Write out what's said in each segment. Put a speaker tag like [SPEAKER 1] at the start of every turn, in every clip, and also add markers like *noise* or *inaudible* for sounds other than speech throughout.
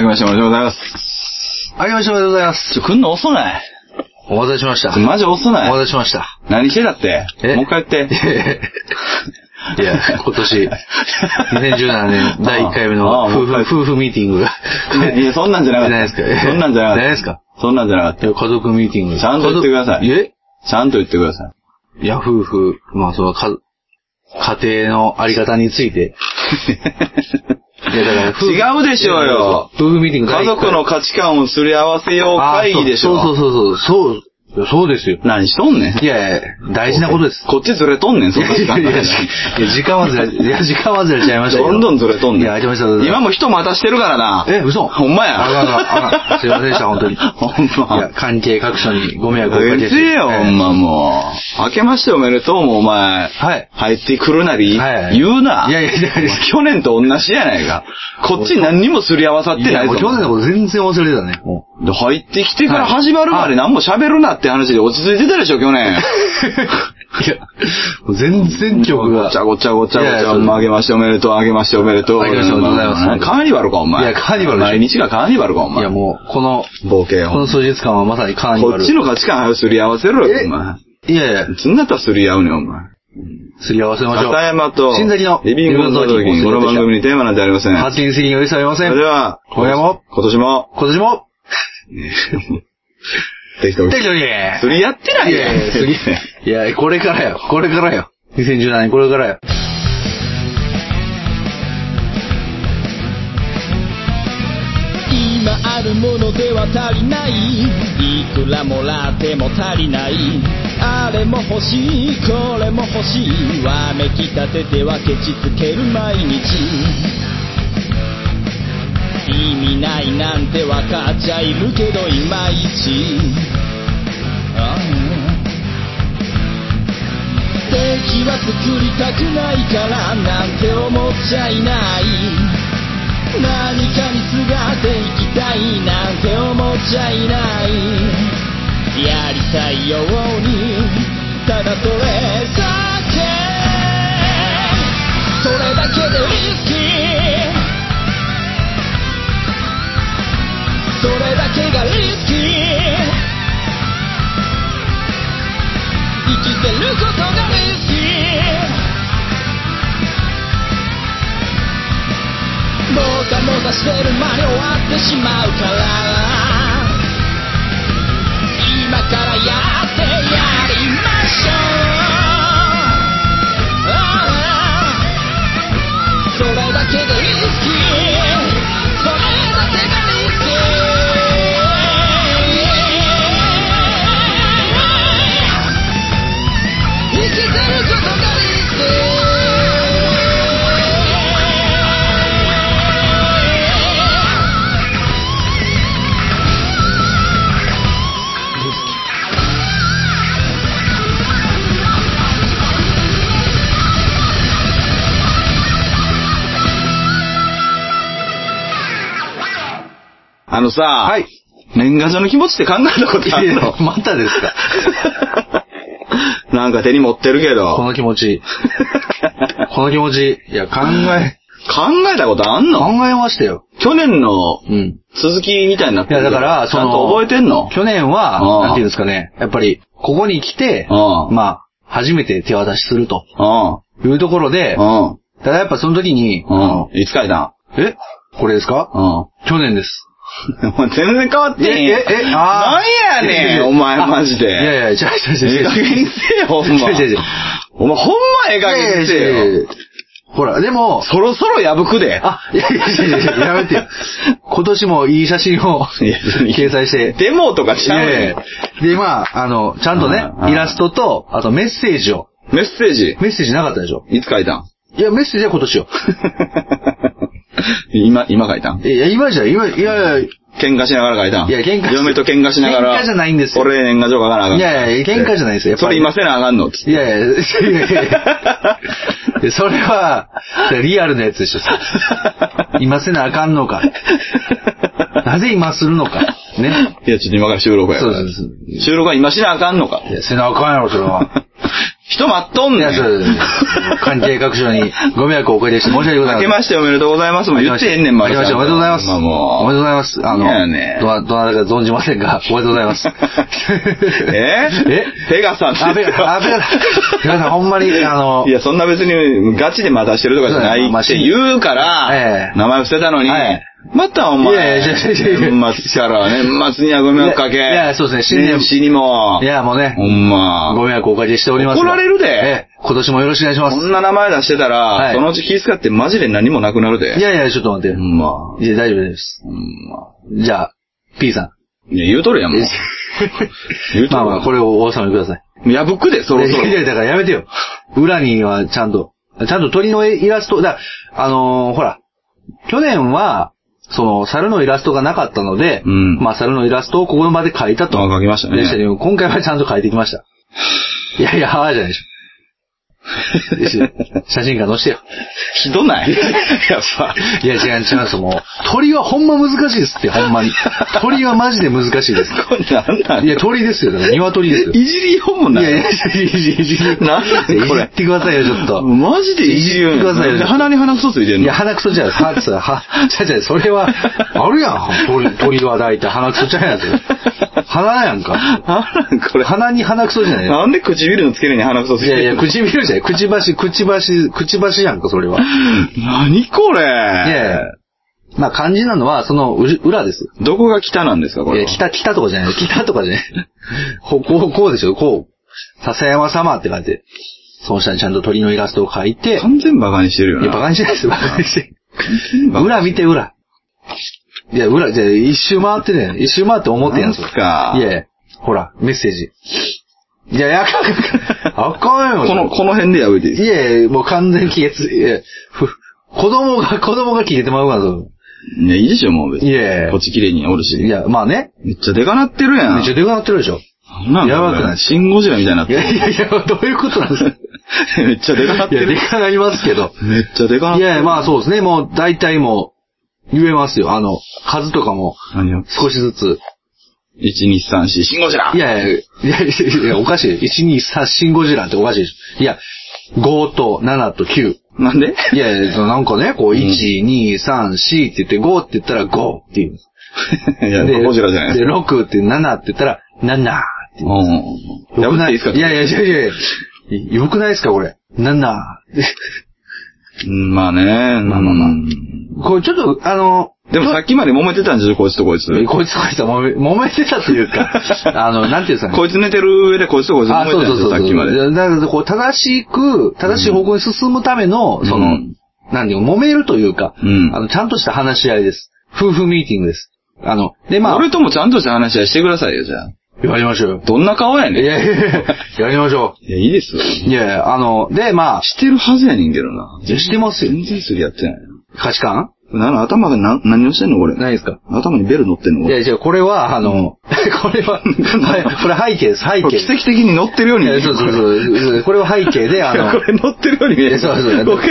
[SPEAKER 1] げましておめでとうございます。
[SPEAKER 2] あげましょうおめでとうございます。
[SPEAKER 1] ちょ、来んの遅ない。
[SPEAKER 2] お待たせしました。
[SPEAKER 1] マジ遅
[SPEAKER 2] お
[SPEAKER 1] ない。
[SPEAKER 2] 待たせし
[SPEAKER 1] *laughs*
[SPEAKER 2] ました。
[SPEAKER 1] 何してたって。
[SPEAKER 2] え
[SPEAKER 1] もう一回言って。
[SPEAKER 2] いや、 *laughs* 今年、2017年第1回目の
[SPEAKER 1] ああ
[SPEAKER 2] 夫婦、夫婦ミーティングが。
[SPEAKER 1] いや、そんなんじゃなかった。
[SPEAKER 2] ないですか
[SPEAKER 1] そんなんじゃなかった。
[SPEAKER 2] ないですか
[SPEAKER 1] そんなんじゃなかっ
[SPEAKER 2] いや家族ミーティング。
[SPEAKER 1] ちゃんと言ってください
[SPEAKER 2] 家族
[SPEAKER 1] た。ちゃんと言ってくださ
[SPEAKER 2] えいや、夫婦、まあ、その、か、家庭のあり方につ
[SPEAKER 1] *laughs*
[SPEAKER 2] いて。いや、だから夫婦、
[SPEAKER 1] 違うでしょうよ
[SPEAKER 2] 夫婦ミーティン
[SPEAKER 1] い。
[SPEAKER 2] グ
[SPEAKER 1] 家
[SPEAKER 2] 第一回
[SPEAKER 1] 族の価値観をすり合わせよう会議でしょ。
[SPEAKER 2] あそうそうそうそう。そう、いやそうですよ。
[SPEAKER 1] 何しとんねん。
[SPEAKER 2] いやいや、大事なことです。
[SPEAKER 1] こっちずれとんねん、そ
[SPEAKER 2] い
[SPEAKER 1] んな
[SPEAKER 2] やい
[SPEAKER 1] 時間
[SPEAKER 2] やい
[SPEAKER 1] な
[SPEAKER 2] や
[SPEAKER 1] ん
[SPEAKER 2] い
[SPEAKER 1] か
[SPEAKER 2] や
[SPEAKER 1] に
[SPEAKER 2] 時間忘れ、いや、時間忘れちゃいましたけ
[SPEAKER 1] どんどんずれとんねん。
[SPEAKER 2] いや、ありました。
[SPEAKER 1] 今も人待たしてるからな。
[SPEAKER 2] え、嘘
[SPEAKER 1] ほんまや
[SPEAKER 2] あらあらあらすいませんでした、本当に。
[SPEAKER 1] ほんま
[SPEAKER 2] いや、関係各所にご迷惑をおか
[SPEAKER 1] う
[SPEAKER 2] け
[SPEAKER 1] る
[SPEAKER 2] して。
[SPEAKER 1] せえよ、
[SPEAKER 2] は
[SPEAKER 1] ほ
[SPEAKER 2] い
[SPEAKER 1] ん。まもう。明けましておめでとうも、お前。
[SPEAKER 2] はい。
[SPEAKER 1] 入ってくるなり、
[SPEAKER 2] はい
[SPEAKER 1] 言うな。
[SPEAKER 2] いやいやいやいや
[SPEAKER 1] *laughs* 去年と同じやないか。こっち何にもすり合わさっ
[SPEAKER 2] い
[SPEAKER 1] てな
[SPEAKER 2] や、
[SPEAKER 1] い
[SPEAKER 2] も
[SPEAKER 1] ぞ
[SPEAKER 2] う。去年のこと全然忘れてたね、も
[SPEAKER 1] で入ってきてから始まるまで何も喋るなって話で落ち着いてたでしょ、去
[SPEAKER 2] *laughs*
[SPEAKER 1] 年。
[SPEAKER 2] う。いや、もう全然記憶
[SPEAKER 1] ご
[SPEAKER 2] が。
[SPEAKER 1] ちゃごちゃごちゃごち
[SPEAKER 2] いやい
[SPEAKER 1] ゃ。
[SPEAKER 2] や
[SPEAKER 1] ほんまあげましておめでとう、あげましておめでとう。
[SPEAKER 2] あげましておめでとうございます
[SPEAKER 1] カーニバルか、お前。
[SPEAKER 2] いやカーニバルでしょ
[SPEAKER 1] 毎日がカーニバルか、お
[SPEAKER 2] い
[SPEAKER 1] 前
[SPEAKER 2] や、。もう、この、
[SPEAKER 1] 冒険
[SPEAKER 2] この
[SPEAKER 1] を。
[SPEAKER 2] 数日間はまさにカーニ
[SPEAKER 1] こ
[SPEAKER 2] バル。
[SPEAKER 1] っちの価値観をすり合わせろよ、お前。
[SPEAKER 2] いやいや、
[SPEAKER 1] そんなったらすり合うねん、お前。
[SPEAKER 2] すり合わせましょう。
[SPEAKER 1] 片山と、
[SPEAKER 2] 新崎の
[SPEAKER 1] リビングの時に、この番組にテーマなんてありません。
[SPEAKER 2] 発言責任を一切ありま
[SPEAKER 1] そ
[SPEAKER 2] せん。
[SPEAKER 1] れでは、
[SPEAKER 2] 今夜も、
[SPEAKER 1] 今年も、
[SPEAKER 2] 今年も、
[SPEAKER 1] 適当に
[SPEAKER 2] 適当に
[SPEAKER 1] すり合ってない
[SPEAKER 2] いやいやすりいや、これからよ。これからよ。2017年これからよ。
[SPEAKER 3] 今あるものでは足りないいくらもらっても足りないあれも欲しいこれも欲しいわめきたててはケチつける毎日意味ないなんてわかっちゃいるけどいまいちああ敵は作りたくないからなんて思っちゃいない何かにすがっていきたいなんて思っちゃいないやりたいようにただそれだけそれだけでリスキーそれだけがリスキー生きてることがリスキーもたもたしてる間に終わってしまうから今からやってやりましょうああそれだけでリスキーそれだけがリスキー生きてることがリスキー
[SPEAKER 1] あのさ、
[SPEAKER 2] はい。
[SPEAKER 1] 年賀状の気持ちって考えたことあ *laughs* るの
[SPEAKER 2] またですか。
[SPEAKER 1] なんか手に持ってるけ
[SPEAKER 2] *laughs* こ
[SPEAKER 1] ど。
[SPEAKER 2] の気
[SPEAKER 1] *laughs*
[SPEAKER 2] 持ち。この気持ち。いや、考え、
[SPEAKER 1] 考えたことあん
[SPEAKER 2] 考
[SPEAKER 1] の
[SPEAKER 2] えましたよ。
[SPEAKER 1] 去年の
[SPEAKER 2] うん。
[SPEAKER 1] 続きみたいになっ
[SPEAKER 2] い
[SPEAKER 1] て
[SPEAKER 2] や、
[SPEAKER 1] る
[SPEAKER 2] だから、
[SPEAKER 1] ち
[SPEAKER 2] そ
[SPEAKER 1] ゃん
[SPEAKER 2] の、
[SPEAKER 1] と覚えてんの
[SPEAKER 2] 去年
[SPEAKER 1] あ
[SPEAKER 2] は、
[SPEAKER 1] あ
[SPEAKER 2] なんていうんですかね、やっぱり、ここに来て、
[SPEAKER 1] ああ
[SPEAKER 2] まあ、初めて手渡しすると
[SPEAKER 1] う
[SPEAKER 2] いうところで、
[SPEAKER 1] ん。うん。
[SPEAKER 2] ただやっぱその時に、
[SPEAKER 1] うん。いつ書いたん
[SPEAKER 2] えこれですか
[SPEAKER 1] うん。も
[SPEAKER 2] 去年です。
[SPEAKER 1] う全然変わってへんやん。
[SPEAKER 2] えええあ
[SPEAKER 1] な
[SPEAKER 2] ー
[SPEAKER 1] んやねん、お前マジで。
[SPEAKER 2] いやいや、違う違う
[SPEAKER 1] え
[SPEAKER 2] 違
[SPEAKER 1] え
[SPEAKER 2] う
[SPEAKER 1] 加
[SPEAKER 2] 違う。
[SPEAKER 1] 減にせえよ、ほんま。
[SPEAKER 2] 違う違う違う
[SPEAKER 1] お前ほんまええ加減にせ
[SPEAKER 2] いやいや
[SPEAKER 1] え
[SPEAKER 2] いや
[SPEAKER 1] よ。
[SPEAKER 2] いやほら、でも、
[SPEAKER 1] そろそろ破くで。
[SPEAKER 2] あ、いやいやいやいや、やめてよ。今年もいい写真を
[SPEAKER 1] いやそれ
[SPEAKER 2] 掲載して。
[SPEAKER 1] デモとか
[SPEAKER 2] い
[SPEAKER 1] ちゃう
[SPEAKER 2] やい
[SPEAKER 1] ね
[SPEAKER 2] やで、まあ、あの、ちゃんとね
[SPEAKER 1] ああああ、
[SPEAKER 2] イラストと、あとメッセージを。
[SPEAKER 1] ん。メッセージ。
[SPEAKER 2] メッセージなかったでしょ
[SPEAKER 1] いつ書いたん
[SPEAKER 2] いや、メッセージは今年よ。
[SPEAKER 1] 今、今書いたん
[SPEAKER 2] いや、今じゃ、今、いやい
[SPEAKER 1] 喧嘩しながら書いたん
[SPEAKER 2] いや喧嘩し
[SPEAKER 1] 嫁と喧嘩しながら。
[SPEAKER 2] 喧嘩じゃないんですよ
[SPEAKER 1] 俺年賀状書かなあかん。
[SPEAKER 2] いやいや喧嘩じゃないですよやっ
[SPEAKER 1] そ
[SPEAKER 2] ぱ
[SPEAKER 1] れ
[SPEAKER 2] り
[SPEAKER 1] 今せなあかんのつって
[SPEAKER 2] や、いやいや、いやいやいやそれは、リアルなやつでしょ。今せなあかんのか。なぜ今するのか。ね。
[SPEAKER 1] いや、ちょっと今から収録やから。
[SPEAKER 2] そうそうそう
[SPEAKER 1] 収録は今しなあかんのか。
[SPEAKER 2] いや、せなあかんやろ、それは。
[SPEAKER 1] 人待っとん
[SPEAKER 2] い
[SPEAKER 1] ね
[SPEAKER 2] や、
[SPEAKER 1] ん。
[SPEAKER 2] そうです。関係各所にご迷惑をおかけして申し訳ございません。
[SPEAKER 1] 明けましておめでとうございますも言ってへんねん、
[SPEAKER 2] ありがとうございます。
[SPEAKER 1] あもう。
[SPEAKER 2] おめでとうございます。あの、
[SPEAKER 1] いやね
[SPEAKER 2] どな、どなたか存じませんが、おめでとうございます。
[SPEAKER 1] え
[SPEAKER 2] え
[SPEAKER 1] ペガさんですよ
[SPEAKER 2] あ、ペガ、あ、ペガだ。ペガさん、ほんまに、あの
[SPEAKER 1] い、や、そんな別にガチで待たしてるとかじゃないって言うから
[SPEAKER 2] え、え
[SPEAKER 1] 名前伏せたのに
[SPEAKER 2] はい、
[SPEAKER 1] またお
[SPEAKER 2] いや
[SPEAKER 1] 前、
[SPEAKER 2] いやいやいやいや
[SPEAKER 1] 年末から年末にはご迷惑かけ、
[SPEAKER 2] いやいやそうですね新年
[SPEAKER 1] 年始にも
[SPEAKER 2] い、や、もうね
[SPEAKER 1] ほ、んま、
[SPEAKER 2] ご迷惑をおかけしておりますが。
[SPEAKER 1] 怒られるで
[SPEAKER 2] ええ今年もよろしくお願いしま
[SPEAKER 1] こん
[SPEAKER 2] す。
[SPEAKER 1] な名前出してた
[SPEAKER 2] は
[SPEAKER 1] ら、
[SPEAKER 2] い
[SPEAKER 1] そのうち気遣ってマジで何もなくなるで。
[SPEAKER 2] いやいや、ちょっと待って
[SPEAKER 1] ほ。んま、
[SPEAKER 2] いや、大丈夫です。
[SPEAKER 1] ほんま。
[SPEAKER 2] じゃあ、P さん。
[SPEAKER 1] いや、言うとる
[SPEAKER 2] *laughs*
[SPEAKER 1] やん、もう。言うと
[SPEAKER 2] まあ
[SPEAKER 1] る
[SPEAKER 2] まあ、これをお納めください。
[SPEAKER 1] やぶっくで、そろそろ
[SPEAKER 2] い。やいや、だからやめてよ。裏にはちゃんと、ちゃんと鳥のイラスト、だあのーほら、去年は、その、猿のイラストがなかったので、
[SPEAKER 1] うん
[SPEAKER 2] まあ、猿のイラストをここまで描いたと。
[SPEAKER 1] あ書きましたね
[SPEAKER 2] でしたけど今回はちゃんと描いてきました。いやいや、はぁじゃないでしょ。ですよ写真が載せてよ。
[SPEAKER 1] ひどないやっぱ。
[SPEAKER 2] いや、違う、違うんですよもう。鳥はほんま難しいですって、ほんまに。鳥はマジで難しいです。
[SPEAKER 1] これなんなん
[SPEAKER 2] いや、鳥ですよ。だから鶏ですよ。
[SPEAKER 1] いじりようも
[SPEAKER 2] い
[SPEAKER 1] ない。
[SPEAKER 2] やいや、いじりいじり。
[SPEAKER 1] なんなんこれ
[SPEAKER 2] いじってくださいよ、ちょっと。
[SPEAKER 1] マジでいじりよう
[SPEAKER 2] いじってくださいよ
[SPEAKER 1] なんで鼻に鼻くそついてん
[SPEAKER 2] い
[SPEAKER 1] の
[SPEAKER 2] や、鼻くそじゃない。は、
[SPEAKER 1] *laughs*
[SPEAKER 2] つは、ちゃちゃ、それは、あるやん。鳥、鳥は大体鼻くそちゃうやつ。鼻やんか。
[SPEAKER 1] あら、これ。
[SPEAKER 2] 鼻に鼻くそじゃない。
[SPEAKER 1] なんで唇の付け根に鼻くそつい
[SPEAKER 2] い
[SPEAKER 1] てんの
[SPEAKER 2] やいや、唇じゃない。くちばし、くちばし、くちばしやんか、それは。い
[SPEAKER 1] 何これ
[SPEAKER 2] やいや。まあ、肝心なのは、その、う裏です。
[SPEAKER 1] どこが北なんですか、こ
[SPEAKER 2] い
[SPEAKER 1] れ
[SPEAKER 2] や、
[SPEAKER 1] は。
[SPEAKER 2] 北、北とかじゃない。北とかじゃない。 *laughs* こう、こう、こうでしょ。こう、笹山様って書いて、その下にちゃんと鳥のイラストを描いて、
[SPEAKER 1] 完全バカにしてるよ
[SPEAKER 2] い
[SPEAKER 1] な。
[SPEAKER 2] や、バカにしないですよ、バカにしてない。
[SPEAKER 1] バカ
[SPEAKER 2] 裏見て、裏。いや、裏、じゃあ一周回ってね、一周回って思ってやんす
[SPEAKER 1] なんすか
[SPEAKER 2] いやいや、ほら、メッセージ。いや、いやあかんあかん。あかんよ。
[SPEAKER 1] この、この辺でやめていい
[SPEAKER 2] い
[SPEAKER 1] です
[SPEAKER 2] やいや、もう完全に消えつ、いや、ふ、子供が、子供が消えてまうから、そ
[SPEAKER 1] いや、いいでしょ、もう別
[SPEAKER 2] う
[SPEAKER 1] に。
[SPEAKER 2] いやいや
[SPEAKER 1] こっ。ち綺麗におるし。
[SPEAKER 2] いや、まあね。
[SPEAKER 1] めっちゃデカなってるやん。
[SPEAKER 2] めっちゃでかくなってるでしょ。
[SPEAKER 1] なんなん
[SPEAKER 2] やばくない
[SPEAKER 1] これシンゴジラみたいになっ
[SPEAKER 2] い
[SPEAKER 1] てる。
[SPEAKER 2] やいやいや、ど *laughs* ういうことなんですか
[SPEAKER 1] めっちゃデカなっ
[SPEAKER 2] い
[SPEAKER 1] て
[SPEAKER 2] や、で
[SPEAKER 1] る。
[SPEAKER 2] かなりますけど。
[SPEAKER 1] めっちゃデカなっ
[SPEAKER 2] い
[SPEAKER 1] てる。
[SPEAKER 2] やいや、まあそうですね。もう、大体もう、言えますよ。あの、数とかも、
[SPEAKER 1] 何を
[SPEAKER 2] 少しずつ。
[SPEAKER 1] ?1234、シンゴジラ
[SPEAKER 2] いやいや、いやいやいや、おかしい。1、2、3、シンゴジラっておかしいでしょ。いや、5と7と9。
[SPEAKER 1] なんで
[SPEAKER 2] いやいや、そのなんかね、こう、1、2、3、4って言って、5って言ったら5って言うんです。
[SPEAKER 1] いや、
[SPEAKER 2] で
[SPEAKER 1] ゴジラじゃないです
[SPEAKER 2] で、
[SPEAKER 1] か。
[SPEAKER 2] 6って7って言ったら、7って言う。
[SPEAKER 1] うん。や
[SPEAKER 2] よく
[SPEAKER 1] ぶっ
[SPEAKER 2] な
[SPEAKER 1] ていいで
[SPEAKER 2] い
[SPEAKER 1] すか
[SPEAKER 2] いやいやいやいやいやよくないですか、これ。7。
[SPEAKER 1] うんまあね。ま
[SPEAKER 2] あまあまあこれちょっと、あの、
[SPEAKER 1] でもさっきまで揉めてたんでしょ、こいつとこいつ。
[SPEAKER 2] こいつこいつは揉め揉めてたというか、あの、なんていうんですかね。
[SPEAKER 1] こいつ寝てる上でこいつとこいつ揉
[SPEAKER 2] あ、
[SPEAKER 1] め
[SPEAKER 2] そう
[SPEAKER 1] てた
[SPEAKER 2] そ
[SPEAKER 1] んでし
[SPEAKER 2] うそう
[SPEAKER 1] ょ、
[SPEAKER 2] そ
[SPEAKER 1] さ
[SPEAKER 2] う。
[SPEAKER 1] っきまで。
[SPEAKER 2] だから、こう、正しく、正しい方向に進むための、
[SPEAKER 1] ん
[SPEAKER 2] その、なんで、揉めるというか、
[SPEAKER 1] うん
[SPEAKER 2] あの、ちゃんとした話し合いです。夫婦ミーティングです。あの、で、まあ、
[SPEAKER 1] 俺ともちゃんとした話はしてくださいよ、じゃあ。
[SPEAKER 2] やりましょうよ。
[SPEAKER 1] どんな顔やねん。
[SPEAKER 2] い
[SPEAKER 1] いや、
[SPEAKER 2] やいやいや、やりましょ
[SPEAKER 1] いいですよ。
[SPEAKER 2] う。いやいや、あの、で、まあ、
[SPEAKER 1] してるはずやねんけどな。
[SPEAKER 2] いやしてますよ
[SPEAKER 1] 全然それやってない。
[SPEAKER 2] 価値観
[SPEAKER 1] なの頭がな、何をしてんのこれ。
[SPEAKER 2] ないですか
[SPEAKER 1] 頭にベル乗ってんの
[SPEAKER 2] い
[SPEAKER 1] こ
[SPEAKER 2] や
[SPEAKER 1] れ。
[SPEAKER 2] いや、これは、あの、こ
[SPEAKER 1] *laughs*
[SPEAKER 2] れは、これ背景です、背
[SPEAKER 1] これ
[SPEAKER 2] 景。
[SPEAKER 1] 奇跡的に乗ってるよう
[SPEAKER 2] い
[SPEAKER 1] に見え
[SPEAKER 2] や
[SPEAKER 1] る。
[SPEAKER 2] そうそうそう。これは背景で、あの
[SPEAKER 1] *laughs* こ、れ乗ってるように見え
[SPEAKER 2] いや
[SPEAKER 1] る。
[SPEAKER 2] そうそう
[SPEAKER 1] 僕
[SPEAKER 2] *laughs*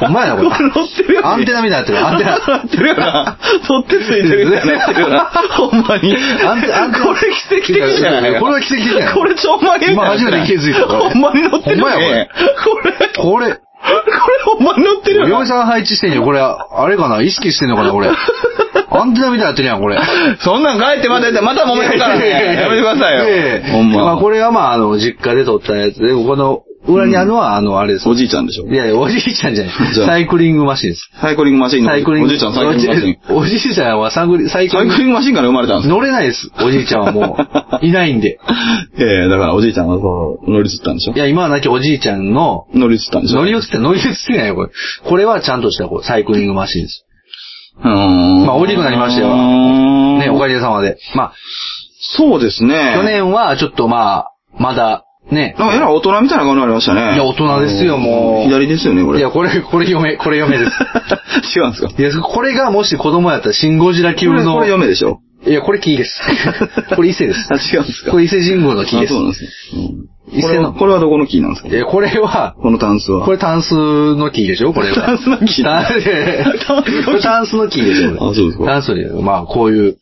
[SPEAKER 2] ほんまやな、こ
[SPEAKER 1] これ *laughs*
[SPEAKER 2] れ。
[SPEAKER 1] 乗ってるように見える。
[SPEAKER 2] アンテナみたいになってる、
[SPEAKER 1] *laughs*
[SPEAKER 2] アンテナ。
[SPEAKER 1] なってるよな。取ってついてるようになってるよな。ほんまに。
[SPEAKER 2] あんあん
[SPEAKER 1] これ奇跡的じゃない
[SPEAKER 2] これは奇跡的じゃない
[SPEAKER 1] これちょんまに。
[SPEAKER 2] 今初めて気づいたこれ
[SPEAKER 1] ほんまに乗ってる
[SPEAKER 2] ほんまや
[SPEAKER 1] ね。これ。これ、
[SPEAKER 2] これ、
[SPEAKER 1] ほんまに乗ってるよ
[SPEAKER 2] 嫁
[SPEAKER 1] な。
[SPEAKER 2] さん配置してんよ。これ、あれかな意識してんのかなこれ。アンテナみたいになってるやん、
[SPEAKER 1] *laughs*
[SPEAKER 2] これ。
[SPEAKER 1] そんなん書いてまたまた揉めるからね。やめてくださいよ。ほ
[SPEAKER 2] ほ
[SPEAKER 1] ん
[SPEAKER 2] ん
[SPEAKER 1] ま。
[SPEAKER 2] ま。あ、これはまあ、あの、実家で撮ったやつで、この裏にあるのは、あの、あれです。
[SPEAKER 1] おじいちゃんでしょ
[SPEAKER 2] い。やいや、おじいちゃんじゃない。
[SPEAKER 1] じゃあ
[SPEAKER 2] サイクリングマシンです。
[SPEAKER 1] サイクリングマシンの。
[SPEAKER 2] サイクリング。
[SPEAKER 1] おじいちゃんサイクリングマシン。
[SPEAKER 2] おじいちゃんはサイクリサイク
[SPEAKER 1] サ
[SPEAKER 2] リ
[SPEAKER 1] イ
[SPEAKER 2] ング
[SPEAKER 1] ク。リングマシンから生まれたんですか
[SPEAKER 2] 乗れないです。おじいちゃんはも
[SPEAKER 1] *laughs*
[SPEAKER 2] う、いないんで。
[SPEAKER 1] ええ、だからおじいちゃんはそう、乗り移ったんでしょ
[SPEAKER 2] いや、今はなきおじいちゃんの、
[SPEAKER 1] 乗り移ったんでしょ
[SPEAKER 2] 乗り移って、乗り移ってないよ、これ。これはちゃんとした、こう、サイクリングマシンです。
[SPEAKER 1] ま
[SPEAKER 2] まあ大きくなりましたよね、おかげさまで。まあ、
[SPEAKER 1] そうですね。
[SPEAKER 2] 去年はちょっとまあ、まだ、ね。
[SPEAKER 1] なんかえらい大人みたいな顔になりましたね。
[SPEAKER 2] いや大人ですよもう
[SPEAKER 1] 左ですよね、これ。
[SPEAKER 2] いや、これ、これ嫁、これ嫁です。
[SPEAKER 1] *laughs* 違うんですか
[SPEAKER 2] いや、これがもし子供やったら、シンゴジラ級
[SPEAKER 1] これ、
[SPEAKER 2] の
[SPEAKER 1] これ、嫁でしょ
[SPEAKER 2] いや、これ
[SPEAKER 1] *laughs*
[SPEAKER 2] 木です。これ伊勢です。
[SPEAKER 1] あ、違うんですか
[SPEAKER 2] これ伊勢神宮の木
[SPEAKER 1] あ
[SPEAKER 2] です
[SPEAKER 1] そう。なんですね。うん
[SPEAKER 2] 伊
[SPEAKER 1] これ
[SPEAKER 2] 勢
[SPEAKER 1] は、
[SPEAKER 2] の。
[SPEAKER 1] これはどこの木なんですか
[SPEAKER 2] いや、これは、
[SPEAKER 1] このタンスは。
[SPEAKER 2] これタンスの木でしょこ
[SPEAKER 1] *laughs*
[SPEAKER 2] れ
[SPEAKER 1] タン
[SPEAKER 2] は。
[SPEAKER 1] スの木
[SPEAKER 2] タンこれタンスの木でしょ
[SPEAKER 1] あそうですか
[SPEAKER 2] タンスの木まあ、こういう、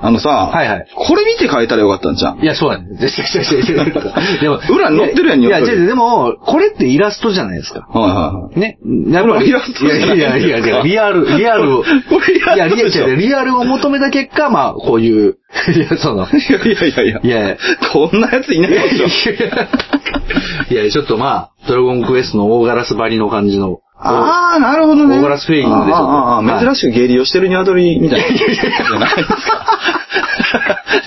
[SPEAKER 1] あのさ、
[SPEAKER 2] はいはい
[SPEAKER 1] これ見て変えたらよかったんじゃん。
[SPEAKER 2] いや、そうやね。で
[SPEAKER 1] *laughs*
[SPEAKER 2] でも、
[SPEAKER 1] 裏に載ってるやん
[SPEAKER 2] いや、
[SPEAKER 1] ニュース
[SPEAKER 2] 違う違うでも、これってイラストじゃないですか。
[SPEAKER 1] はいはい。
[SPEAKER 2] ね。やっぱり
[SPEAKER 1] イラストじゃない
[SPEAKER 2] いやいやいや、リアル、リアルを、
[SPEAKER 1] これイラスト
[SPEAKER 2] いや、リア
[SPEAKER 1] でしょ
[SPEAKER 2] ル、リアルを求めた結果、まあ、こういう、いや、その、い
[SPEAKER 1] いやいやいやいや。
[SPEAKER 2] やいや、
[SPEAKER 1] こんなやついないでしょ。
[SPEAKER 2] いや、ちょっとまあ、ドラゴンクエストの大ガラス張りの感じの。
[SPEAKER 1] ああ、なるほどね。
[SPEAKER 2] オーガラスフェイリングでちょっと
[SPEAKER 1] あーあーあー
[SPEAKER 2] はい
[SPEAKER 1] 珍しく下痢をしてる鶏みたいな。じゃないですか。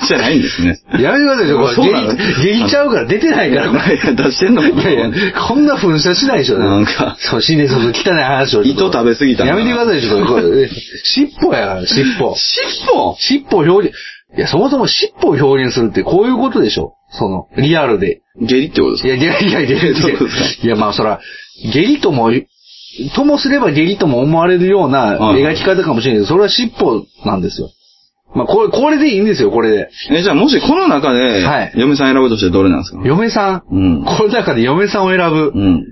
[SPEAKER 1] じゃないんですね。
[SPEAKER 2] やめてくださいよ、こ
[SPEAKER 1] そうなの
[SPEAKER 2] れ。ゲリゲリちゃうから出てない
[SPEAKER 1] *laughs*
[SPEAKER 2] から、これ。
[SPEAKER 1] いや出してんのかない
[SPEAKER 2] やいや、こんな噴射しないでしょ。
[SPEAKER 1] なんか
[SPEAKER 2] そう、死ねその汚い話を。
[SPEAKER 1] 糸食べ過ぎたな
[SPEAKER 2] やめてくださいでしょ、これ。尻尾やから、尻尾。
[SPEAKER 1] 尻尾
[SPEAKER 2] 尻尾を表現、いや、そもそも尻尾を表現するってこういうことでしょ。その、リアルで。
[SPEAKER 1] 下痢ってことです
[SPEAKER 2] いや、いやいやいやいや
[SPEAKER 1] そうですか
[SPEAKER 2] いや、まあ、そら、下痢とも、ともすれば下痢とも思われるような
[SPEAKER 1] はい
[SPEAKER 2] 描き方かもしれないけど、それは尻尾なんですよ。まあ、これ、これでいいんですよ、これで。
[SPEAKER 1] かえ、じゃあもしこの中で
[SPEAKER 2] はい、
[SPEAKER 1] 嫁さん選ぶとしてどれなんですか
[SPEAKER 2] 嫁さん。
[SPEAKER 1] うん
[SPEAKER 2] この中で嫁さんを選ぶ。
[SPEAKER 1] うん。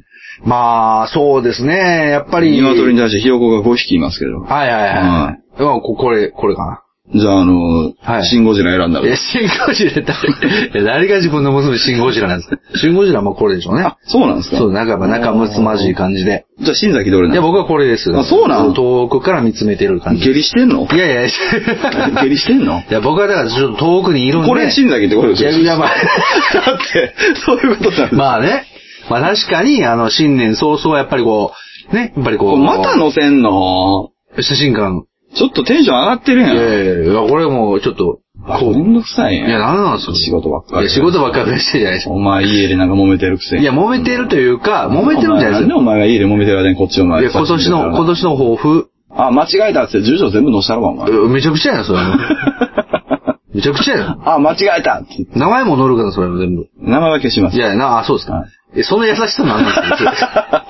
[SPEAKER 2] まあ、そうですね。やっぱり。
[SPEAKER 1] 鶏に対してひよこが5匹いますけど。
[SPEAKER 2] はいはいはい。まあ、ここれ、これかな。
[SPEAKER 1] じゃあ、あの
[SPEAKER 2] は、い
[SPEAKER 1] シンゴジラ選んだ
[SPEAKER 2] いや、
[SPEAKER 1] ら。
[SPEAKER 2] シンゴジラ誰、いや誰が自分の娘シンゴジラなんですかシンゴジラはまあこれでしょうね
[SPEAKER 1] あ。、そうなんですか
[SPEAKER 2] そう、仲間、仲睦まじい感じで。
[SPEAKER 1] じゃあ、新崎どれ
[SPEAKER 2] い
[SPEAKER 1] なん
[SPEAKER 2] や、
[SPEAKER 1] です
[SPEAKER 2] 僕はこれです。
[SPEAKER 1] あそうなん
[SPEAKER 2] 遠くから見つめてる
[SPEAKER 1] か
[SPEAKER 2] 感じ。
[SPEAKER 1] 下痢してんの
[SPEAKER 2] いやいや、い
[SPEAKER 1] 下痢してんの
[SPEAKER 2] や、僕はだからちょっと遠くにいるんで。
[SPEAKER 1] これ新崎ってことでしょ
[SPEAKER 2] いや、いや、まあ、
[SPEAKER 1] だって、そういうことなんです。
[SPEAKER 2] まあね。まあ確かに、あの、新年早々やっぱりこう、ね、やっぱりこ
[SPEAKER 1] こ
[SPEAKER 2] う。
[SPEAKER 1] れまた乗せんの
[SPEAKER 2] 写真館。
[SPEAKER 1] ちょっとテンション上がってる
[SPEAKER 2] い
[SPEAKER 1] や
[SPEAKER 2] や
[SPEAKER 1] ん。
[SPEAKER 2] いやいや、これもうちょっと、
[SPEAKER 1] あ
[SPEAKER 2] こう
[SPEAKER 1] め。んどくさいやん。
[SPEAKER 2] いや、なんなんですか
[SPEAKER 1] 仕事ばっかり
[SPEAKER 2] いや仕事ばっかりしてるじゃないですか。
[SPEAKER 1] お前家でなんか揉めてるくせに。
[SPEAKER 2] いや、揉めてるというか、揉めてるんじ
[SPEAKER 1] お前
[SPEAKER 2] ゃないで
[SPEAKER 1] な
[SPEAKER 2] す
[SPEAKER 1] んで
[SPEAKER 2] か。
[SPEAKER 1] お前が家で揉めてる間にこっちお前。
[SPEAKER 2] いや、今年の、今年の抱負、
[SPEAKER 1] あ、間違えたっつって住所全部載せたろか、お前。
[SPEAKER 2] うめちゃくちゃやな、それはもう。めちゃくちゃやな。
[SPEAKER 1] あ、間違えたって。
[SPEAKER 2] 名前も載るから、それは全部。
[SPEAKER 1] 名前は消します。
[SPEAKER 2] いや、な、あ、そうですか
[SPEAKER 1] は。
[SPEAKER 2] え、その優しさなんなんですか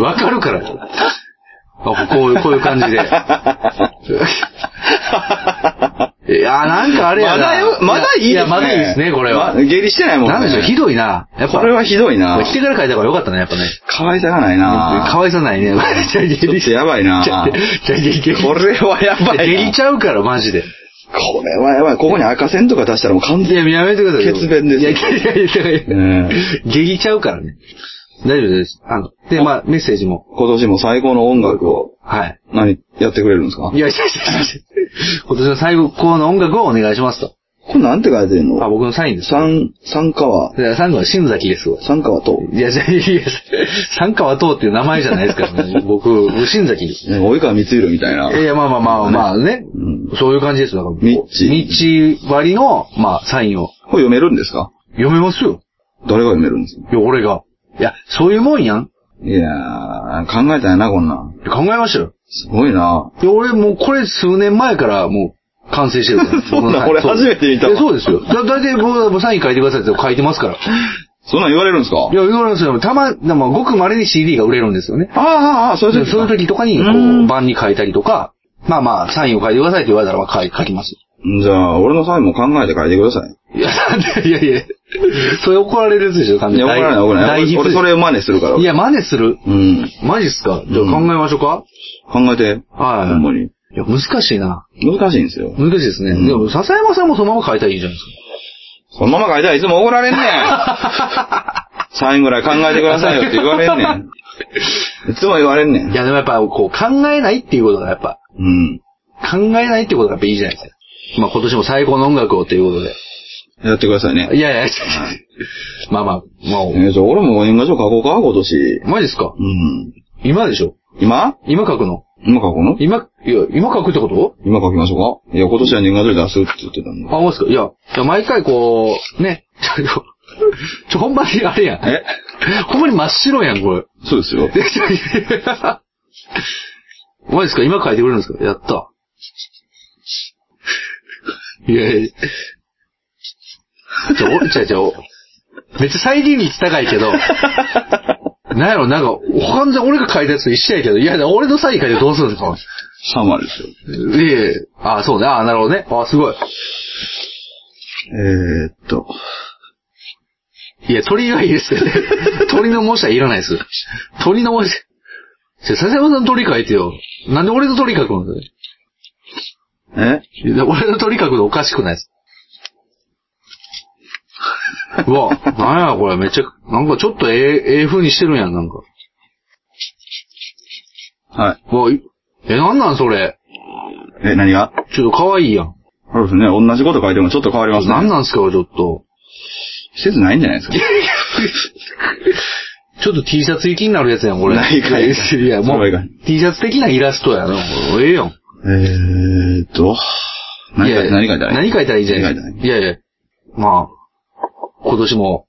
[SPEAKER 2] わかるから。あこういう、こういう感じで。いや、なんかあれやな。
[SPEAKER 1] まだよ、まだいいですね。
[SPEAKER 2] いや、まだいいですね、これは。
[SPEAKER 1] ま下痢してないもんね。
[SPEAKER 2] なんでしょう、ひどいな。やっぱ、
[SPEAKER 1] これはひどいな
[SPEAKER 2] これ。来てから書いた方がよかったね、やっぱね。
[SPEAKER 1] かわいさがないな。
[SPEAKER 2] かわいさないね。ちょ
[SPEAKER 1] ちょっとやばいな。
[SPEAKER 2] じゃあ、ゲリ
[SPEAKER 1] これはやばいな。
[SPEAKER 2] ゲリちゃうから、マジで。
[SPEAKER 1] これはやばい。ここに赤線とか出したらもう完
[SPEAKER 2] い
[SPEAKER 1] 全
[SPEAKER 2] や、やめてくださいよ。
[SPEAKER 1] 血便です
[SPEAKER 2] いや、いやいやいや
[SPEAKER 1] うん
[SPEAKER 2] ゲリちゃうからね。大丈夫です。あの、で、まあ、メッセージも。
[SPEAKER 1] 今年も最高の音楽を、
[SPEAKER 2] はい。
[SPEAKER 1] 何、やってくれるんですか
[SPEAKER 2] いや、いやいやいやいや今年の最高の音楽をお願いしますと。
[SPEAKER 1] これなんて書いてん
[SPEAKER 2] あ、
[SPEAKER 1] の
[SPEAKER 2] 僕のサインです。
[SPEAKER 1] 三、三川、
[SPEAKER 2] でサンカは新崎です。
[SPEAKER 1] 三川と、
[SPEAKER 2] いや、いやいやいや、サンカは党っていう名前じゃないですか
[SPEAKER 1] *laughs*
[SPEAKER 2] らね。僕、新崎です。
[SPEAKER 1] ね及川光弘みたいな。
[SPEAKER 2] いや、まあまあまあまあね
[SPEAKER 1] う。
[SPEAKER 2] そういう感じですよ。だから
[SPEAKER 1] ミッチ
[SPEAKER 2] ミッチ割りの、まあ、サインを。
[SPEAKER 1] これ読めるんですか
[SPEAKER 2] 読めますよ。
[SPEAKER 1] 誰が読めるんですか
[SPEAKER 2] いや、俺が。いや、そういうもんやん。
[SPEAKER 1] いやー、考えたよな、こんなん。
[SPEAKER 2] 考えましたよ。
[SPEAKER 1] すごいな。。
[SPEAKER 2] いや、俺もうこれ数年前からもう完成してるから
[SPEAKER 1] *laughs* そんなん
[SPEAKER 2] 僕
[SPEAKER 1] 俺
[SPEAKER 2] のサイン
[SPEAKER 1] 初めて見たわ
[SPEAKER 2] いやそうですよ。だ、だいたい僕はサイン書いてくださいって書いてますから。い
[SPEAKER 1] そんなん言われるんですか
[SPEAKER 2] や、言われますよ。たま、でもごく稀に CD が売れるんですよね。
[SPEAKER 1] ああ、ああ、そう
[SPEAKER 2] そ
[SPEAKER 1] いう
[SPEAKER 2] う
[SPEAKER 1] 時
[SPEAKER 2] いう時とかに、こ
[SPEAKER 1] う
[SPEAKER 2] う、
[SPEAKER 1] ん
[SPEAKER 2] 版に書いたりとか、まあまあ、サインを書いてくださいって言われたらまあ書い書きます。
[SPEAKER 1] じゃあ、俺のサインも考えて書いてください。
[SPEAKER 2] いや、なんでいやいや。それ怒られるやつでしょ、完
[SPEAKER 1] い
[SPEAKER 2] 全
[SPEAKER 1] や、
[SPEAKER 2] に
[SPEAKER 1] 怒らない、怒らない。
[SPEAKER 2] 大
[SPEAKER 1] 俺
[SPEAKER 2] 大
[SPEAKER 1] 俺それ真似するから。
[SPEAKER 2] いや、真似する。
[SPEAKER 1] うん。
[SPEAKER 2] マジっすかじゃあ
[SPEAKER 1] うん
[SPEAKER 2] 考えましょうか、
[SPEAKER 1] 考えて。
[SPEAKER 2] はい
[SPEAKER 1] ほんまに。
[SPEAKER 2] いや、難しいな。
[SPEAKER 1] 難しいんですよ。
[SPEAKER 2] 難しいですね。
[SPEAKER 1] うん
[SPEAKER 2] でも、笹山さんもそのまま書いたらいいじゃないですか。
[SPEAKER 1] そのまま書いたらいつも怒られんねん。 *laughs* サインぐらい考えてくださいよって言われんね *laughs* ん。いつも言われんね
[SPEAKER 2] い
[SPEAKER 1] ん。
[SPEAKER 2] や、でもやっぱ、こう、考えないっていうことが、やっぱ、
[SPEAKER 1] うん。
[SPEAKER 2] 考えないってことがやっぱいいじゃないですか。まあ、今年も最高の音楽をということで。
[SPEAKER 1] やってくださいね。
[SPEAKER 2] いやいや、違う違 *laughs* うまあまあ、
[SPEAKER 1] え
[SPEAKER 2] ま
[SPEAKER 1] ーじゃあ俺も年賀状書こうか、今年
[SPEAKER 2] あ、。マジっすか
[SPEAKER 1] うん。
[SPEAKER 2] 今でしょ
[SPEAKER 1] 今
[SPEAKER 2] 今書くの
[SPEAKER 1] 今書くの
[SPEAKER 2] 今、いや、今書くってこと
[SPEAKER 1] 今書きましょうかいや、今年は年賀状出すって言ってたんだ。
[SPEAKER 2] あ、マジっすかいや、いや毎回こう、ね、ちょ、 *laughs* ちょほんまにあれやん。
[SPEAKER 1] え
[SPEAKER 2] ほんまに真っ白やん、これ。
[SPEAKER 1] そうですよ。
[SPEAKER 2] で *laughs* ちょいやマジっすか今書いてくれるんですかやった。いやいや。ちょ、おちゃちゃ、おめっちゃ再現率高いけど、 *laughs* なんやろ、なんか、他の俺が書いたやつと一緒やけど、いや、俺のサイン書いてどうするんですか
[SPEAKER 1] サマーですよ。
[SPEAKER 2] いやいや、あ、そうね、あ、なるほどね。あ、すごい。
[SPEAKER 1] えーっと。
[SPEAKER 2] いや、鳥はいいですよね。 *laughs* 鳥の模写いらないです。鳥の模写。じゃ、笹山さん鳥書いてよ。なんで俺の鳥書くの
[SPEAKER 1] え
[SPEAKER 2] で俺の取り角度おかしくない
[SPEAKER 1] *laughs*
[SPEAKER 2] です。うわ、なんやこれめっちゃ、なんかちょっとええ、ええ風にしてるんやん、なんか。
[SPEAKER 1] はい。
[SPEAKER 2] うわ、いえ、なんなんそれ。
[SPEAKER 1] え、何が
[SPEAKER 2] ちょっと可愛いやん。
[SPEAKER 1] そうですね。同じこと書いてもちょっと変わりますね。
[SPEAKER 2] なんなんすか、ちょっ
[SPEAKER 1] *laughs*
[SPEAKER 2] と。
[SPEAKER 1] 施設ないんじゃないですか。
[SPEAKER 2] ちょっと T シャツ行きになるやつやん、これ。
[SPEAKER 1] ないかい
[SPEAKER 2] いや、も
[SPEAKER 1] それはいうかん、
[SPEAKER 2] T シャツ的なイラストやな。もうええやん。
[SPEAKER 1] えーっと、何
[SPEAKER 2] いや
[SPEAKER 1] か、何書いたらいい
[SPEAKER 2] 何書いたらいいじゃないです
[SPEAKER 1] 何書
[SPEAKER 2] か。いやいや。まあ、今年も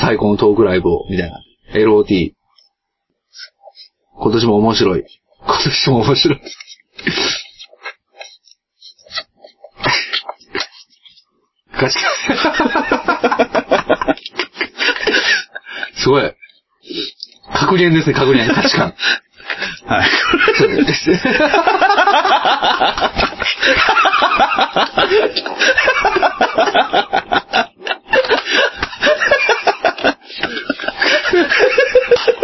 [SPEAKER 2] 最高のトークライブを、みたいな。LOT。今年も面白い。今年も面白い。ガチ。すごい。格言ですね、格言。確かに。
[SPEAKER 1] はい。
[SPEAKER 2] そうです。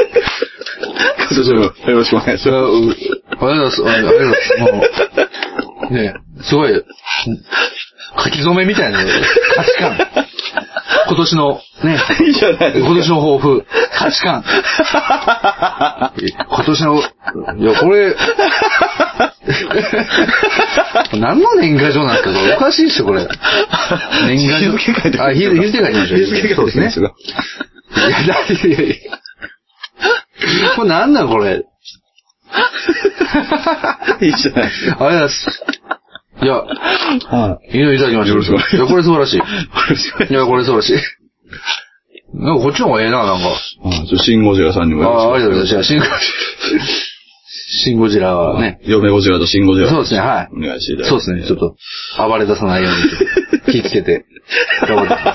[SPEAKER 1] 今年もよろしくお願いし
[SPEAKER 2] それ
[SPEAKER 1] ま
[SPEAKER 2] は、う、ありがとうございます。ありがとうございます。もう、ねえすごい、書き初めみたいな価値観。今年の、ね、
[SPEAKER 1] *laughs* す。いいじゃないです
[SPEAKER 2] 今
[SPEAKER 1] か。
[SPEAKER 2] 年の抱負、価値観。 *laughs* 今年の、いや、これ、 *laughs* 何の年賀状なんですかこれおかしいっしょ、これ。年賀状。
[SPEAKER 1] 日付書いて
[SPEAKER 2] あ、日付書いてみましょう。
[SPEAKER 1] 日付書いて
[SPEAKER 2] そう
[SPEAKER 1] みま
[SPEAKER 2] です
[SPEAKER 1] しょ
[SPEAKER 2] ね。
[SPEAKER 1] う。
[SPEAKER 2] いや、だって、いやいやこれ何なん、これ。
[SPEAKER 1] いいじゃないです
[SPEAKER 2] ありがとうございます。いや、
[SPEAKER 1] か。はい。
[SPEAKER 2] いいのいただきました。
[SPEAKER 1] よろしくお願いします
[SPEAKER 2] や、これ素晴らしい。
[SPEAKER 1] よろしくお願い
[SPEAKER 2] いや、これ素晴らしい。なんかこっちの方がええな、なんか。
[SPEAKER 1] あちょ、シンゴジラさんにも
[SPEAKER 2] ああ、ありがとうご
[SPEAKER 1] い
[SPEAKER 2] ざいます。シンゴジラ。シンゴジラはね。
[SPEAKER 1] 嫁ゴジラとシンゴジラ。
[SPEAKER 2] そうですね、は
[SPEAKER 1] お願いしていた
[SPEAKER 2] い。
[SPEAKER 1] だいて
[SPEAKER 2] そうですね、ちょっと、暴れ出さないよ *laughs* うに、気ぃつけて、頑張ってま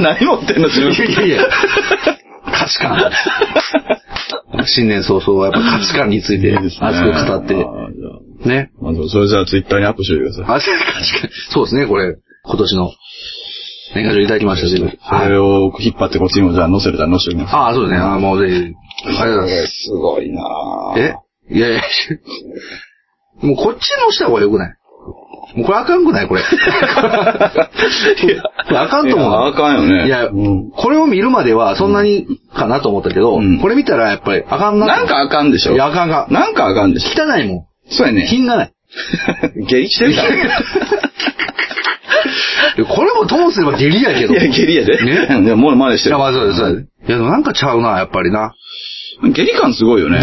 [SPEAKER 1] *laughs* 何持ってんの自分。
[SPEAKER 2] いやいやいや。価値観。新年早々はやっぱ価値観について *laughs* 熱く語っ
[SPEAKER 1] あ
[SPEAKER 2] て、
[SPEAKER 1] ーじゃあ
[SPEAKER 2] ね。
[SPEAKER 1] まあ、それじゃあツイッターにアップしておいてください。
[SPEAKER 2] あ、そう確かに。そうですね、これ、今年の年賀状いただきました、自分。
[SPEAKER 1] それを引っ張ってこっちにもじゃあ載せるたら載せておきます。
[SPEAKER 2] ああ、そうですね。ああ、もうぜひ。ありがとうございます
[SPEAKER 1] ごいなぁ
[SPEAKER 2] す。えいやいや、もうこっちのした方が良くないもうこれあかんくないこれ。 *laughs* これあかんと思
[SPEAKER 1] い
[SPEAKER 2] う
[SPEAKER 1] や
[SPEAKER 2] な。
[SPEAKER 1] あかんよね
[SPEAKER 2] いや、
[SPEAKER 1] うん
[SPEAKER 2] これを見るまではそんなにかなと思ったけど、
[SPEAKER 1] うん
[SPEAKER 2] これ見たらやっぱりあかんなと
[SPEAKER 1] な
[SPEAKER 2] 思
[SPEAKER 1] ん
[SPEAKER 2] う
[SPEAKER 1] かあかんでしょ
[SPEAKER 2] いや、あかんあかん。
[SPEAKER 1] なんかあかんでしょ
[SPEAKER 2] 汚いも
[SPEAKER 1] そうや
[SPEAKER 2] ん。
[SPEAKER 1] ね。
[SPEAKER 2] 品がない。
[SPEAKER 1] 下痢してるから。
[SPEAKER 2] いやこれもともすれば下痢やけど。
[SPEAKER 1] いや、下痢や *laughs* で。
[SPEAKER 2] ね
[SPEAKER 1] うんいや、もう真似して
[SPEAKER 2] い
[SPEAKER 1] る。
[SPEAKER 2] や、まあそうです、そうです。いや、でもなんかちゃうな、やっぱりな。
[SPEAKER 1] 下痢感すごいよ
[SPEAKER 2] *laughs*
[SPEAKER 1] ね。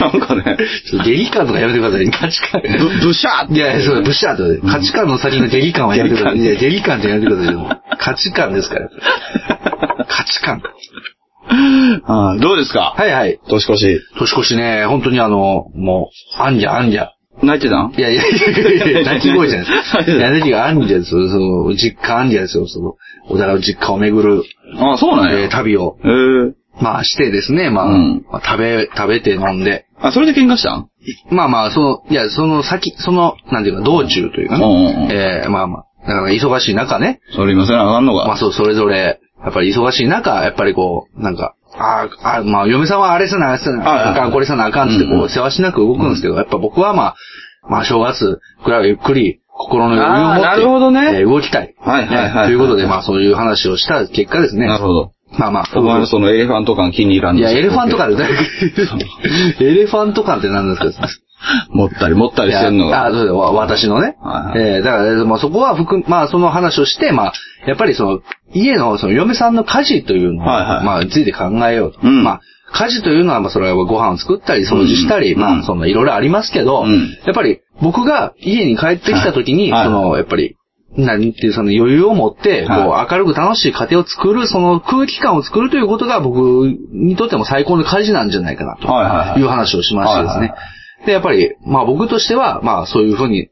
[SPEAKER 1] なんかね、
[SPEAKER 2] ちょっと下痢感とかやめてください。価値観。
[SPEAKER 1] ぶ、ぶしゃーって。
[SPEAKER 2] いやいや、そうだ、ブッシャーってことで。価値観の先の下痢感はやめてください。いや、下痢感ってやめてくださいよ。 *laughs* 価値観ですから。価値観。
[SPEAKER 1] あーどうですか
[SPEAKER 2] はいはい。
[SPEAKER 1] 年越し。
[SPEAKER 2] 年越しね、本当にあの、もう、あんじゃあんじゃ。
[SPEAKER 1] 泣いてたん
[SPEAKER 2] いやいやいやいやいや、泣き声じゃない *laughs* ですか。いや、
[SPEAKER 1] 泣
[SPEAKER 2] 泣きがあんじゃですよ。その、実家あんじゃですよ。その、お互いの実家を巡る、
[SPEAKER 1] あー、そうなんや。
[SPEAKER 2] えー旅を、
[SPEAKER 1] えー。
[SPEAKER 2] まあしてですね、まあ、
[SPEAKER 1] うん
[SPEAKER 2] まあ食べ、食べて飲んで。
[SPEAKER 1] あ、それで喧嘩したん
[SPEAKER 2] まあまあ、その、いや、その先、その、なんていうか、道中というかね。
[SPEAKER 1] うんうんうん
[SPEAKER 2] えーまあまあ、だから忙しい中ね、
[SPEAKER 1] それ今せなあかんの
[SPEAKER 2] まあ
[SPEAKER 1] か。
[SPEAKER 2] そう、それぞれ、やっぱり忙しい中、やっぱりこう、なんか、あーあー、まあ、嫁さんはあれせな、あれせ
[SPEAKER 1] あ
[SPEAKER 2] な、あか
[SPEAKER 1] あ
[SPEAKER 2] ん、これせな、あかんっつって、
[SPEAKER 1] うん
[SPEAKER 2] こ
[SPEAKER 1] うん
[SPEAKER 2] う、せわしなく動くんですけど、やっぱ僕はまあ、まあ、正月くらいはゆっくり、心の余裕を持って、
[SPEAKER 1] あーなるほどね
[SPEAKER 2] えー動きたい。
[SPEAKER 1] はいはいはいはい
[SPEAKER 2] ねということで、まあ、そういう話をした結果ですね。
[SPEAKER 1] なるほど。
[SPEAKER 2] まあまあ、
[SPEAKER 1] お前のそのエレファント感気に入らん
[SPEAKER 2] い
[SPEAKER 1] で
[SPEAKER 2] や、
[SPEAKER 1] すよ
[SPEAKER 2] エレファント感で、 *laughs* エレファント感って何ですか
[SPEAKER 1] 持ったり持った
[SPEAKER 2] い
[SPEAKER 1] りして
[SPEAKER 2] や
[SPEAKER 1] んのが。
[SPEAKER 2] あ、そうだよ、わ私のね。
[SPEAKER 1] はい
[SPEAKER 2] えーだから、まあそこは含む、まあその話をして、まあ、やっぱりその、家の、その、嫁さんの家事というのを、
[SPEAKER 1] はいはい
[SPEAKER 2] まあ、について考えようと。
[SPEAKER 1] うん
[SPEAKER 2] まあ、家事というのは、まあ、それはご飯を作ったり、掃除したり、
[SPEAKER 1] うん
[SPEAKER 2] まあ、そんな、いろいろありますけど、
[SPEAKER 1] うん
[SPEAKER 2] やっぱり、僕が家に帰ってきた時に、
[SPEAKER 1] はい
[SPEAKER 2] その、やっぱり、なんていう、その余裕を持って、こう、
[SPEAKER 1] は
[SPEAKER 2] 明るく楽しい家庭を作る、その空気感を作るということが僕にとっても最高の家事なんじゃないかな、
[SPEAKER 1] はいはいは
[SPEAKER 2] と
[SPEAKER 1] い
[SPEAKER 2] いう話をしましてです
[SPEAKER 1] はいはい
[SPEAKER 2] ね
[SPEAKER 1] は。
[SPEAKER 2] で、やっぱり、まあ僕としては、まあそういうふうに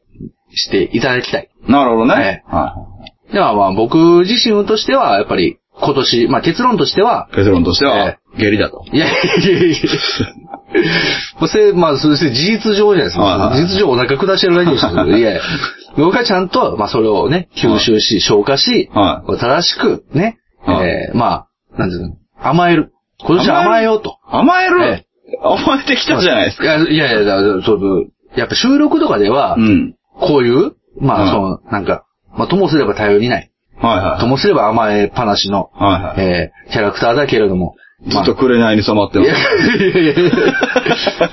[SPEAKER 2] していただきたい。
[SPEAKER 1] なるほどね。
[SPEAKER 2] はい
[SPEAKER 1] は
[SPEAKER 2] ではまあ僕自身としては、やっぱり今年、まあ結論としては、
[SPEAKER 1] い。結論としては
[SPEAKER 2] え、
[SPEAKER 1] 下痢だと。
[SPEAKER 2] いやいや
[SPEAKER 1] *laughs*
[SPEAKER 2] いやいやまあ、それ、まあ、それ事実上じゃないです
[SPEAKER 1] はい
[SPEAKER 2] か。
[SPEAKER 1] はい
[SPEAKER 2] 事実上お腹下してるだけでしたけど、いや
[SPEAKER 1] *laughs*
[SPEAKER 2] いや僕はちゃんと、まあ、それをね、吸収し、消化し、
[SPEAKER 1] は
[SPEAKER 2] 正しく、ね、
[SPEAKER 1] はい
[SPEAKER 2] えーまあ、なんていうの、甘える。今年は甘えようと。
[SPEAKER 1] 甘える
[SPEAKER 2] え
[SPEAKER 1] 甘えてきたじゃないですか。
[SPEAKER 2] いやいやいや、だからそうそうやっぱ収録とかでは、
[SPEAKER 1] うん。
[SPEAKER 2] こういう、まあ、
[SPEAKER 1] うん
[SPEAKER 2] そう、なんか、まあ、ともすれば頼りない。
[SPEAKER 1] はいはい。
[SPEAKER 2] ともすれば甘えっぱなしの、
[SPEAKER 1] はいはい。
[SPEAKER 2] えー、キャラクターだけれども。
[SPEAKER 1] ずっと紅に染まって
[SPEAKER 2] い
[SPEAKER 1] ま
[SPEAKER 2] やいやいやいや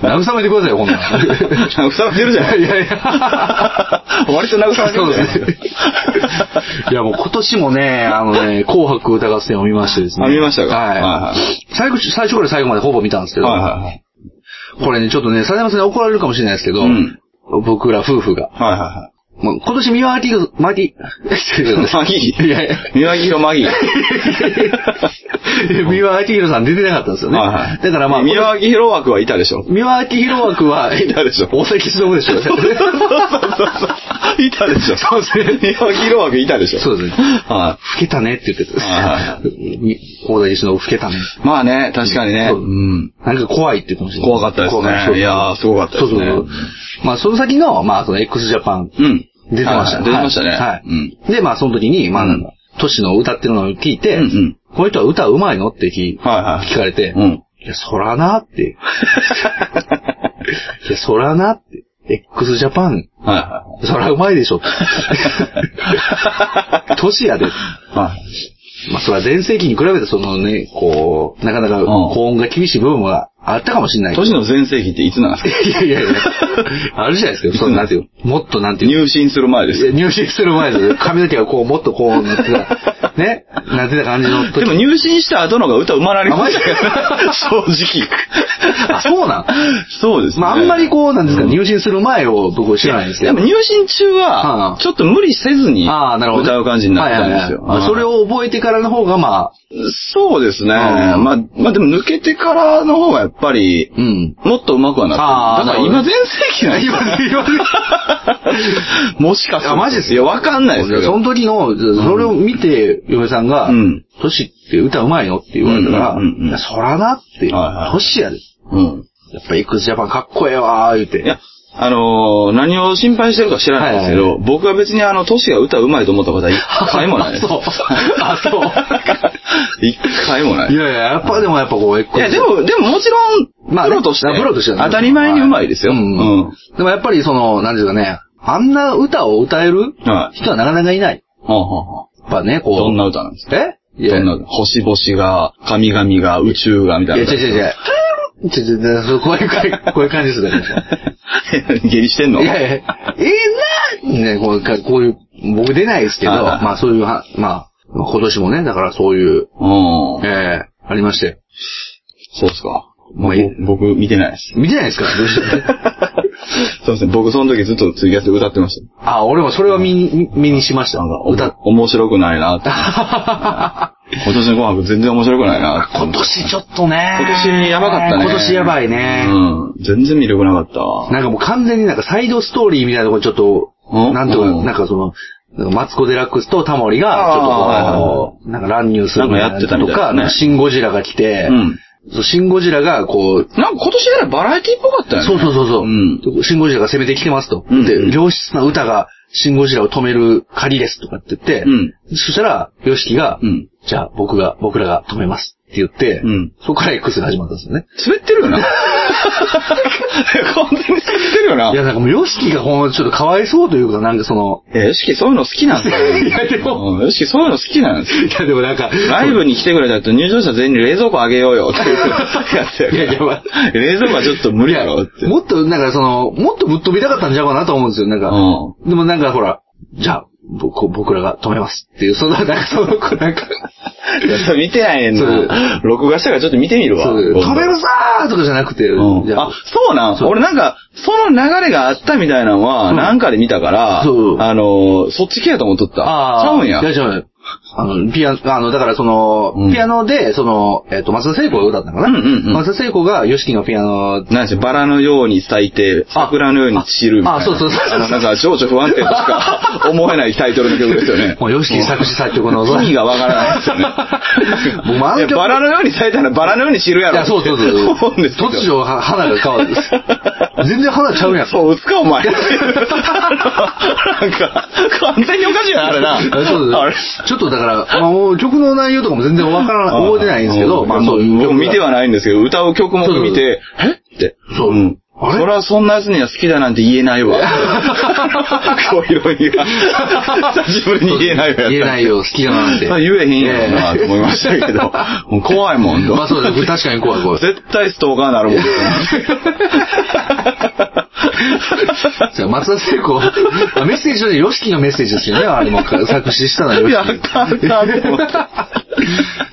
[SPEAKER 2] 慰めてくださいよ、ほんなら。
[SPEAKER 1] す。慰めてるじゃ *laughs* ない
[SPEAKER 2] いやいや。
[SPEAKER 1] 割と慰めてるじゃない
[SPEAKER 2] そうですねいやもう今年もね、あのね、紅白歌合戦を見ましてですね。
[SPEAKER 1] あ見ましたか
[SPEAKER 2] はい。
[SPEAKER 1] はいは
[SPEAKER 2] 最後、最初から最後までほぼ見たんですけど、
[SPEAKER 1] はいはいはい。
[SPEAKER 2] これね、ちょっとね、さ山さんに怒られるかもしれないですけど、
[SPEAKER 1] うん
[SPEAKER 2] 僕ら夫婦が、
[SPEAKER 1] はいはいはい。
[SPEAKER 2] もう今年三輪明宏、マギ、
[SPEAKER 1] *laughs* マギ
[SPEAKER 2] いやいや
[SPEAKER 1] 宮城のマギ。
[SPEAKER 2] 三輪明宏さん出てなかったんですよね。
[SPEAKER 1] はいはい
[SPEAKER 2] だからまあ、
[SPEAKER 1] 宮城広枠はいたでしょ。
[SPEAKER 2] 三輪明宏枠は、
[SPEAKER 1] いたでしょ
[SPEAKER 2] 大崎忍でしょ。
[SPEAKER 1] *laughs* いたでしょ。
[SPEAKER 2] そうですね
[SPEAKER 1] 宮城広枠いたでしょ。
[SPEAKER 2] そうですね。
[SPEAKER 1] は
[SPEAKER 2] 老けたねって言ってた。
[SPEAKER 1] は
[SPEAKER 2] 大崎忍老けたね。
[SPEAKER 1] い。まあね、確かにね。
[SPEAKER 2] そう
[SPEAKER 1] うん。
[SPEAKER 2] なんか怖いって言ってましたね
[SPEAKER 1] 怖かったですね
[SPEAKER 2] 怖そう
[SPEAKER 1] いやーすごかったですね
[SPEAKER 2] そうそうそうまあ、その先の、まあ、その x ジャパン
[SPEAKER 1] うん。
[SPEAKER 2] 出てました
[SPEAKER 1] はい
[SPEAKER 2] ね。
[SPEAKER 1] 出てましたね。
[SPEAKER 2] はい。
[SPEAKER 1] うん。
[SPEAKER 2] で、まあ、その時に、まあ、
[SPEAKER 1] うん
[SPEAKER 2] トシの歌ってるのを聞いて、
[SPEAKER 1] うんうん
[SPEAKER 2] この人は歌うまいのって聞,、
[SPEAKER 1] はいはい。
[SPEAKER 2] 聞かれて、
[SPEAKER 1] うん。
[SPEAKER 2] いや、そらな
[SPEAKER 1] *laughs*
[SPEAKER 2] って。いや、そらなって。x ジャパン、
[SPEAKER 1] はいは
[SPEAKER 2] そらうまいでしょって。トシやで。
[SPEAKER 1] い。はい。
[SPEAKER 2] まあ、それは前世紀に比べて、そのね、こう、なかなか高音が厳しい部分はあったかもしれないけど
[SPEAKER 1] 都市の全盛期っていつなんですか
[SPEAKER 2] いやいやいや、あるじゃないですか。そのなんていうの、もっとなんていうの。
[SPEAKER 1] 入信する前です
[SPEAKER 2] いや入信する前ですよ髪の毛がこう、もっとこう、なってた、ね、なってた感じの時。
[SPEAKER 1] でも入信した後のが歌うまなりましたから、 *laughs* 正直。
[SPEAKER 2] あ、そうなん
[SPEAKER 1] そうですね。
[SPEAKER 2] まあ、あんまりこう、なんですか、
[SPEAKER 1] うん
[SPEAKER 2] 入信する前を僕知らないんですけ
[SPEAKER 1] で
[SPEAKER 2] ど
[SPEAKER 1] も。入信中
[SPEAKER 2] は
[SPEAKER 1] は、
[SPEAKER 2] い
[SPEAKER 1] ちょっと無理せずに、
[SPEAKER 2] ああ、なるほどね。
[SPEAKER 1] 歌う感じになったんですよ
[SPEAKER 2] はいはいはい。あそれ
[SPEAKER 1] を、
[SPEAKER 2] を覚えてからの方が、まあ、
[SPEAKER 1] そうですね。まあ、まあでも抜けてからの方がやっぱり、
[SPEAKER 2] うん。
[SPEAKER 1] もっと上手くはなっ
[SPEAKER 2] ああ
[SPEAKER 1] てるだから
[SPEAKER 2] な
[SPEAKER 1] 今
[SPEAKER 2] るほ
[SPEAKER 1] 全盛期なんですよ。
[SPEAKER 2] *laughs*
[SPEAKER 1] もしかすると
[SPEAKER 2] あマジですか
[SPEAKER 1] いや、わかんないですけど。
[SPEAKER 2] その時の、それを見て、嫁さんが
[SPEAKER 1] うん、
[SPEAKER 2] トシって歌うまいのって言われたら
[SPEAKER 1] うんうんうんうん、
[SPEAKER 2] いやそらなって、
[SPEAKER 1] はいはい
[SPEAKER 2] トシやで。
[SPEAKER 1] うん。
[SPEAKER 2] やっぱ x ジャパンかっこええわー、言うて。
[SPEAKER 1] いや、あのー何を心配してるか知らないんですけど、
[SPEAKER 2] はい
[SPEAKER 1] 僕は別にあの、トシが歌うまいと思ったことは一回もないです。
[SPEAKER 2] *laughs*
[SPEAKER 1] *laughs*
[SPEAKER 2] そう。あ、そう。
[SPEAKER 1] 一回もないい。
[SPEAKER 2] や *laughs* いや、やっぱでもやっぱこう、い
[SPEAKER 1] いや、で、も、でももちろん、
[SPEAKER 2] まあ
[SPEAKER 1] プ
[SPEAKER 2] ね、
[SPEAKER 1] ロとして、
[SPEAKER 2] プロとしてはね
[SPEAKER 1] 当たり前にうまいですよ。
[SPEAKER 2] はうん。でもやっぱりその、なんていうかね、あんな歌を歌える
[SPEAKER 1] はい。
[SPEAKER 2] 人はなかなかいない。
[SPEAKER 1] はあはあは
[SPEAKER 2] やっぱね、
[SPEAKER 1] あ
[SPEAKER 2] こう。
[SPEAKER 1] どんな歌なんですか
[SPEAKER 2] えい
[SPEAKER 1] ど
[SPEAKER 2] や、
[SPEAKER 1] んな歌星々が、神々が、宇宙が、みた
[SPEAKER 2] いや、違
[SPEAKER 1] いうな。
[SPEAKER 2] 違う
[SPEAKER 1] *laughs*
[SPEAKER 2] 違う。ちょ、ちょ、ちょ、こういう感じ、こういう感じですね。
[SPEAKER 1] う。 *laughs* 下痢してんの
[SPEAKER 2] いやいや、えー、なね、こういうか、こういう、僕出ないですけど、
[SPEAKER 1] はいはい
[SPEAKER 2] まあそういうは、まあ、今年もね、だからそういう、
[SPEAKER 1] うん。
[SPEAKER 2] ええありましたよ。
[SPEAKER 1] そうっすか。
[SPEAKER 2] まあ
[SPEAKER 1] ぼ
[SPEAKER 2] いい
[SPEAKER 1] 僕、見てない *laughs* です。
[SPEAKER 2] 見てないですかどうして
[SPEAKER 1] *laughs* そうですね。僕、その時ずっとツイキャスで歌ってました。
[SPEAKER 2] あ、俺もそれは見に、見にしました。
[SPEAKER 1] なんか、
[SPEAKER 2] 歌っ
[SPEAKER 1] お面白くない *laughs* なって。今年の紅白全然面白くないなって。
[SPEAKER 2] 今年ちょっとね。
[SPEAKER 1] 今年やばかったね。
[SPEAKER 2] 今年やばいね。
[SPEAKER 1] うん。全然魅力なかったわ。
[SPEAKER 2] なんかもう完全になんかサイドストーリーみたいなとこちょっと、
[SPEAKER 1] うん
[SPEAKER 2] なんとか、
[SPEAKER 1] うん
[SPEAKER 2] なんかその、なんかマツコ・デラックスとタモリが、ち
[SPEAKER 1] あーはい
[SPEAKER 2] ょっとこう、なんか乱入するみ
[SPEAKER 1] なんかやってたみた
[SPEAKER 2] と
[SPEAKER 1] いです
[SPEAKER 2] か、
[SPEAKER 1] ね
[SPEAKER 2] なんかシン・ゴジラが来て、
[SPEAKER 1] うん。
[SPEAKER 2] そうシン・ゴジラがこう、
[SPEAKER 1] なんか今年ぐらいバラエティっぽかったよね。
[SPEAKER 2] そうそうそうそう、
[SPEAKER 1] うん。
[SPEAKER 2] シン・ゴジラが攻めてきてますと。
[SPEAKER 1] うんうん
[SPEAKER 2] で、良質な歌がシン・ゴジラを止める仮ですとかって言って、
[SPEAKER 1] うん
[SPEAKER 2] そしたら、ヨシキが、
[SPEAKER 1] うん。
[SPEAKER 2] じゃあ僕が、僕らが止めますって言って、
[SPEAKER 1] うん
[SPEAKER 2] そこから X が始まったんですよね。。
[SPEAKER 1] 滑ってるよな。 *laughs* 完全に滑ってるよない
[SPEAKER 2] や、なんかもう、ヨシキがほん、ちょっとかわいそうというか、なんかその、
[SPEAKER 1] え、よしきそういうの好きなんだよ。
[SPEAKER 2] いやでも
[SPEAKER 1] うん。よしき *laughs* そういうの好きなんですよ。
[SPEAKER 2] いや、でもなんか、
[SPEAKER 1] ライブに来てくれたと入場者全員に冷蔵庫あげようよって
[SPEAKER 2] *laughs*
[SPEAKER 1] いうやつやから
[SPEAKER 2] いやいやまあ
[SPEAKER 1] 冷蔵庫はちょっと無理やろって。
[SPEAKER 2] もっと、なんかその、もっとぶっ飛びたかったんじゃうかなと思うんですよ、なんか。
[SPEAKER 1] う
[SPEAKER 2] でもなんかほら、じゃあ、僕僕らが止めますっていう、その、なんかその、こうなんか、
[SPEAKER 1] いや、それ見てないねんな。録画したからちょっと見てみるわ。
[SPEAKER 2] そう止める
[SPEAKER 1] ぞ
[SPEAKER 2] さーとかじゃなくて、じゃ
[SPEAKER 1] あ、そうなん
[SPEAKER 2] そう
[SPEAKER 1] 俺なんか、その流れがあったみたいなのは、
[SPEAKER 2] うん
[SPEAKER 1] なんかで見たから、
[SPEAKER 2] そう
[SPEAKER 1] あのー、そっち系やと思っとった。ちゃうんや
[SPEAKER 2] い。や、ちゃうんやあの、ピアノ、あの、だからその、
[SPEAKER 1] うん
[SPEAKER 2] ピアノで、その、えっ、と、松田聖子が歌ったのかな、
[SPEAKER 1] うんうんうん
[SPEAKER 2] 松田聖子が、ヨシキのピアノ、
[SPEAKER 1] なんし、バラのように咲いて、桜のように散るみたいな。
[SPEAKER 2] ああそうそうそうそ
[SPEAKER 1] あ
[SPEAKER 2] う
[SPEAKER 1] のなんか、情緒不安定としか思えないタイトルの曲ですよね。
[SPEAKER 2] *laughs* もうヨシキ作詞作曲 *laughs* の、。
[SPEAKER 1] 意 *laughs* 味がわからないですよね
[SPEAKER 2] もうあの
[SPEAKER 1] いや
[SPEAKER 2] 曲
[SPEAKER 1] バラのように咲いたらバラのように散るや
[SPEAKER 2] い
[SPEAKER 1] ろ。
[SPEAKER 2] や、そうそうそう。
[SPEAKER 1] 思うんですけど
[SPEAKER 2] 突如は、花が変
[SPEAKER 1] *laughs*
[SPEAKER 2] わる。全然花ちゃうやん。
[SPEAKER 1] そう、打つか、お
[SPEAKER 2] *laughs*
[SPEAKER 1] 前。なんか、完全におかしいな、あれな。
[SPEAKER 2] あそうで
[SPEAKER 1] あれ
[SPEAKER 2] す。ちょっとだから、まあ、もう曲の内容とかも全然わからない、覚えてないんですけど、
[SPEAKER 1] ま
[SPEAKER 2] ま
[SPEAKER 1] あ、
[SPEAKER 2] あ、
[SPEAKER 1] も
[SPEAKER 2] そう
[SPEAKER 1] う、
[SPEAKER 2] いう曲
[SPEAKER 1] 僕
[SPEAKER 2] が
[SPEAKER 1] 見てはないんですけど、歌う曲も見て、えって。
[SPEAKER 2] そう
[SPEAKER 1] うん。
[SPEAKER 2] あれ *laughs*
[SPEAKER 1] それはそんなやつには好きだなんて言えないわ。こういうふうには、久しぶりに言えないよやった
[SPEAKER 2] 言えないよ、好きだなん
[SPEAKER 1] *laughs*
[SPEAKER 2] て。
[SPEAKER 1] まあ言えへんやろなと思いました
[SPEAKER 2] *laughs*
[SPEAKER 1] けど、もう怖いもん、
[SPEAKER 2] まあそうだ、確かに怖い怖い。
[SPEAKER 1] 絶対ストーカーになる
[SPEAKER 2] *laughs*
[SPEAKER 1] もん。
[SPEAKER 2] そう松田聖子、あメッセージ書で YOSHIKI のメッセージですよね、あれも作詞したのは
[SPEAKER 1] *laughs*
[SPEAKER 2] YOSHIKI
[SPEAKER 1] やったったって思った。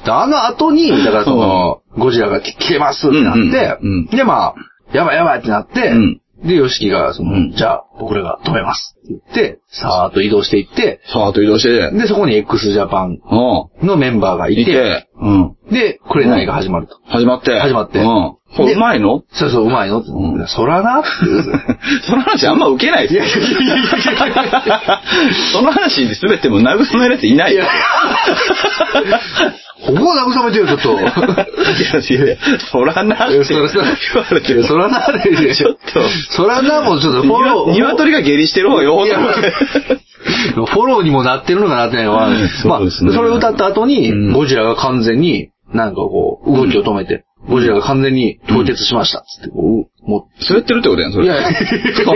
[SPEAKER 2] であの後に、だからその、ゴジラが消えますってなって、
[SPEAKER 1] うんうんうん
[SPEAKER 2] で、まあ、やばいやばいってなって、
[SPEAKER 1] うん
[SPEAKER 2] で、ヨシキが、その、
[SPEAKER 1] うん
[SPEAKER 2] じゃあ、僕らが止めますって言って、さーっと移動していって、
[SPEAKER 1] さあ、と移動して。
[SPEAKER 2] で、そこに x ジャパン
[SPEAKER 1] うん。
[SPEAKER 2] のメンバーがいて、
[SPEAKER 1] いて、うん。
[SPEAKER 2] で、くれないが始まると。
[SPEAKER 1] 始まって。
[SPEAKER 2] 始まって
[SPEAKER 1] うん。これ
[SPEAKER 2] で
[SPEAKER 1] うまいの *laughs*
[SPEAKER 2] そうそう、うまいのって。
[SPEAKER 1] うん
[SPEAKER 2] そらなって言うん
[SPEAKER 1] *laughs*
[SPEAKER 2] ですよ
[SPEAKER 1] その話あんま受けないですよ。 *laughs* その話で全ても慰められていないよ。
[SPEAKER 2] ここを慰めてよ、ちょっと。
[SPEAKER 1] いやいや、そらなって言われてる。
[SPEAKER 2] そらなでし
[SPEAKER 1] ち
[SPEAKER 2] ょ。
[SPEAKER 1] ょっと
[SPEAKER 2] そらなもちょっとフォロー。
[SPEAKER 1] 鶏が下痢してる方がよほど。
[SPEAKER 2] フォローにもなってるのかなってないのは、まあ
[SPEAKER 1] そう、ですね
[SPEAKER 2] それを歌った後に、
[SPEAKER 1] うん
[SPEAKER 2] ゴジラが完全に、なんかこう、動きを止めて、ゴジラが完全に凍結しました。つって、こう、も、
[SPEAKER 1] 滑ってるってことやん、そうれ。
[SPEAKER 2] いや、いや
[SPEAKER 1] 完全にもう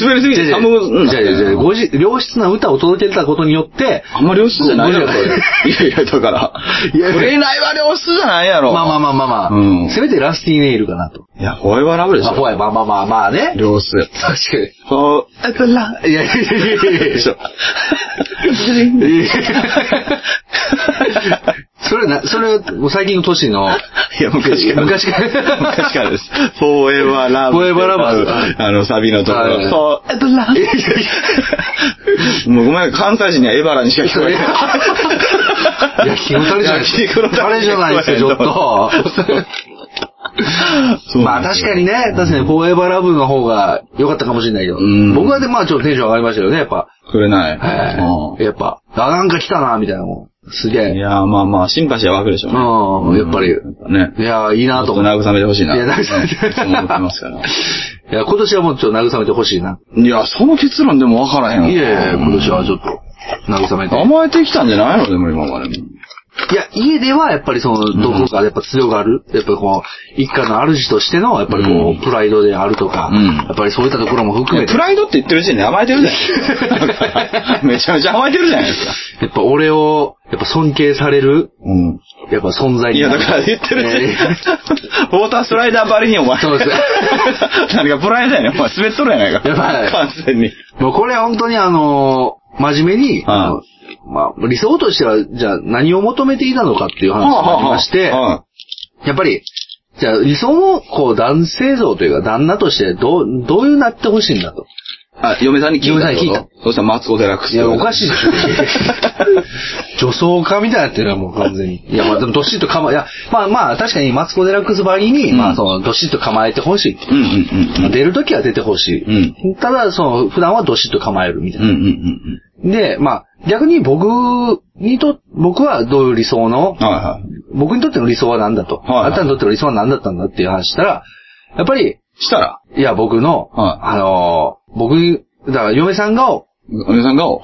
[SPEAKER 1] 滑りすぎて寒くなっ
[SPEAKER 2] じ
[SPEAKER 1] た
[SPEAKER 2] ゃじゃじゃゴジ、良質な歌を届けたことによって、
[SPEAKER 1] あんま良質じゃないやろ、
[SPEAKER 2] ゴ
[SPEAKER 1] そ
[SPEAKER 2] ジ
[SPEAKER 1] れ。
[SPEAKER 2] ラが
[SPEAKER 1] いやいや、だから。
[SPEAKER 2] いやいや
[SPEAKER 1] 触れないは良質じゃないやろ。
[SPEAKER 2] まあまあまあまあまあ、
[SPEAKER 1] うん
[SPEAKER 2] せめてラスティネイルかなと。
[SPEAKER 1] いや、ホワイトラブでし
[SPEAKER 2] あ、ほ
[SPEAKER 1] ょ。
[SPEAKER 2] や、まあまあまあまあね。
[SPEAKER 1] 良質やった。
[SPEAKER 2] 確かに。
[SPEAKER 1] ホワイトラ
[SPEAKER 2] いやいやいやいやいや
[SPEAKER 1] で
[SPEAKER 2] *laughs*
[SPEAKER 1] しょ。
[SPEAKER 2] それな、それ、最近の都市の、
[SPEAKER 1] いや、昔から。。
[SPEAKER 2] 昔から
[SPEAKER 1] 昔からです。フォーエバーラブ。
[SPEAKER 2] フォーエバーラブです
[SPEAKER 1] あの、サビのとこ
[SPEAKER 2] はい
[SPEAKER 1] ろ。フォーエバーラブ。 *laughs* もうごめん、関西人にはエバラにしか聞こえない。
[SPEAKER 2] いや、聞のたれじゃな
[SPEAKER 1] い
[SPEAKER 2] い
[SPEAKER 1] や聞くのたれ
[SPEAKER 2] じゃないですか、ちょっと。まあ確かに
[SPEAKER 1] ね。
[SPEAKER 2] ね、確かにフォーエバーラブの方が良かったかもしれないけど
[SPEAKER 1] うん。
[SPEAKER 2] 僕はで、まあちょっとテンション上がりましたよね、やっぱ。
[SPEAKER 1] 触れない。
[SPEAKER 2] はい。やっぱ、あ、なんか来たな、みたいなもん。すげ
[SPEAKER 1] うんい
[SPEAKER 2] え。
[SPEAKER 1] や、まあまあ、シンパシーは湧くでしょうね。
[SPEAKER 2] うん、やっぱり。
[SPEAKER 1] ね。
[SPEAKER 2] いや、いいな
[SPEAKER 1] あ
[SPEAKER 2] と
[SPEAKER 1] と
[SPEAKER 2] 思って。
[SPEAKER 1] 慰めてほしいな。
[SPEAKER 2] いや慰めて
[SPEAKER 1] ねいつも思ってますから。
[SPEAKER 2] いや、今年はもうちょっと慰めてほしいな。
[SPEAKER 1] いや、その結論でも分からへんわ
[SPEAKER 2] いやいや、今年はちょっと、慰めて。
[SPEAKER 1] 甘えてきたんじゃないのでも今までも。
[SPEAKER 2] いや、家ではやっぱりその、どこかやっぱ強がある、やっぱこう、一家の主としての、やっぱりこう、
[SPEAKER 1] うん
[SPEAKER 2] プライドであるとか、
[SPEAKER 1] うん
[SPEAKER 2] やっぱりそういったところも含めて、
[SPEAKER 1] プライドって言ってる時点で甘えてるじゃ
[SPEAKER 2] *laughs*
[SPEAKER 1] ないめちゃめちゃ甘えてるじゃないですか。
[SPEAKER 2] やっぱ俺を、やっぱ尊敬される、
[SPEAKER 1] うん。
[SPEAKER 2] やっぱ存在
[SPEAKER 1] い
[SPEAKER 2] に
[SPEAKER 1] や、
[SPEAKER 2] な
[SPEAKER 1] だ
[SPEAKER 2] る
[SPEAKER 1] から言ってる時
[SPEAKER 2] えー
[SPEAKER 1] ウォータースライダーバリにお前。
[SPEAKER 2] そうです
[SPEAKER 1] 何かプライドやねん。お前滑っとるやないか。
[SPEAKER 2] やばい
[SPEAKER 1] 完全に。
[SPEAKER 2] もうこれは本当にあのー真面目に、
[SPEAKER 1] ん
[SPEAKER 2] あのまあ、理想としては、じゃあ何を求めていたのかっていう話がありまし
[SPEAKER 1] は
[SPEAKER 2] て、
[SPEAKER 1] あはあはあ
[SPEAKER 2] やっぱり、じゃあ理想の、こう、男性像というか、旦那として、どう、どういうなってほしいんだ
[SPEAKER 1] う
[SPEAKER 2] と。
[SPEAKER 1] んあ、嫁さんに聞いたってこと。
[SPEAKER 2] 嫁さんに聞
[SPEAKER 1] そうしたらマツコデラックス。
[SPEAKER 2] いや、おかしいでし *laughs* ょ。女装家みたいになってるわ、もう完全に。いや、まあでもどっしりと構え、いや、まあまあ、確かにマツコデラックスばりに、
[SPEAKER 1] うん
[SPEAKER 2] まあその、どっしりと構えてほしい。
[SPEAKER 1] うんうんうんうん。
[SPEAKER 2] 出るときは出てほしい。ただ、その、普段はどっしりと構えるみたい
[SPEAKER 1] うんう
[SPEAKER 2] な。
[SPEAKER 1] んうん
[SPEAKER 2] で、まあ、逆に僕にと、僕はどういう理想の
[SPEAKER 1] うん。、はいはい。
[SPEAKER 2] 僕にとっての理想は何だと。
[SPEAKER 1] はいはい
[SPEAKER 2] あなたにとっての理想は何だったんだっていう話したら、やっぱり、
[SPEAKER 1] したら、
[SPEAKER 2] いや、僕の、
[SPEAKER 1] はい
[SPEAKER 2] あのー僕、だから嫁さんが、
[SPEAKER 1] 嫁さん
[SPEAKER 2] *laughs*
[SPEAKER 1] 顔。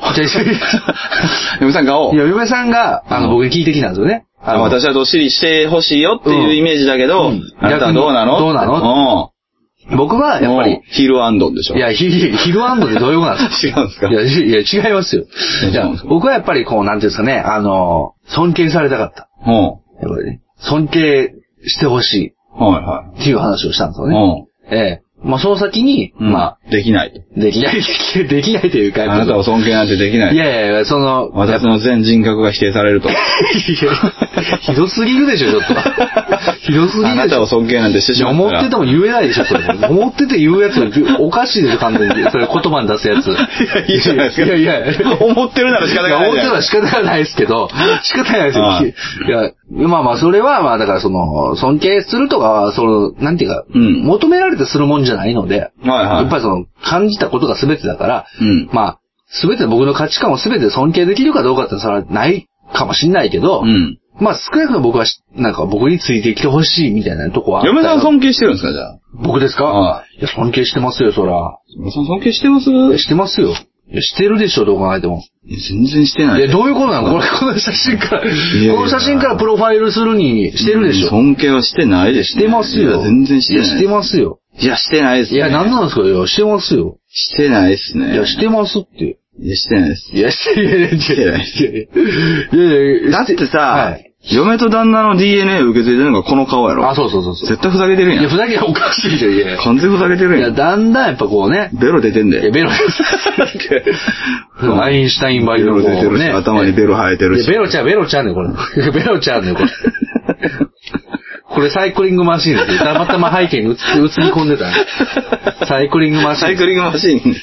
[SPEAKER 1] 嫁さん顔
[SPEAKER 2] い。や、嫁さんが、あの、
[SPEAKER 1] うん
[SPEAKER 2] 僕に聞いてきたんですよね。あ
[SPEAKER 1] あ
[SPEAKER 2] の、
[SPEAKER 1] 私はどっしりしてほしいよっていうイメージだけど、
[SPEAKER 2] うん
[SPEAKER 1] あなたはどうなの
[SPEAKER 2] どうな
[SPEAKER 1] の
[SPEAKER 2] 僕は、やっぱ
[SPEAKER 1] うん
[SPEAKER 2] り、
[SPEAKER 1] ヒールアンドンでしょ
[SPEAKER 2] いや、ヒル、ヒルアンドでどういうことなんですか
[SPEAKER 1] 違うんですか
[SPEAKER 2] いや、いや、違いますよ。いや
[SPEAKER 1] 違うんですか
[SPEAKER 2] 僕はやっぱりこう、なんていうんですかね、あの、尊敬されたかった。
[SPEAKER 1] うん。
[SPEAKER 2] やっぱりね、尊敬してほし
[SPEAKER 1] はいはい
[SPEAKER 2] っていう話をしたんですよ
[SPEAKER 1] い。
[SPEAKER 2] ね。
[SPEAKER 1] うん。
[SPEAKER 2] ええ。まあ、その先に、
[SPEAKER 1] うん
[SPEAKER 2] ま
[SPEAKER 1] できない。
[SPEAKER 2] あ、できない、 *laughs* できないというか、
[SPEAKER 1] あなたを尊敬なんてできないい。
[SPEAKER 2] やいやいや、その、やっ
[SPEAKER 1] 私の全人格が否定されると。
[SPEAKER 2] ぱ *laughs* ひどすぎるでしょ、ちょっと。ひどすぎるでし
[SPEAKER 1] *laughs*
[SPEAKER 2] ょ。
[SPEAKER 1] あなたを尊敬なんてして
[SPEAKER 2] い
[SPEAKER 1] し
[SPEAKER 2] や
[SPEAKER 1] ま
[SPEAKER 2] 思
[SPEAKER 1] った
[SPEAKER 2] って
[SPEAKER 1] ら。
[SPEAKER 2] ても言えないでしょ、それ。
[SPEAKER 1] *laughs*
[SPEAKER 2] 思ってて言うやつ、おかしいでしょ、完全に。それ言葉に出すやつ。
[SPEAKER 1] *laughs* いやいいじゃないですか
[SPEAKER 2] いやいや。
[SPEAKER 1] *laughs* 思ってるなら仕方がない
[SPEAKER 2] い
[SPEAKER 1] じゃな
[SPEAKER 2] や思
[SPEAKER 1] い
[SPEAKER 2] ってたら仕方がないですけど、仕方
[SPEAKER 1] あ
[SPEAKER 2] ないですよ。いや、まあまあ、それは、まあ、だから、その、尊敬するとかは、その、なんていうか、
[SPEAKER 1] うん
[SPEAKER 2] 求められてするもんじゃないので、
[SPEAKER 1] はいはい
[SPEAKER 2] やっぱりその、感じたことが全てだから、
[SPEAKER 1] うん
[SPEAKER 2] まあ、全て僕の価値観を全て尊敬できるかどうかってそれはないかもしんないけど、
[SPEAKER 1] うん。
[SPEAKER 2] まあ少なくとも僕はし、なんか僕についてきてほしいみたいなとこはあったよ。
[SPEAKER 1] 嫁さん尊敬してるんですか、じゃあ。
[SPEAKER 2] 僕ですか
[SPEAKER 1] はい
[SPEAKER 2] や、尊敬してますよ、そら。
[SPEAKER 1] 嫁さん尊敬してます
[SPEAKER 2] いやしてますよ。いや、してるでしょ、どう考えても。
[SPEAKER 1] いや全然してないい。
[SPEAKER 2] や、どういうことなのこれ、この写真から、
[SPEAKER 1] やいや
[SPEAKER 2] この写真からプロファイルするにしてるでしょ。
[SPEAKER 1] 尊敬はしてないです、
[SPEAKER 2] してますよ。
[SPEAKER 1] いや全然して
[SPEAKER 2] やし
[SPEAKER 1] な
[SPEAKER 2] て
[SPEAKER 1] い。
[SPEAKER 2] ますよ。
[SPEAKER 1] いや、してないです
[SPEAKER 2] い
[SPEAKER 1] ね。
[SPEAKER 2] や、なんなんですかいや、してますよ。
[SPEAKER 1] してないですね。
[SPEAKER 2] いや、してますって。
[SPEAKER 1] いやしてないです。
[SPEAKER 2] いや、してない。
[SPEAKER 1] してない
[SPEAKER 2] いやいやいや
[SPEAKER 1] だってさ、
[SPEAKER 2] はい
[SPEAKER 1] 嫁と旦那の DNA を受け継いでるのがこの顔やろ。
[SPEAKER 2] あ、そうそうそうそう。
[SPEAKER 1] 絶対ふざけてるや
[SPEAKER 2] い
[SPEAKER 1] ん。
[SPEAKER 2] や、ふざけたらおかしいじゃん、いや。
[SPEAKER 1] 完全ふざけてる
[SPEAKER 2] い
[SPEAKER 1] や
[SPEAKER 2] や、
[SPEAKER 1] ん。
[SPEAKER 2] だんだんやっぱこうね、
[SPEAKER 1] ベロ出てんだ
[SPEAKER 2] いや、
[SPEAKER 1] よ。
[SPEAKER 2] ベロです。
[SPEAKER 1] *laughs*
[SPEAKER 2] アインシュタインバイ
[SPEAKER 1] ベロ出てるし、頭にベロ生えてるし。
[SPEAKER 2] ベロちゃん、ベロちゃんね、これ。 *laughs* ベロちゃ
[SPEAKER 1] *laughs*
[SPEAKER 2] んね、これ。これサイクリングマシーンですよたまたま背景に映り映り込んでたね。サイクリングマシーン。
[SPEAKER 1] サイクリングマシー
[SPEAKER 2] *laughs*
[SPEAKER 1] ン。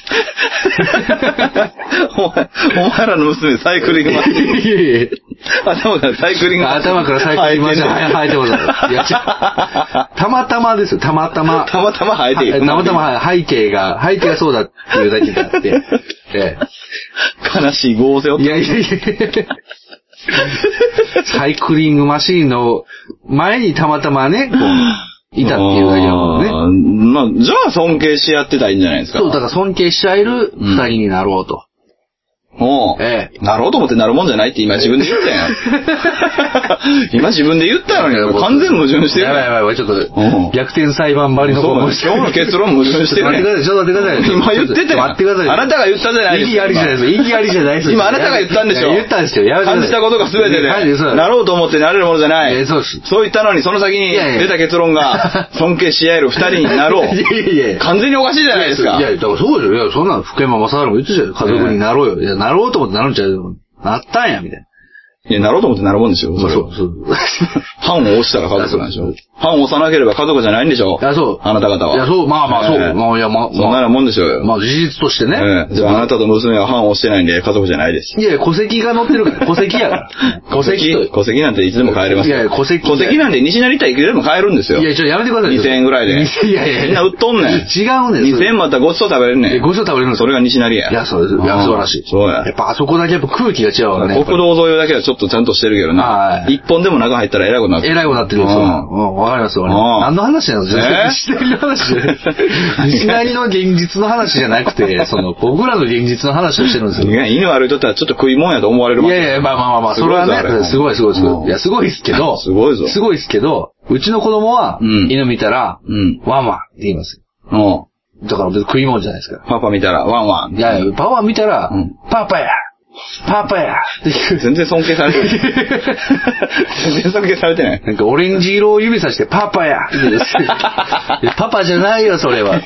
[SPEAKER 1] お前、お前らの娘サイクリングマシーン。
[SPEAKER 2] いやいやい
[SPEAKER 1] 頭からサイクリングマ
[SPEAKER 2] や
[SPEAKER 1] シーン。
[SPEAKER 2] 頭からサイクリングマシーン生えてますいや、違うたまたまですよ、たまたま。
[SPEAKER 1] たまたま生えてい
[SPEAKER 2] は
[SPEAKER 1] る。
[SPEAKER 2] たまたま背景が、背景がそうだっていうだけであ
[SPEAKER 1] *laughs*
[SPEAKER 2] って。え
[SPEAKER 1] 悲しい合成を
[SPEAKER 2] えい。やいやいや。サイクリングマシーンの前にたまたまね、こう、いたっていうだけだもんね。
[SPEAKER 1] あーまあ、じゃあ尊敬し合ってたらいいんじゃないですか。
[SPEAKER 2] そう、だから尊敬し合える二人になろうと。
[SPEAKER 1] おう
[SPEAKER 2] ええ
[SPEAKER 1] なろうと思ってなるもんじゃないって今自分で言ったやん。今自分で言ったのに、完全矛盾してる
[SPEAKER 2] やばいや
[SPEAKER 1] やん。
[SPEAKER 2] ばいやばい、ちょっ
[SPEAKER 1] うん
[SPEAKER 2] と、逆転裁判ばりの
[SPEAKER 1] そうなの
[SPEAKER 2] も
[SPEAKER 1] 今日の結論矛盾してるやん。
[SPEAKER 2] ちょっと待ってください、ちょっと
[SPEAKER 1] 今
[SPEAKER 2] 待
[SPEAKER 1] 言
[SPEAKER 2] っ
[SPEAKER 1] って
[SPEAKER 2] ください。
[SPEAKER 1] てたやん
[SPEAKER 2] 待ってください。
[SPEAKER 1] あなたが言ったじゃないですか。
[SPEAKER 2] 意義ありじゃないです。意義ありじゃないです。
[SPEAKER 1] 今あなたが言ったんでしょ
[SPEAKER 2] いや言ったんですよ。やめてください
[SPEAKER 1] 感じたことが全て
[SPEAKER 2] いやはい
[SPEAKER 1] で、
[SPEAKER 2] そう
[SPEAKER 1] なろうと思ってなれるものじゃないい
[SPEAKER 2] や。そうです。
[SPEAKER 1] そう言ったのに、その先に
[SPEAKER 2] いやいや
[SPEAKER 1] 出た結論が、尊敬し合える二人になろ
[SPEAKER 2] いや
[SPEAKER 1] う。
[SPEAKER 2] いやいや。
[SPEAKER 1] 完全におかしいじゃないですか
[SPEAKER 2] い。や、だからそうですよ。いや、そんなの福山雅治も言ってたよ。家族になろうよ。いや、なろうと思ってなるんちゃうよなったんや、みたいな。
[SPEAKER 1] いや、なろうと思ってなるもんでしょ、それは。
[SPEAKER 2] そう。
[SPEAKER 1] パンを押したら家族なんでし
[SPEAKER 2] そ
[SPEAKER 1] ょ
[SPEAKER 2] うそ。
[SPEAKER 1] パンを押さなければ家族じゃないんでしょ。
[SPEAKER 2] いや、そう。
[SPEAKER 1] あなた方は。
[SPEAKER 2] いや、そう、まあまあ、そう。
[SPEAKER 1] ええ
[SPEAKER 2] まあ、いや、まあ、
[SPEAKER 1] そんなようなもんでしょうよ。
[SPEAKER 2] まあ、事実としてね。
[SPEAKER 1] ええじゃあ、あなたと娘は反をしてないんで、家族じゃないです。
[SPEAKER 2] いやいや、戸籍が載ってるから。戸籍やから。戸籍と。
[SPEAKER 1] *laughs* 戸籍なんていつでも変えれますよ。
[SPEAKER 2] いやいや戸籍
[SPEAKER 1] 戸籍なんて西成田いくらでも変えるんですよ。
[SPEAKER 2] いや、ちょ、やめてください。
[SPEAKER 1] 2000円ぐらいで
[SPEAKER 2] いやいや。
[SPEAKER 1] みんな売っとんねん
[SPEAKER 2] 違うねん。
[SPEAKER 1] 2000またごちそう食べれん
[SPEAKER 2] え
[SPEAKER 1] ねん。
[SPEAKER 2] ごちそう食べれるんです
[SPEAKER 1] それが西成や。
[SPEAKER 2] いや、そうです。いや、素晴らしい。
[SPEAKER 1] そうや
[SPEAKER 2] やっ。ぱあそこだけやっぱ空気が違うわね。
[SPEAKER 1] 国道沿いだけはちょっとちゃんとしてるけどな
[SPEAKER 2] は。い
[SPEAKER 1] 一本でも中入ったら偉いことになって
[SPEAKER 2] え
[SPEAKER 1] る。
[SPEAKER 2] らいことなってるんですよ。
[SPEAKER 1] う
[SPEAKER 2] うんん、わかりますよ。
[SPEAKER 1] うん
[SPEAKER 2] 何の話なの
[SPEAKER 1] えー
[SPEAKER 2] 西成の話じゃ
[SPEAKER 1] *laughs*
[SPEAKER 2] ない。西成の現実の話じゃなくて、その、僕らの現実の話をしてるん
[SPEAKER 1] *laughs*
[SPEAKER 2] です
[SPEAKER 1] い
[SPEAKER 2] よ。
[SPEAKER 1] や、犬悪いとったらちょっと食いもんやと思われる
[SPEAKER 2] い
[SPEAKER 1] もん。
[SPEAKER 2] やいや、まあまあまあまあ、
[SPEAKER 1] す
[SPEAKER 2] そ
[SPEAKER 1] ごい
[SPEAKER 2] れ
[SPEAKER 1] ぞ
[SPEAKER 2] は
[SPEAKER 1] あれ
[SPEAKER 2] ね、すごいすごいす
[SPEAKER 1] う
[SPEAKER 2] ご
[SPEAKER 1] ん
[SPEAKER 2] い。いや、すごいですけど、
[SPEAKER 1] すごいぞ
[SPEAKER 2] すごいですけど、うちの子供は
[SPEAKER 1] うん、
[SPEAKER 2] 犬見たら、
[SPEAKER 1] うん。
[SPEAKER 2] ワンワンって言いますよ。
[SPEAKER 1] うん。
[SPEAKER 2] だから別に食い物じゃないですか。
[SPEAKER 1] パパ見たら、ワンワン。
[SPEAKER 2] い *laughs* や、パワー見たら、
[SPEAKER 1] うん
[SPEAKER 2] パパやパパやっていう。
[SPEAKER 1] 全然尊敬されてない。全然尊敬されてない。
[SPEAKER 2] *laughs* なんかオレンジ色を指さして、パパやって言うんですよい *laughs* やパパじゃないよ、それは。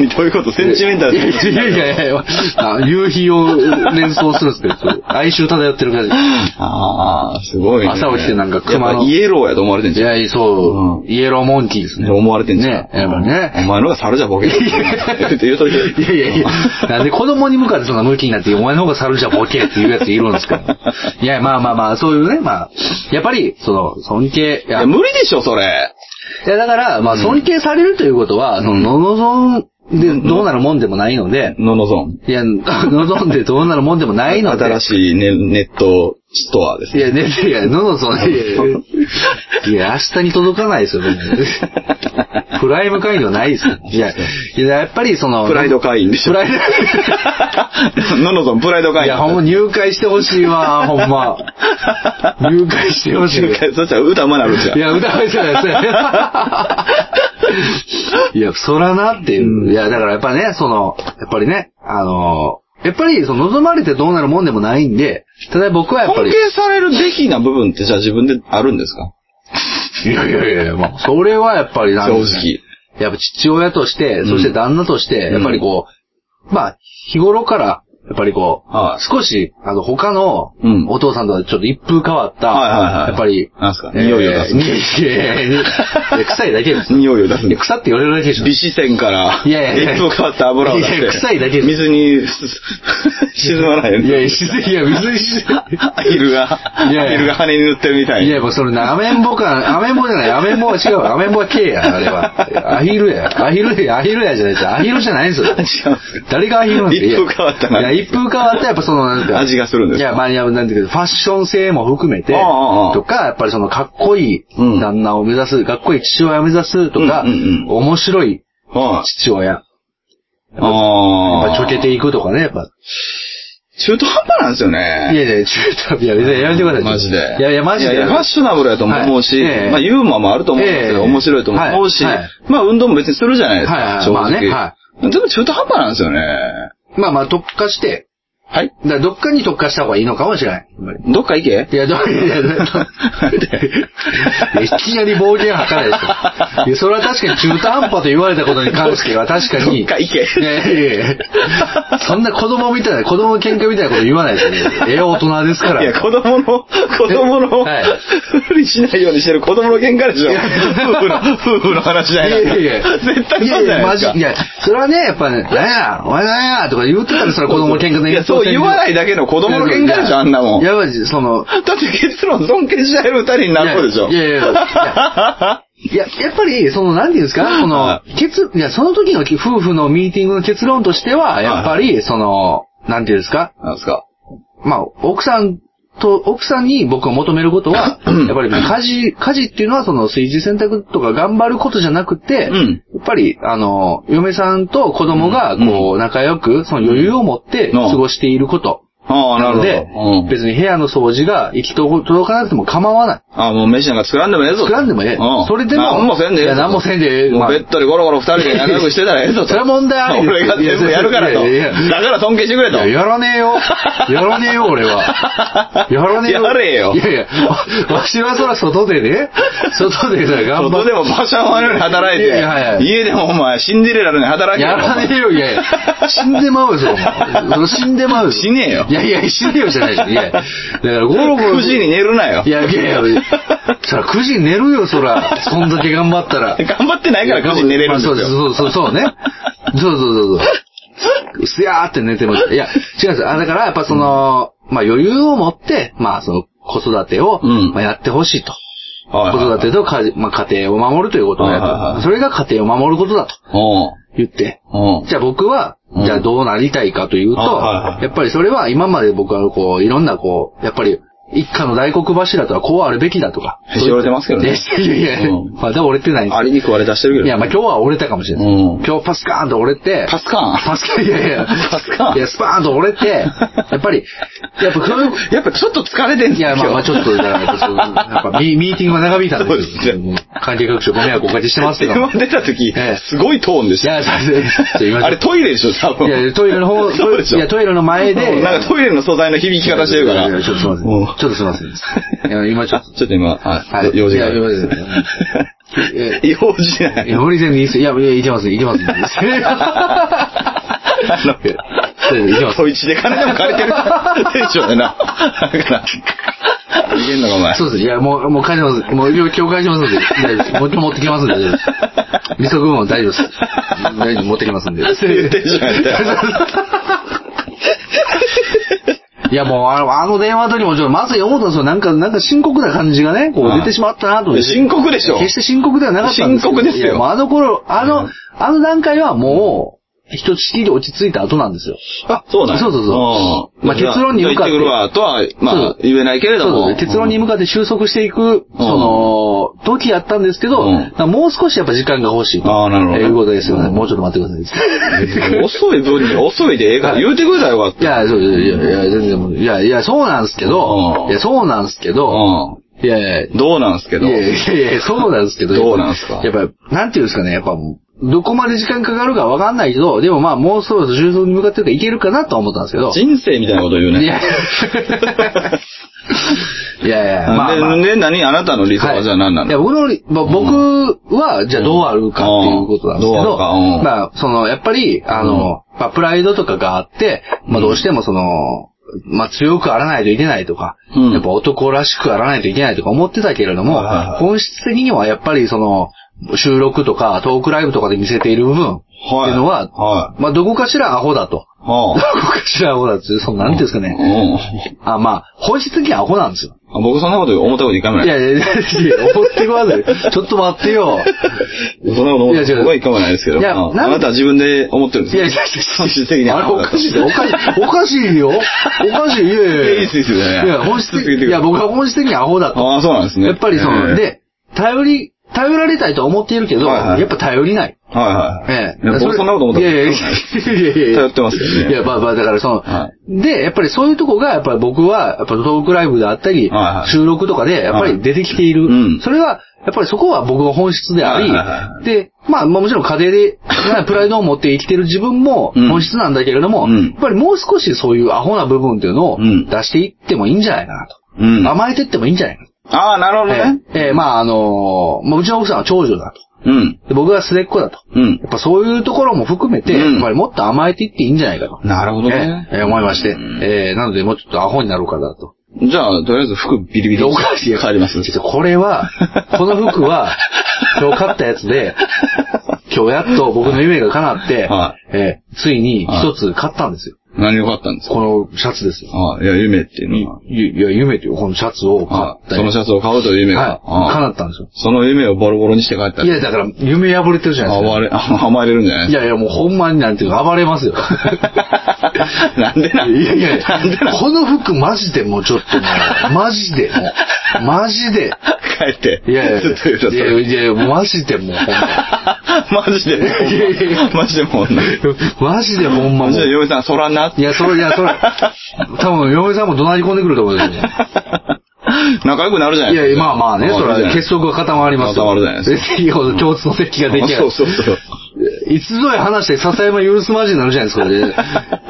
[SPEAKER 1] 何 *laughs* どういうことセンチメンタル
[SPEAKER 2] いやいやいやいやあ夕日を連想するんですけどそれ、哀愁漂ってる感じ。
[SPEAKER 1] ああ、すごい、ね。
[SPEAKER 2] 朝起きてなんか
[SPEAKER 1] や
[SPEAKER 2] 熊
[SPEAKER 1] っぱ
[SPEAKER 2] の
[SPEAKER 1] イエローやと思われてん
[SPEAKER 2] い
[SPEAKER 1] じゃん。
[SPEAKER 2] や、そう
[SPEAKER 1] う、ん
[SPEAKER 2] イエローモンキーですね。
[SPEAKER 1] 思われてんじゃん。
[SPEAKER 2] ねやっぱりね
[SPEAKER 1] うんお前のが猿じゃボケ。って言うとる
[SPEAKER 2] いやいやいや、なんで子供に向かってそんな向きになって、お前の方が猿じゃボケっていうやついるんですかいや、まあまあまあ、そういうね、まあ、やっぱり、その、尊敬、い
[SPEAKER 1] い
[SPEAKER 2] や
[SPEAKER 1] や、無理でしょ、それ。
[SPEAKER 2] いや、だから、まあ、尊敬されるということは、その、望んでどうなるもんでもないので、
[SPEAKER 1] ののぞん。
[SPEAKER 2] いや、望んでどうなるもんでもないので、
[SPEAKER 1] 新しいネネットストアです
[SPEAKER 2] い
[SPEAKER 1] ね。
[SPEAKER 2] や、ね、いや、ののその、いやいやいや、明日に届かないですよ、 *laughs* 僕プライム会員はないですよ。いや、いや、やっぱりその、
[SPEAKER 1] プライド会員でしょ。
[SPEAKER 2] *laughs* プライド
[SPEAKER 1] *laughs* ののぞん、プライド会員。
[SPEAKER 2] いや、ほんま入会してほしいわ、ほんま。入会してほしい。い
[SPEAKER 1] そしたら歌うまなるじゃん。
[SPEAKER 2] や、歌われじゃないですね。いや、そらなっていう。いや、だからやっぱね、その、やっぱりね、あの、やっぱり、その、望まれてどうなるもんでもないんで、ただ僕はやっぱ
[SPEAKER 1] 尊
[SPEAKER 2] り。
[SPEAKER 1] 敬されるべきな部分ってじゃあ自分であるんですか
[SPEAKER 2] いやいやいや、まあ、それはやっぱりなん
[SPEAKER 1] 正
[SPEAKER 2] かね
[SPEAKER 1] 直。
[SPEAKER 2] やっぱ父親として、
[SPEAKER 1] ん
[SPEAKER 2] そして旦那として、
[SPEAKER 1] うん
[SPEAKER 2] やっぱりこう、まあ、日頃から、やっぱりこう、
[SPEAKER 1] はい
[SPEAKER 2] 少し、あの、他の
[SPEAKER 1] うん、
[SPEAKER 2] お父さんとはちょっと一風変わった、
[SPEAKER 1] はいはいはい
[SPEAKER 2] やっぱり、
[SPEAKER 1] なんすか
[SPEAKER 2] えー
[SPEAKER 1] 匂いを出す
[SPEAKER 2] いや
[SPEAKER 1] *laughs*
[SPEAKER 2] いやいや臭いだけです。
[SPEAKER 1] 匂いを出すん
[SPEAKER 2] い
[SPEAKER 1] で
[SPEAKER 2] や臭って言われるだけでしょ。
[SPEAKER 1] 美視線から、
[SPEAKER 2] いやいやいや
[SPEAKER 1] 一風変わった油を出して。
[SPEAKER 2] いやいや臭いだけです
[SPEAKER 1] 水に、 *laughs* 沈まないように
[SPEAKER 2] いやいや、自然、いや、水に自然。
[SPEAKER 1] アヒルが、ア
[SPEAKER 2] いやいや
[SPEAKER 1] ヒルが羽に塗ってるみたい
[SPEAKER 2] *laughs* い
[SPEAKER 1] に。
[SPEAKER 2] や、もうそれな、アメンボか、アメンボじゃない、アメンボは違う、アメンボは K や、あれは。アヒルや、アヒルや、アヒルやじゃないですアヒルじゃないんですよ。
[SPEAKER 1] 違うんですか
[SPEAKER 2] 誰がアヒルなんですか
[SPEAKER 1] 一風変わったない
[SPEAKER 2] や、一風変わったやっぱその、なんか。
[SPEAKER 1] 味がするんです
[SPEAKER 2] い
[SPEAKER 1] か
[SPEAKER 2] や、まあ、いや、なんていうか、ファッション性も含めて、
[SPEAKER 1] ああああ
[SPEAKER 2] とか、やっぱりその、かっこいい
[SPEAKER 1] うん
[SPEAKER 2] 旦那を目指す、かっこいい父親を目指すとか、
[SPEAKER 1] うんうんうん
[SPEAKER 2] 面白い
[SPEAKER 1] はい。
[SPEAKER 2] 父親、やっ
[SPEAKER 1] ああ。
[SPEAKER 2] ぱちょけていくとかね、やっぱ。
[SPEAKER 1] 中途半端なんですよ
[SPEAKER 2] いや
[SPEAKER 1] ね。
[SPEAKER 2] いや、中途、いや、別にやめてください。
[SPEAKER 1] マジで。
[SPEAKER 2] いやいや、マジで。
[SPEAKER 1] いやいやファッショナブルやと思うし、
[SPEAKER 2] はいええ
[SPEAKER 1] まあユーモアもあると思うんですけど、
[SPEAKER 2] ええ
[SPEAKER 1] 面白いと思うし、
[SPEAKER 2] はいはい
[SPEAKER 1] まあ運動も別にするじゃないですか、
[SPEAKER 2] はいはい
[SPEAKER 1] 正直、
[SPEAKER 2] まあねは
[SPEAKER 1] でも中途半端なんですよね。
[SPEAKER 2] まあまあ、特化して、
[SPEAKER 1] はい
[SPEAKER 2] だからどっかに特化した方がいいのかもしれない。
[SPEAKER 1] どっか行け
[SPEAKER 2] いや、どうい *laughs* や、どう
[SPEAKER 1] *laughs*
[SPEAKER 2] いやいきなり暴言吐かないですよ。いや、それは確かに中途半端と言われたことに関しては確かに。
[SPEAKER 1] どっか行け
[SPEAKER 2] いやいやいやそんな子供みたいな、子供の喧嘩みたいなこと言わないですよね。ええ、大人ですから。
[SPEAKER 1] いや、子供の、子供の、
[SPEAKER 2] はい
[SPEAKER 1] ふりしないようにしてる子供の喧嘩でしょ。夫婦の、夫婦の話じゃないい
[SPEAKER 2] やいやいや。 *laughs*
[SPEAKER 1] 絶対そうじゃないですか。
[SPEAKER 2] いやいや、マジいや、それはね、やっぱね、なんや、お前なんや、とか言ってたら、それは子供の喧嘩の
[SPEAKER 1] いや、そう言わないだけの子供の喧嘩でしょ、あんなもん。
[SPEAKER 2] やばい、その、
[SPEAKER 1] だって結論尊敬し合える二人になるでしょ。
[SPEAKER 2] いやいやいやいいや、やっぱり、その、なんていうんですか、その
[SPEAKER 1] は、
[SPEAKER 2] 結、いや、その時の夫婦のミーティングの結論としては、やっぱり、その、なんていうんですか、
[SPEAKER 1] なんですか
[SPEAKER 2] まあ、奥さんと、奥さんに僕を求めることは、
[SPEAKER 1] うん
[SPEAKER 2] やっぱり、家事、家事っていうのは、その、炊事選択とか頑張ることじゃなくて、
[SPEAKER 1] うん
[SPEAKER 2] やっぱり、あの、嫁さんと子供が、こう、仲良く、その余裕を持って
[SPEAKER 1] うん
[SPEAKER 2] 過ごしていること。
[SPEAKER 1] ああ、な
[SPEAKER 2] な
[SPEAKER 1] る
[SPEAKER 2] の
[SPEAKER 1] ほ
[SPEAKER 2] で
[SPEAKER 1] ど。うん、
[SPEAKER 2] 別に部屋の掃除が行き届かなくても構わない。
[SPEAKER 1] ああ、もう飯なんか作らんでもええぞ。
[SPEAKER 2] 作らんでもええ
[SPEAKER 1] うん
[SPEAKER 2] それでも
[SPEAKER 1] なんもせんでええ
[SPEAKER 2] いやなんもせんでええ
[SPEAKER 1] もうべっとりゴロゴロ二人で仲良くしてたらええぞと。
[SPEAKER 2] *laughs* それは問題ありです
[SPEAKER 1] 俺が全部やるからと。
[SPEAKER 2] いやいやいや
[SPEAKER 1] だから尊敬してくれ
[SPEAKER 2] い
[SPEAKER 1] と。
[SPEAKER 2] や、やらねえ
[SPEAKER 1] *laughs*
[SPEAKER 2] よ。やらねえよ、俺は。やらねえよ。
[SPEAKER 1] やれよ
[SPEAKER 2] いやいや、わわしはそら外でね、外
[SPEAKER 1] *laughs*
[SPEAKER 2] でさ、頑張
[SPEAKER 1] 外
[SPEAKER 2] って。
[SPEAKER 1] でも馬車のように働い
[SPEAKER 2] いやいやいや
[SPEAKER 1] て、家でもお前シンデレラのように働けよ
[SPEAKER 2] やらねえよ、いやいや。死んでまうよ、それそれ死んでまうよ。
[SPEAKER 1] 死ねえよ
[SPEAKER 2] いやいや、死ねえよじゃないでしょ。いや、だからゴロゴ
[SPEAKER 1] *laughs*
[SPEAKER 2] ロ。
[SPEAKER 1] 9時に寝るなよ
[SPEAKER 2] い。やいやいや、そら9時に寝るよ、そら。そんだけ頑張ったら。
[SPEAKER 1] 頑張ってないから9時に寝れるんですよ。
[SPEAKER 2] まあそうそうそうそ
[SPEAKER 1] *laughs*
[SPEAKER 2] うね。そうそうそうそう。すやーって寝てました。いや、違うんですよ。あだから、やっぱその、まあ余裕を持って、まあその子育てを、
[SPEAKER 1] うん
[SPEAKER 2] まあやってほしいと。
[SPEAKER 1] はいはい
[SPEAKER 2] 子
[SPEAKER 1] はい
[SPEAKER 2] 育てと家事、まあ家庭を守るということをやって、
[SPEAKER 1] はいはいはい
[SPEAKER 2] それが家庭を守ることだと
[SPEAKER 1] おう
[SPEAKER 2] 言って。
[SPEAKER 1] おう
[SPEAKER 2] じゃあ僕は、
[SPEAKER 1] うん
[SPEAKER 2] じゃあどうなりたいかというと、
[SPEAKER 1] あはいはい
[SPEAKER 2] やっぱりそれは今まで僕はこう、いろんなこう、やっぱり、一家の大黒柱とはこうあるべきだとか。
[SPEAKER 1] へし折れてますけどね
[SPEAKER 2] そう *laughs* いういやいや、
[SPEAKER 1] うん
[SPEAKER 2] まだ折れてないんです
[SPEAKER 1] ありに食われ出してるけど。
[SPEAKER 2] いや、まあ今日は折れたかもしれない。
[SPEAKER 1] うん
[SPEAKER 2] 今日パスカーンと折れて、
[SPEAKER 1] パ
[SPEAKER 2] ス
[SPEAKER 1] スカ
[SPEAKER 2] パスカーン、いやいや、
[SPEAKER 1] パスカーン
[SPEAKER 2] いや、スパーンと折れて、やっぱり、やっぱそうい
[SPEAKER 1] ー
[SPEAKER 2] う、
[SPEAKER 1] ン。やっぱちょっと疲れてん
[SPEAKER 2] いや、まあまあちょっと、だからそうやっぱミミーティングが長引いたんです
[SPEAKER 1] そうです
[SPEAKER 2] もう関係各所ご迷惑おかけしてますけど。い
[SPEAKER 1] 電話出た時
[SPEAKER 2] ええ、
[SPEAKER 1] すごいトーンでし
[SPEAKER 2] や、
[SPEAKER 1] た。
[SPEAKER 2] そうですいません
[SPEAKER 1] あれトイレでしょ、多分。
[SPEAKER 2] いや、トイレの方、
[SPEAKER 1] そうでしょ
[SPEAKER 2] いや、トイレの前で、
[SPEAKER 1] なんかトイレの素材の響き方してるか
[SPEAKER 2] いやい
[SPEAKER 1] ら。
[SPEAKER 2] やちょっとすいません。
[SPEAKER 1] うん
[SPEAKER 2] ちょっとすいません。いや、今ちょっ
[SPEAKER 1] *laughs*
[SPEAKER 2] と。
[SPEAKER 1] ちょっと今、は
[SPEAKER 2] はい
[SPEAKER 1] い、用事があ
[SPEAKER 2] いや用事
[SPEAKER 1] る
[SPEAKER 2] ですね。え
[SPEAKER 1] *laughs* 用事ないい。
[SPEAKER 2] や、無理せんでいいっす。いや、いや、いけます、い
[SPEAKER 1] *laughs*
[SPEAKER 2] けます。いけます。
[SPEAKER 1] あの
[SPEAKER 2] い
[SPEAKER 1] *laughs*
[SPEAKER 2] けます。
[SPEAKER 1] 小一で金でも借りて
[SPEAKER 2] *laughs*
[SPEAKER 1] るテンションでな。だから、いけんのかお前。
[SPEAKER 2] そうです。いや、もう、もう帰ります。もう、今日今日帰りますんで、大丈夫です。もう今日持ってきますんで、大丈夫です。利息分は大丈夫です。大丈夫、持ってきますんで。
[SPEAKER 1] 言ってんじゃんやったよ
[SPEAKER 2] いや、もう、あの、あの電話の時も、ちょっと、まず読もうとですよ。なんか、なんか深刻な感じがね、こう出てしまったなと思って。
[SPEAKER 1] 深刻でしょ。
[SPEAKER 2] 決して深刻ではなかったんですけど
[SPEAKER 1] 深刻ですよ
[SPEAKER 2] いやもうあの頃、あの、あの段階はもう、ひとしきり落ち着いた後なんですよ。
[SPEAKER 1] あ、そうなんや
[SPEAKER 2] そうそうそうんまあ結論に向かって
[SPEAKER 1] じゃあ行ってくるわ、とは、まあ、言えないけれど
[SPEAKER 2] そう
[SPEAKER 1] も。
[SPEAKER 2] ですね。結論に向かって収束していく、その、時やったんですけど、
[SPEAKER 1] うん
[SPEAKER 2] もう少しやっぱ時間が欲しいと。
[SPEAKER 1] あーなるほど
[SPEAKER 2] いうことですよね。もうちょっと待ってくださ
[SPEAKER 1] *laughs*
[SPEAKER 2] い。
[SPEAKER 1] うん遅い分に遅いでええから言うてくれたらよかっ
[SPEAKER 2] い
[SPEAKER 1] た。
[SPEAKER 2] や、そう、いや、いや、全然もう、いや、いや、そうなんですけど、
[SPEAKER 1] うん
[SPEAKER 2] いや、そうなんですけど、
[SPEAKER 1] う
[SPEAKER 2] いやいや、い
[SPEAKER 1] ん。どうなんすけど。
[SPEAKER 2] やいやいやいや、そうなんですけど、
[SPEAKER 1] どうなんすか
[SPEAKER 2] やっぱ、なんていうんですかね、やっぱもう、どこまで時間かかるかわかんないけど、でもまあ、もうそろそろ収束に向かってるからいけるかなとは思ったんですけど、
[SPEAKER 1] 人生みたいなこと言う
[SPEAKER 2] い
[SPEAKER 1] ね。
[SPEAKER 2] や、
[SPEAKER 1] *laughs*
[SPEAKER 2] いやいや、まあまあ
[SPEAKER 1] で、で何あなたの理想はじゃあ何なの
[SPEAKER 2] いや、僕のり、まあ僕は、じゃあどうあるかっていうことなんですけ
[SPEAKER 1] うんどう
[SPEAKER 2] ど、
[SPEAKER 1] あるかうん
[SPEAKER 2] まあ、その、やっぱり、あの、まあ、プライドとかがあって、まあ、どうしてもその、まあ、強くあらないといけないとか、
[SPEAKER 1] うん
[SPEAKER 2] やっぱ男らしくあらないといけないとか思ってたけれども
[SPEAKER 1] はいはいは、い
[SPEAKER 2] 本質的にはやっぱりその、収録とかトークライブとかで見せている部分っていうのは、
[SPEAKER 1] は
[SPEAKER 2] まあ、どこかしらアホだと。
[SPEAKER 1] い。は
[SPEAKER 2] どこかしらアホだっていう、その、なんていうんですか
[SPEAKER 1] い。
[SPEAKER 2] ね。
[SPEAKER 1] う
[SPEAKER 2] あ、まあ、本質的にはアホなんですよ。
[SPEAKER 1] ん。僕そんなこと思ったこと一回もない
[SPEAKER 2] い。やいやいや、いや怒ってください。ちょっと待ってよ。
[SPEAKER 1] そんなこと思ったことは一回もないですけど。
[SPEAKER 2] いや違う
[SPEAKER 1] あ
[SPEAKER 2] いや
[SPEAKER 1] あなたは自分で思ってるんです
[SPEAKER 2] いやいやいや
[SPEAKER 1] *laughs* 本質的には
[SPEAKER 2] あれおかし
[SPEAKER 1] *laughs*
[SPEAKER 2] いでおかしい、おかしいよ。おかしい、いやいや
[SPEAKER 1] いやいいですいいですいやいや
[SPEAKER 2] いや、本質
[SPEAKER 1] 続けてください
[SPEAKER 2] 的、いや、僕は本質的にアホだと。
[SPEAKER 1] ああ、そうなんですね。
[SPEAKER 2] やっぱりその、
[SPEAKER 1] ええ、
[SPEAKER 2] で、頼り、頼られたいとは思っているけど、
[SPEAKER 1] はいはい
[SPEAKER 2] やっぱ頼りない。
[SPEAKER 1] はいはい。
[SPEAKER 2] ええ。
[SPEAKER 1] いや、僕そんなこと思った
[SPEAKER 2] い
[SPEAKER 1] ら
[SPEAKER 2] やいやいやいやいや
[SPEAKER 1] *laughs* 頼ってますよね
[SPEAKER 2] いや、まあまあ、だからその、
[SPEAKER 1] は
[SPEAKER 2] で、やっぱりそういうとこが、やっぱり僕は、やっぱりトークライブであったり、
[SPEAKER 1] はいはい
[SPEAKER 2] 収録とかで、やっぱり出てきている。
[SPEAKER 1] はいうん
[SPEAKER 2] それは、やっぱりそこは僕の本質であり、
[SPEAKER 1] はいはいは
[SPEAKER 2] で、まあ、まあもちろん家庭で、
[SPEAKER 1] *laughs*
[SPEAKER 2] まあプライドを持って生きてる自分も
[SPEAKER 1] うん
[SPEAKER 2] 本質なんだけれども、
[SPEAKER 1] うん
[SPEAKER 2] やっぱりもう少しそういうアホな部分っていうのを
[SPEAKER 1] うん
[SPEAKER 2] 出していってもいいんじゃないかなと。
[SPEAKER 1] うん。あ
[SPEAKER 2] 甘えてってもいいんじゃないかな。
[SPEAKER 1] あー、なるほどね。
[SPEAKER 2] ええええまあ、あのーまあうちの奥さんは長女だと。
[SPEAKER 1] うん。
[SPEAKER 2] で僕は末っ子だと。
[SPEAKER 1] うん
[SPEAKER 2] や。っぱそういうところも含めて、
[SPEAKER 1] うん
[SPEAKER 2] やっぱりもっと甘えていっていいんじゃないかと。
[SPEAKER 1] なるほどね
[SPEAKER 2] ええええ思いまして。
[SPEAKER 1] うん
[SPEAKER 2] ええなのでもうちょっとアホになろうかなと。
[SPEAKER 1] じゃあ、とりあえず服ビリビリ。
[SPEAKER 2] おかしいよ。
[SPEAKER 1] 帰ります。
[SPEAKER 2] ちょっとこれは、この服
[SPEAKER 1] *laughs*
[SPEAKER 2] は、今日買ったやつで、今日やっと僕の夢が叶っ
[SPEAKER 1] *laughs*
[SPEAKER 2] て、
[SPEAKER 1] は
[SPEAKER 2] ええついに一つ買ったんですよ。
[SPEAKER 1] 何があったんですか
[SPEAKER 2] このシャツですよ。
[SPEAKER 1] ああ、いや、夢っていうのは。
[SPEAKER 2] ゆいや、夢という、このシャツを買
[SPEAKER 1] あ
[SPEAKER 2] った
[SPEAKER 1] そのシャツを買うという夢
[SPEAKER 2] はい
[SPEAKER 1] が。。ああ
[SPEAKER 2] 叶ったんですよ。
[SPEAKER 1] その夢をボロボロにして帰ったら。
[SPEAKER 2] いや、だから、夢破れてるじゃないです
[SPEAKER 1] 暴
[SPEAKER 2] か。
[SPEAKER 1] れ、 *laughs* 甘えれるんじゃない
[SPEAKER 2] いやいや、もうほんまになんていうか暴れま
[SPEAKER 1] *laughs*
[SPEAKER 2] すよ。
[SPEAKER 1] なんでなん
[SPEAKER 2] いやいや
[SPEAKER 1] *laughs* なんでなん
[SPEAKER 2] この服マジでもうちょっともう、マジでもう、マジで。
[SPEAKER 1] 帰って。
[SPEAKER 2] いやい
[SPEAKER 1] *laughs*
[SPEAKER 2] や、
[SPEAKER 1] ずっと言うとそ
[SPEAKER 2] いや
[SPEAKER 1] れ。
[SPEAKER 2] いやいや、マジでもうほん
[SPEAKER 1] *laughs*
[SPEAKER 2] ま、
[SPEAKER 1] マジで
[SPEAKER 2] やいや。
[SPEAKER 1] マジでもう女。
[SPEAKER 2] マジでほんま
[SPEAKER 1] マ
[SPEAKER 2] も
[SPEAKER 1] ジ
[SPEAKER 2] う。
[SPEAKER 1] で、
[SPEAKER 2] い
[SPEAKER 1] 嫁さん、そらな。
[SPEAKER 2] や、それ、いや、
[SPEAKER 1] *laughs*
[SPEAKER 2] それ、多分、嫁さんも怒鳴り込んでくると思うけどね。
[SPEAKER 1] 仲良くなるじゃない
[SPEAKER 2] いやいや、まあまあね、それは結
[SPEAKER 1] 決
[SPEAKER 2] 束が固まりますよ。
[SPEAKER 1] 固まるじゃないです
[SPEAKER 2] か。いいほど共通の敵ができる。
[SPEAKER 1] そうそうそう。
[SPEAKER 2] いつぞや話して笹山許すまじになるじゃないですか、こ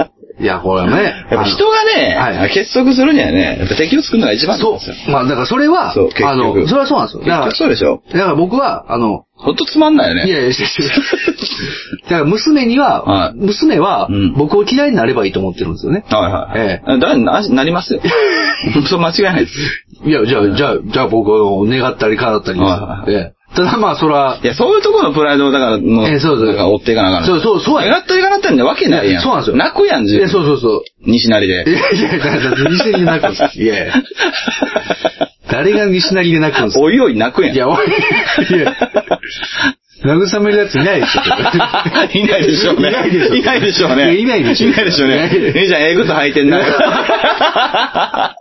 [SPEAKER 1] *laughs*
[SPEAKER 2] れ。いや、これはね。
[SPEAKER 1] やっぱ人が
[SPEAKER 2] はいは
[SPEAKER 1] ね
[SPEAKER 2] い、
[SPEAKER 1] 結束するにはね、やっぱ敵を作るのが一番なん
[SPEAKER 2] そ
[SPEAKER 1] ですよ。
[SPEAKER 2] う。まあ、だからそれは、
[SPEAKER 1] そう結局
[SPEAKER 2] あの、それはそうなんですよ。
[SPEAKER 1] 結
[SPEAKER 2] だから
[SPEAKER 1] 局、そうでしょ。
[SPEAKER 2] だから僕は、あの、
[SPEAKER 1] ほんとつまんないよ *laughs*
[SPEAKER 2] いやい
[SPEAKER 1] ね。
[SPEAKER 2] や、違う違うだから娘には、
[SPEAKER 1] はい
[SPEAKER 2] 娘は
[SPEAKER 1] うん、
[SPEAKER 2] 僕を嫌いになればいいと思ってるんですよね。
[SPEAKER 1] はい
[SPEAKER 2] え
[SPEAKER 1] はい。だ、な、なり
[SPEAKER 2] *laughs*
[SPEAKER 1] ますよ。そう、間違いないです。
[SPEAKER 2] いや、じゃあ、じゃあ、じゃあ僕を願ったり叶ったりです
[SPEAKER 1] はい
[SPEAKER 2] ええただまあ、そら
[SPEAKER 1] い、や、そういうところのプライドを、だから、もう、
[SPEAKER 2] えそうそう
[SPEAKER 1] なんか追っていかなあかん
[SPEAKER 2] そうそうそうや
[SPEAKER 1] 狙っていかなったんじゃわけないやん。
[SPEAKER 2] そうなんですよ
[SPEAKER 1] 泣くやん、
[SPEAKER 2] い
[SPEAKER 1] 自
[SPEAKER 2] や、
[SPEAKER 1] 分。
[SPEAKER 2] そうそうそう。
[SPEAKER 1] 西成で
[SPEAKER 2] い。やいや、だから西成で泣くんです。
[SPEAKER 1] *laughs*
[SPEAKER 2] いやいや誰が西成で泣くんですか
[SPEAKER 1] おいおい泣くやん。
[SPEAKER 2] いや、おい、いや、慰めるやついないで
[SPEAKER 1] *laughs*
[SPEAKER 2] しょ。
[SPEAKER 1] *laughs* いないでしょうね。
[SPEAKER 2] いないでしょ
[SPEAKER 1] いないでしょうね。
[SPEAKER 2] いやいないでしょ
[SPEAKER 1] いないでしょうね。
[SPEAKER 2] い *laughs* やいや
[SPEAKER 1] 兄ちゃん、ええ靴履いてんな。
[SPEAKER 2] *laughs*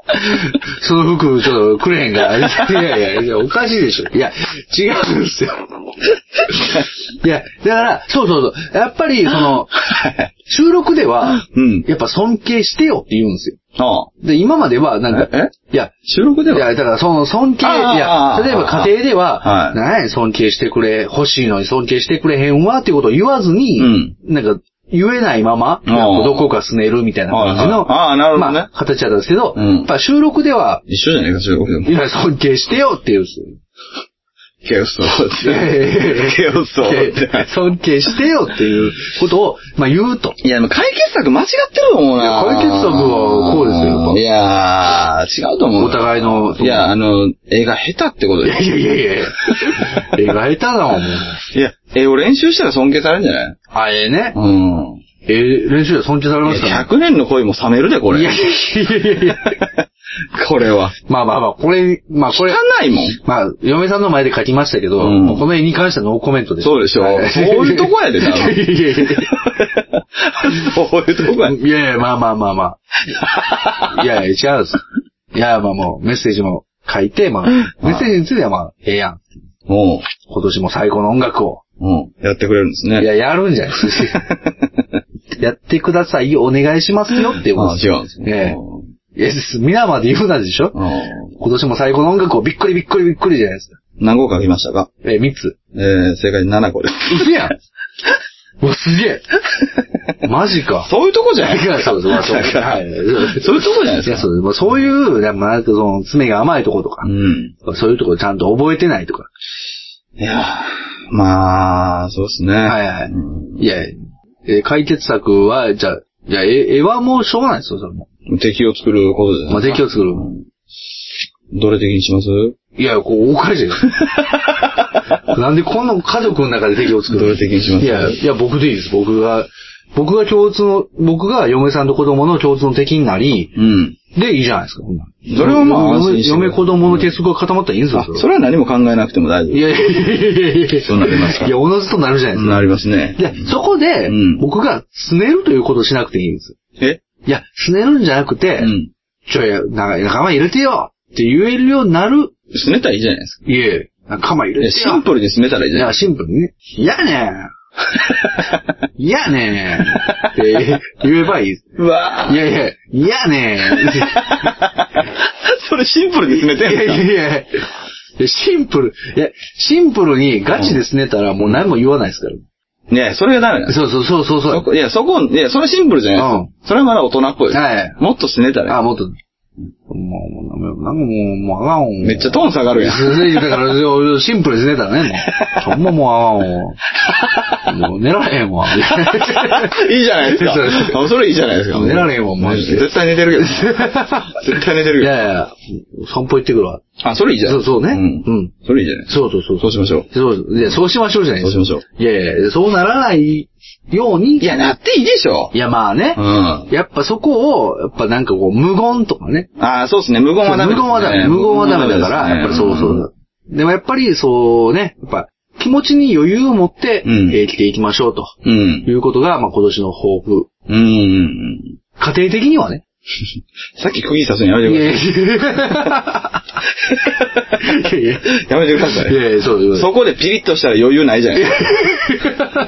[SPEAKER 2] その服、ちょっとくれへんから。いやいやいや、おかしいでしょ。いや、違うんですよ。いや、だから、そうそうそう。やっぱり、その、収録では、
[SPEAKER 1] うん。
[SPEAKER 2] やっぱ尊敬してよって言うんですよ。
[SPEAKER 1] *laughs* ああ。
[SPEAKER 2] で、今までは、なんか
[SPEAKER 1] え、
[SPEAKER 2] いや、
[SPEAKER 1] 収録
[SPEAKER 2] い
[SPEAKER 1] では
[SPEAKER 2] や、だから、その、尊敬、い
[SPEAKER 1] あああ
[SPEAKER 2] や、
[SPEAKER 1] あ
[SPEAKER 2] 例えば家庭で
[SPEAKER 1] は
[SPEAKER 2] は、
[SPEAKER 1] い
[SPEAKER 2] 何や尊敬してくれ、欲しいのに尊敬してくれへんわ、っていうことを言わずに、
[SPEAKER 1] うん
[SPEAKER 2] なんか、言えないまま、なんかどこかすねるみたいな感じの、
[SPEAKER 1] はいはいああなるほどね
[SPEAKER 2] まあ、形だったんですけど、
[SPEAKER 1] うん
[SPEAKER 2] やっぱ収録では、
[SPEAKER 1] 一緒じゃないか、収録でも
[SPEAKER 2] い。や、尊敬してよって言うんですよ。
[SPEAKER 1] ケオスをって。
[SPEAKER 2] いやいやいやいや
[SPEAKER 1] ケオスをって。
[SPEAKER 2] 尊敬してよっていうことを、まあ言うと。
[SPEAKER 1] いや、でも解決策間違ってると思うな。
[SPEAKER 2] いや解決策はこうですよやっぱ
[SPEAKER 1] いやー、違うと思う。
[SPEAKER 2] お互いの
[SPEAKER 1] いや、あの、映画下手ってこと
[SPEAKER 2] い
[SPEAKER 1] で
[SPEAKER 2] やいやいやいやいや。描いたな、もう。
[SPEAKER 1] いや、え、を練習したら尊敬されるんじゃない
[SPEAKER 2] あれね。
[SPEAKER 1] うん。
[SPEAKER 2] えー、練習で尊敬されまし
[SPEAKER 1] いや
[SPEAKER 2] たね。
[SPEAKER 1] 100年の恋も冷めるで、こ
[SPEAKER 2] いやい
[SPEAKER 1] れ。
[SPEAKER 2] やいやいやいや。
[SPEAKER 1] これは。
[SPEAKER 2] まあまあまあ、これ、まあこ
[SPEAKER 1] 聞
[SPEAKER 2] れ、
[SPEAKER 1] かないもん。
[SPEAKER 2] まあ、嫁さんの前で書きましたけど、
[SPEAKER 1] うん
[SPEAKER 2] もうこの絵に関してはノーコメントです。
[SPEAKER 1] そうでしょ
[SPEAKER 2] *laughs* はい
[SPEAKER 1] そういうとこやで
[SPEAKER 2] い
[SPEAKER 1] 多
[SPEAKER 2] や *laughs*
[SPEAKER 1] 分
[SPEAKER 2] いやいやいや。
[SPEAKER 1] そういうとこや。
[SPEAKER 2] いやいや、まあまあまあまあ。いやいや、違うんです。いや、まあもう、メッセージも書いて、まあ、メッセージについてはまあ、ええやん。
[SPEAKER 1] も
[SPEAKER 2] 今年も最高の音楽を。
[SPEAKER 1] う、もうん、やってくれるんです
[SPEAKER 2] い
[SPEAKER 1] ね。 *laughs*
[SPEAKER 2] や、やるんじゃないですかやってくださいよ、お願いしますよっていうこと
[SPEAKER 1] あ
[SPEAKER 2] で
[SPEAKER 1] 違うんです
[SPEAKER 2] す。ええ。いや、です皆まで言うなんでしょ
[SPEAKER 1] うん
[SPEAKER 2] 今年も最高の音楽をびっくりびっくりびっくりじゃないですか。
[SPEAKER 1] 何個書きましたか
[SPEAKER 2] ええ、3つ。
[SPEAKER 1] えー、正解7個です。
[SPEAKER 2] 嘘やんうわ、すげえマジか。
[SPEAKER 1] *laughs* そういうとこじゃないい
[SPEAKER 2] や、そうです。まあ、そう
[SPEAKER 1] だから
[SPEAKER 2] はい
[SPEAKER 1] そういうとこじゃないですか
[SPEAKER 2] いや、そうです。まあ、そういう、でもなんかその、爪が甘いとことか
[SPEAKER 1] う、ん。
[SPEAKER 2] そういうとこちゃんと覚えてないとか。
[SPEAKER 1] いやーまあ、そうですね。
[SPEAKER 2] はいはい
[SPEAKER 1] うん
[SPEAKER 2] いや、えー解決策は、じゃあ、いや、絵絵はもうしょうがないですよ、それも。
[SPEAKER 1] 敵を作ることじゃない
[SPEAKER 2] まあ、敵を作る。
[SPEAKER 1] どれ的にします
[SPEAKER 2] いや、こう、おか
[SPEAKER 1] *laughs*
[SPEAKER 2] しいよ。なんでこんな家族の中で敵を作
[SPEAKER 1] ど
[SPEAKER 2] る
[SPEAKER 1] れ的にします
[SPEAKER 2] いや、いや、僕でいいです。僕が、僕が共通の、僕が嫁さんと子供の共通の敵になり、
[SPEAKER 1] うん。
[SPEAKER 2] で、いいじゃないですか、こんなん
[SPEAKER 1] それはまあ安
[SPEAKER 2] 嫁
[SPEAKER 1] 心して
[SPEAKER 2] 嫁子供の結束が固まったらいいんですよ
[SPEAKER 1] あ、、それは何も考えなくても大丈夫
[SPEAKER 2] い。やいやいやいやいやいや。
[SPEAKER 1] そうなりますか
[SPEAKER 2] いや、おのずとなるじゃないですか。
[SPEAKER 1] なりますね。
[SPEAKER 2] いや、そこで、
[SPEAKER 1] うん
[SPEAKER 2] 僕が、すねるということをしなくていいんです。
[SPEAKER 1] え
[SPEAKER 2] いや、すねるんじゃなくて、
[SPEAKER 1] うん。
[SPEAKER 2] ちょいや、な仲間入れてよって言えるようになる。
[SPEAKER 1] すねたらいいじゃないですか。
[SPEAKER 2] いえ、仲間いる
[SPEAKER 1] えシンプルに進めたらいい
[SPEAKER 2] い
[SPEAKER 1] じゃん
[SPEAKER 2] や、。シンプルにね。いやねん。いやねん。って言えばいい。
[SPEAKER 1] うわ
[SPEAKER 2] いやいや、いやねん。い
[SPEAKER 1] それシンプルに進めて
[SPEAKER 2] やいや
[SPEAKER 1] ん
[SPEAKER 2] いやいや。シンプル。いや、シンプルにガチですねたらもう何も言わないですから。
[SPEAKER 1] ねえ、それがダメだ。
[SPEAKER 2] そうそうそうそうそ。
[SPEAKER 1] そうこいや、そこ、いや、それシンプルじゃないですそれはまだ大人っぽい。
[SPEAKER 2] はい
[SPEAKER 1] もっとすねたらい
[SPEAKER 2] あ、もっと。もう、もう、なんかもう、もうあかんも
[SPEAKER 1] い。
[SPEAKER 2] ん。
[SPEAKER 1] めっちゃトーン下がるやん。
[SPEAKER 2] だから、シンプルですね、だからね、もう。ほんまもうあかん *laughs* もん。もう寝られへんもん。
[SPEAKER 1] *laughs* いいじゃないですか。
[SPEAKER 2] そうです
[SPEAKER 1] あそれいいじゃないですか。
[SPEAKER 2] 寝られへんわマジで
[SPEAKER 1] 絶対寝て
[SPEAKER 2] *laughs*
[SPEAKER 1] るけど。絶対寝て
[SPEAKER 2] い
[SPEAKER 1] るけど。
[SPEAKER 2] やいや、散歩行ってくるわ。
[SPEAKER 1] あ、それいいじゃん。
[SPEAKER 2] そうそうね。
[SPEAKER 1] うん。
[SPEAKER 2] うん。
[SPEAKER 1] それいいじゃない
[SPEAKER 2] そうそうそう。
[SPEAKER 1] そうしましょう。
[SPEAKER 2] そう、いや、そうしましょうじゃない
[SPEAKER 1] そ
[SPEAKER 2] で
[SPEAKER 1] う
[SPEAKER 2] す
[SPEAKER 1] し
[SPEAKER 2] か。
[SPEAKER 1] ましょう。
[SPEAKER 2] いやいやいや、そうならないように。
[SPEAKER 1] いや、なっていいでしょ
[SPEAKER 2] い。やまあね
[SPEAKER 1] う。ん。
[SPEAKER 2] やっぱそこを、やっぱなんかこう、無言とかね。
[SPEAKER 1] あーそうですね。無言はダメですね。
[SPEAKER 2] 無言はダメ。無言はダメだから、やっぱ
[SPEAKER 1] 無
[SPEAKER 2] り
[SPEAKER 1] 言
[SPEAKER 2] そ
[SPEAKER 1] はダ
[SPEAKER 2] う
[SPEAKER 1] メですね
[SPEAKER 2] そ。う。でもやっぱりそうね、やっぱ気持ちに余裕を持って、
[SPEAKER 1] うん
[SPEAKER 2] えー生きていきましょうと
[SPEAKER 1] うん。
[SPEAKER 2] いうことが、まあ今年の抱負。
[SPEAKER 1] うんうんうん。
[SPEAKER 2] 家庭的にはね。
[SPEAKER 1] さっき釘刺すのやめ
[SPEAKER 2] い
[SPEAKER 1] て
[SPEAKER 2] やい
[SPEAKER 1] く
[SPEAKER 2] や
[SPEAKER 1] だ
[SPEAKER 2] い
[SPEAKER 1] さ
[SPEAKER 2] や *laughs* いやい
[SPEAKER 1] い。 *laughs* やめてくださ
[SPEAKER 2] や。い
[SPEAKER 1] い。
[SPEAKER 2] やいや、そうそう。
[SPEAKER 1] そこでピリッとしたら余裕ないじゃない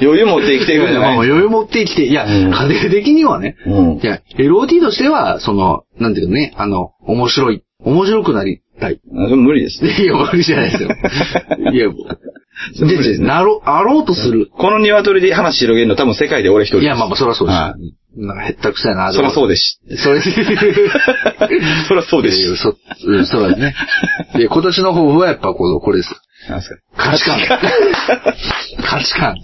[SPEAKER 2] *laughs*
[SPEAKER 1] 余裕持って生きていくんじゃ
[SPEAKER 2] まあま
[SPEAKER 1] な
[SPEAKER 2] あ
[SPEAKER 1] い
[SPEAKER 2] 余裕持って生きて、いや、
[SPEAKER 1] うん
[SPEAKER 2] 家庭的にはね。
[SPEAKER 1] うん
[SPEAKER 2] い。や、LOT としては、その、なんていうのね、あの、面白い、面白くなりたい。
[SPEAKER 1] あそれ無理ですね。
[SPEAKER 2] いや、無理じゃないですよ。 *laughs* いや、
[SPEAKER 1] それ無理です
[SPEAKER 2] で、なろ、あろうとする。
[SPEAKER 1] この鶏で話広げるの多分世界で俺一人です。
[SPEAKER 2] いや、まあまあ、そらそうで
[SPEAKER 1] は
[SPEAKER 2] す。なんか、へったくさいな、
[SPEAKER 1] そらそう
[SPEAKER 2] う
[SPEAKER 1] です *laughs* し。
[SPEAKER 2] です。それ、
[SPEAKER 1] そらそうです
[SPEAKER 2] いやいや
[SPEAKER 1] し。
[SPEAKER 2] *laughs* そ、うんそらね。で、今年の抱負はやっぱ、この、これです。
[SPEAKER 1] なんすか
[SPEAKER 2] 価値観。価値観。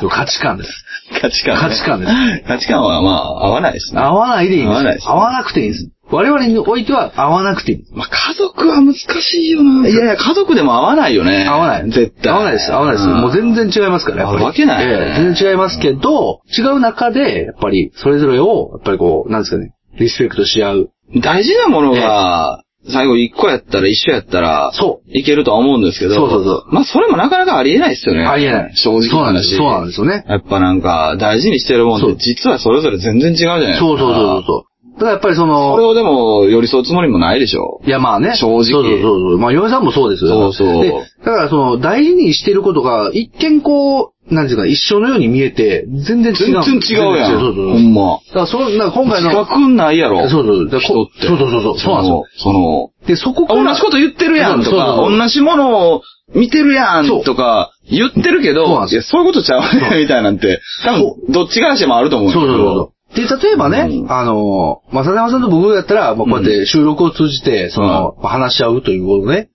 [SPEAKER 2] そう価値観です。
[SPEAKER 1] 価値観ね。
[SPEAKER 2] 価値観です
[SPEAKER 1] 価値観はまあ、合わないですね。
[SPEAKER 2] 合わないでいいんです
[SPEAKER 1] 合わないです
[SPEAKER 2] よ。合わなくていいんです。我々においては合わなくていいんです。
[SPEAKER 1] まあ、家族は難しいよな。いやいや、家族でも合わないよね。
[SPEAKER 2] 合わない。
[SPEAKER 1] 絶対。
[SPEAKER 2] 合わないです。合わないです。もう全然違いますから、やっぱり。
[SPEAKER 1] 合うわけない
[SPEAKER 2] ええ全然違いますけど、違う中で、やっぱり、それぞれを、やっぱりこう、なんですかね、リスペクトし合う。
[SPEAKER 1] 大事なものが、最後一個やったら一緒やったら、
[SPEAKER 2] そう。
[SPEAKER 1] いけるとは思うんですけど、
[SPEAKER 2] そうそうそう
[SPEAKER 1] まあ、それもなかなかありえないですよね。
[SPEAKER 2] ありえない。
[SPEAKER 1] 正直
[SPEAKER 2] そう
[SPEAKER 1] な
[SPEAKER 2] なんで
[SPEAKER 1] 話。
[SPEAKER 2] すよ。そうなんですよね。
[SPEAKER 1] やっぱなんか、大事にしてるもん
[SPEAKER 2] そ
[SPEAKER 1] っ
[SPEAKER 2] う
[SPEAKER 1] て、実はそれぞれ全然違うじゃないですか。
[SPEAKER 2] そうそうそうそう。だからやっぱりそ
[SPEAKER 1] これ
[SPEAKER 2] の、
[SPEAKER 1] をでも、寄り添うつもりもないでしょ。
[SPEAKER 2] いやまあね。
[SPEAKER 1] 正直
[SPEAKER 2] そうそうそうそう。まあ、嫁さんもそうですよ。
[SPEAKER 1] そうそう
[SPEAKER 2] でだからその、大事にしてることが、一見こう、なんていうか、一緒のように見えて、全然違
[SPEAKER 1] 全
[SPEAKER 2] う。
[SPEAKER 1] 然違うやん。
[SPEAKER 2] そうそう
[SPEAKER 1] ほ。
[SPEAKER 2] そうん
[SPEAKER 1] ま。
[SPEAKER 2] だから、その、なんか今回の。
[SPEAKER 1] 近くないやろ。
[SPEAKER 2] そうそう。だから
[SPEAKER 1] 人
[SPEAKER 2] こ
[SPEAKER 1] って。
[SPEAKER 2] そうそうそうそう。そうなんですよ。
[SPEAKER 1] その、
[SPEAKER 2] で、そこ
[SPEAKER 1] そ
[SPEAKER 2] から。
[SPEAKER 1] の同じこと言ってるやんと
[SPEAKER 2] そう
[SPEAKER 1] か、
[SPEAKER 2] そうそう
[SPEAKER 1] 同じものを見てるやん
[SPEAKER 2] そう
[SPEAKER 1] とか言ってるけ
[SPEAKER 2] そうなん
[SPEAKER 1] ど、
[SPEAKER 2] で
[SPEAKER 1] い
[SPEAKER 2] すよ
[SPEAKER 1] や、そういうことちゃうねみたいなんて、多分、どっちからしてもあると思うん
[SPEAKER 2] そう
[SPEAKER 1] だ
[SPEAKER 2] そ
[SPEAKER 1] け
[SPEAKER 2] う
[SPEAKER 1] ど。
[SPEAKER 2] そうそう。で、例えばね、
[SPEAKER 1] うん
[SPEAKER 2] あの、まさやまさんと僕だったら、まあ、こうやって収録を通じて、その、話し合うということね。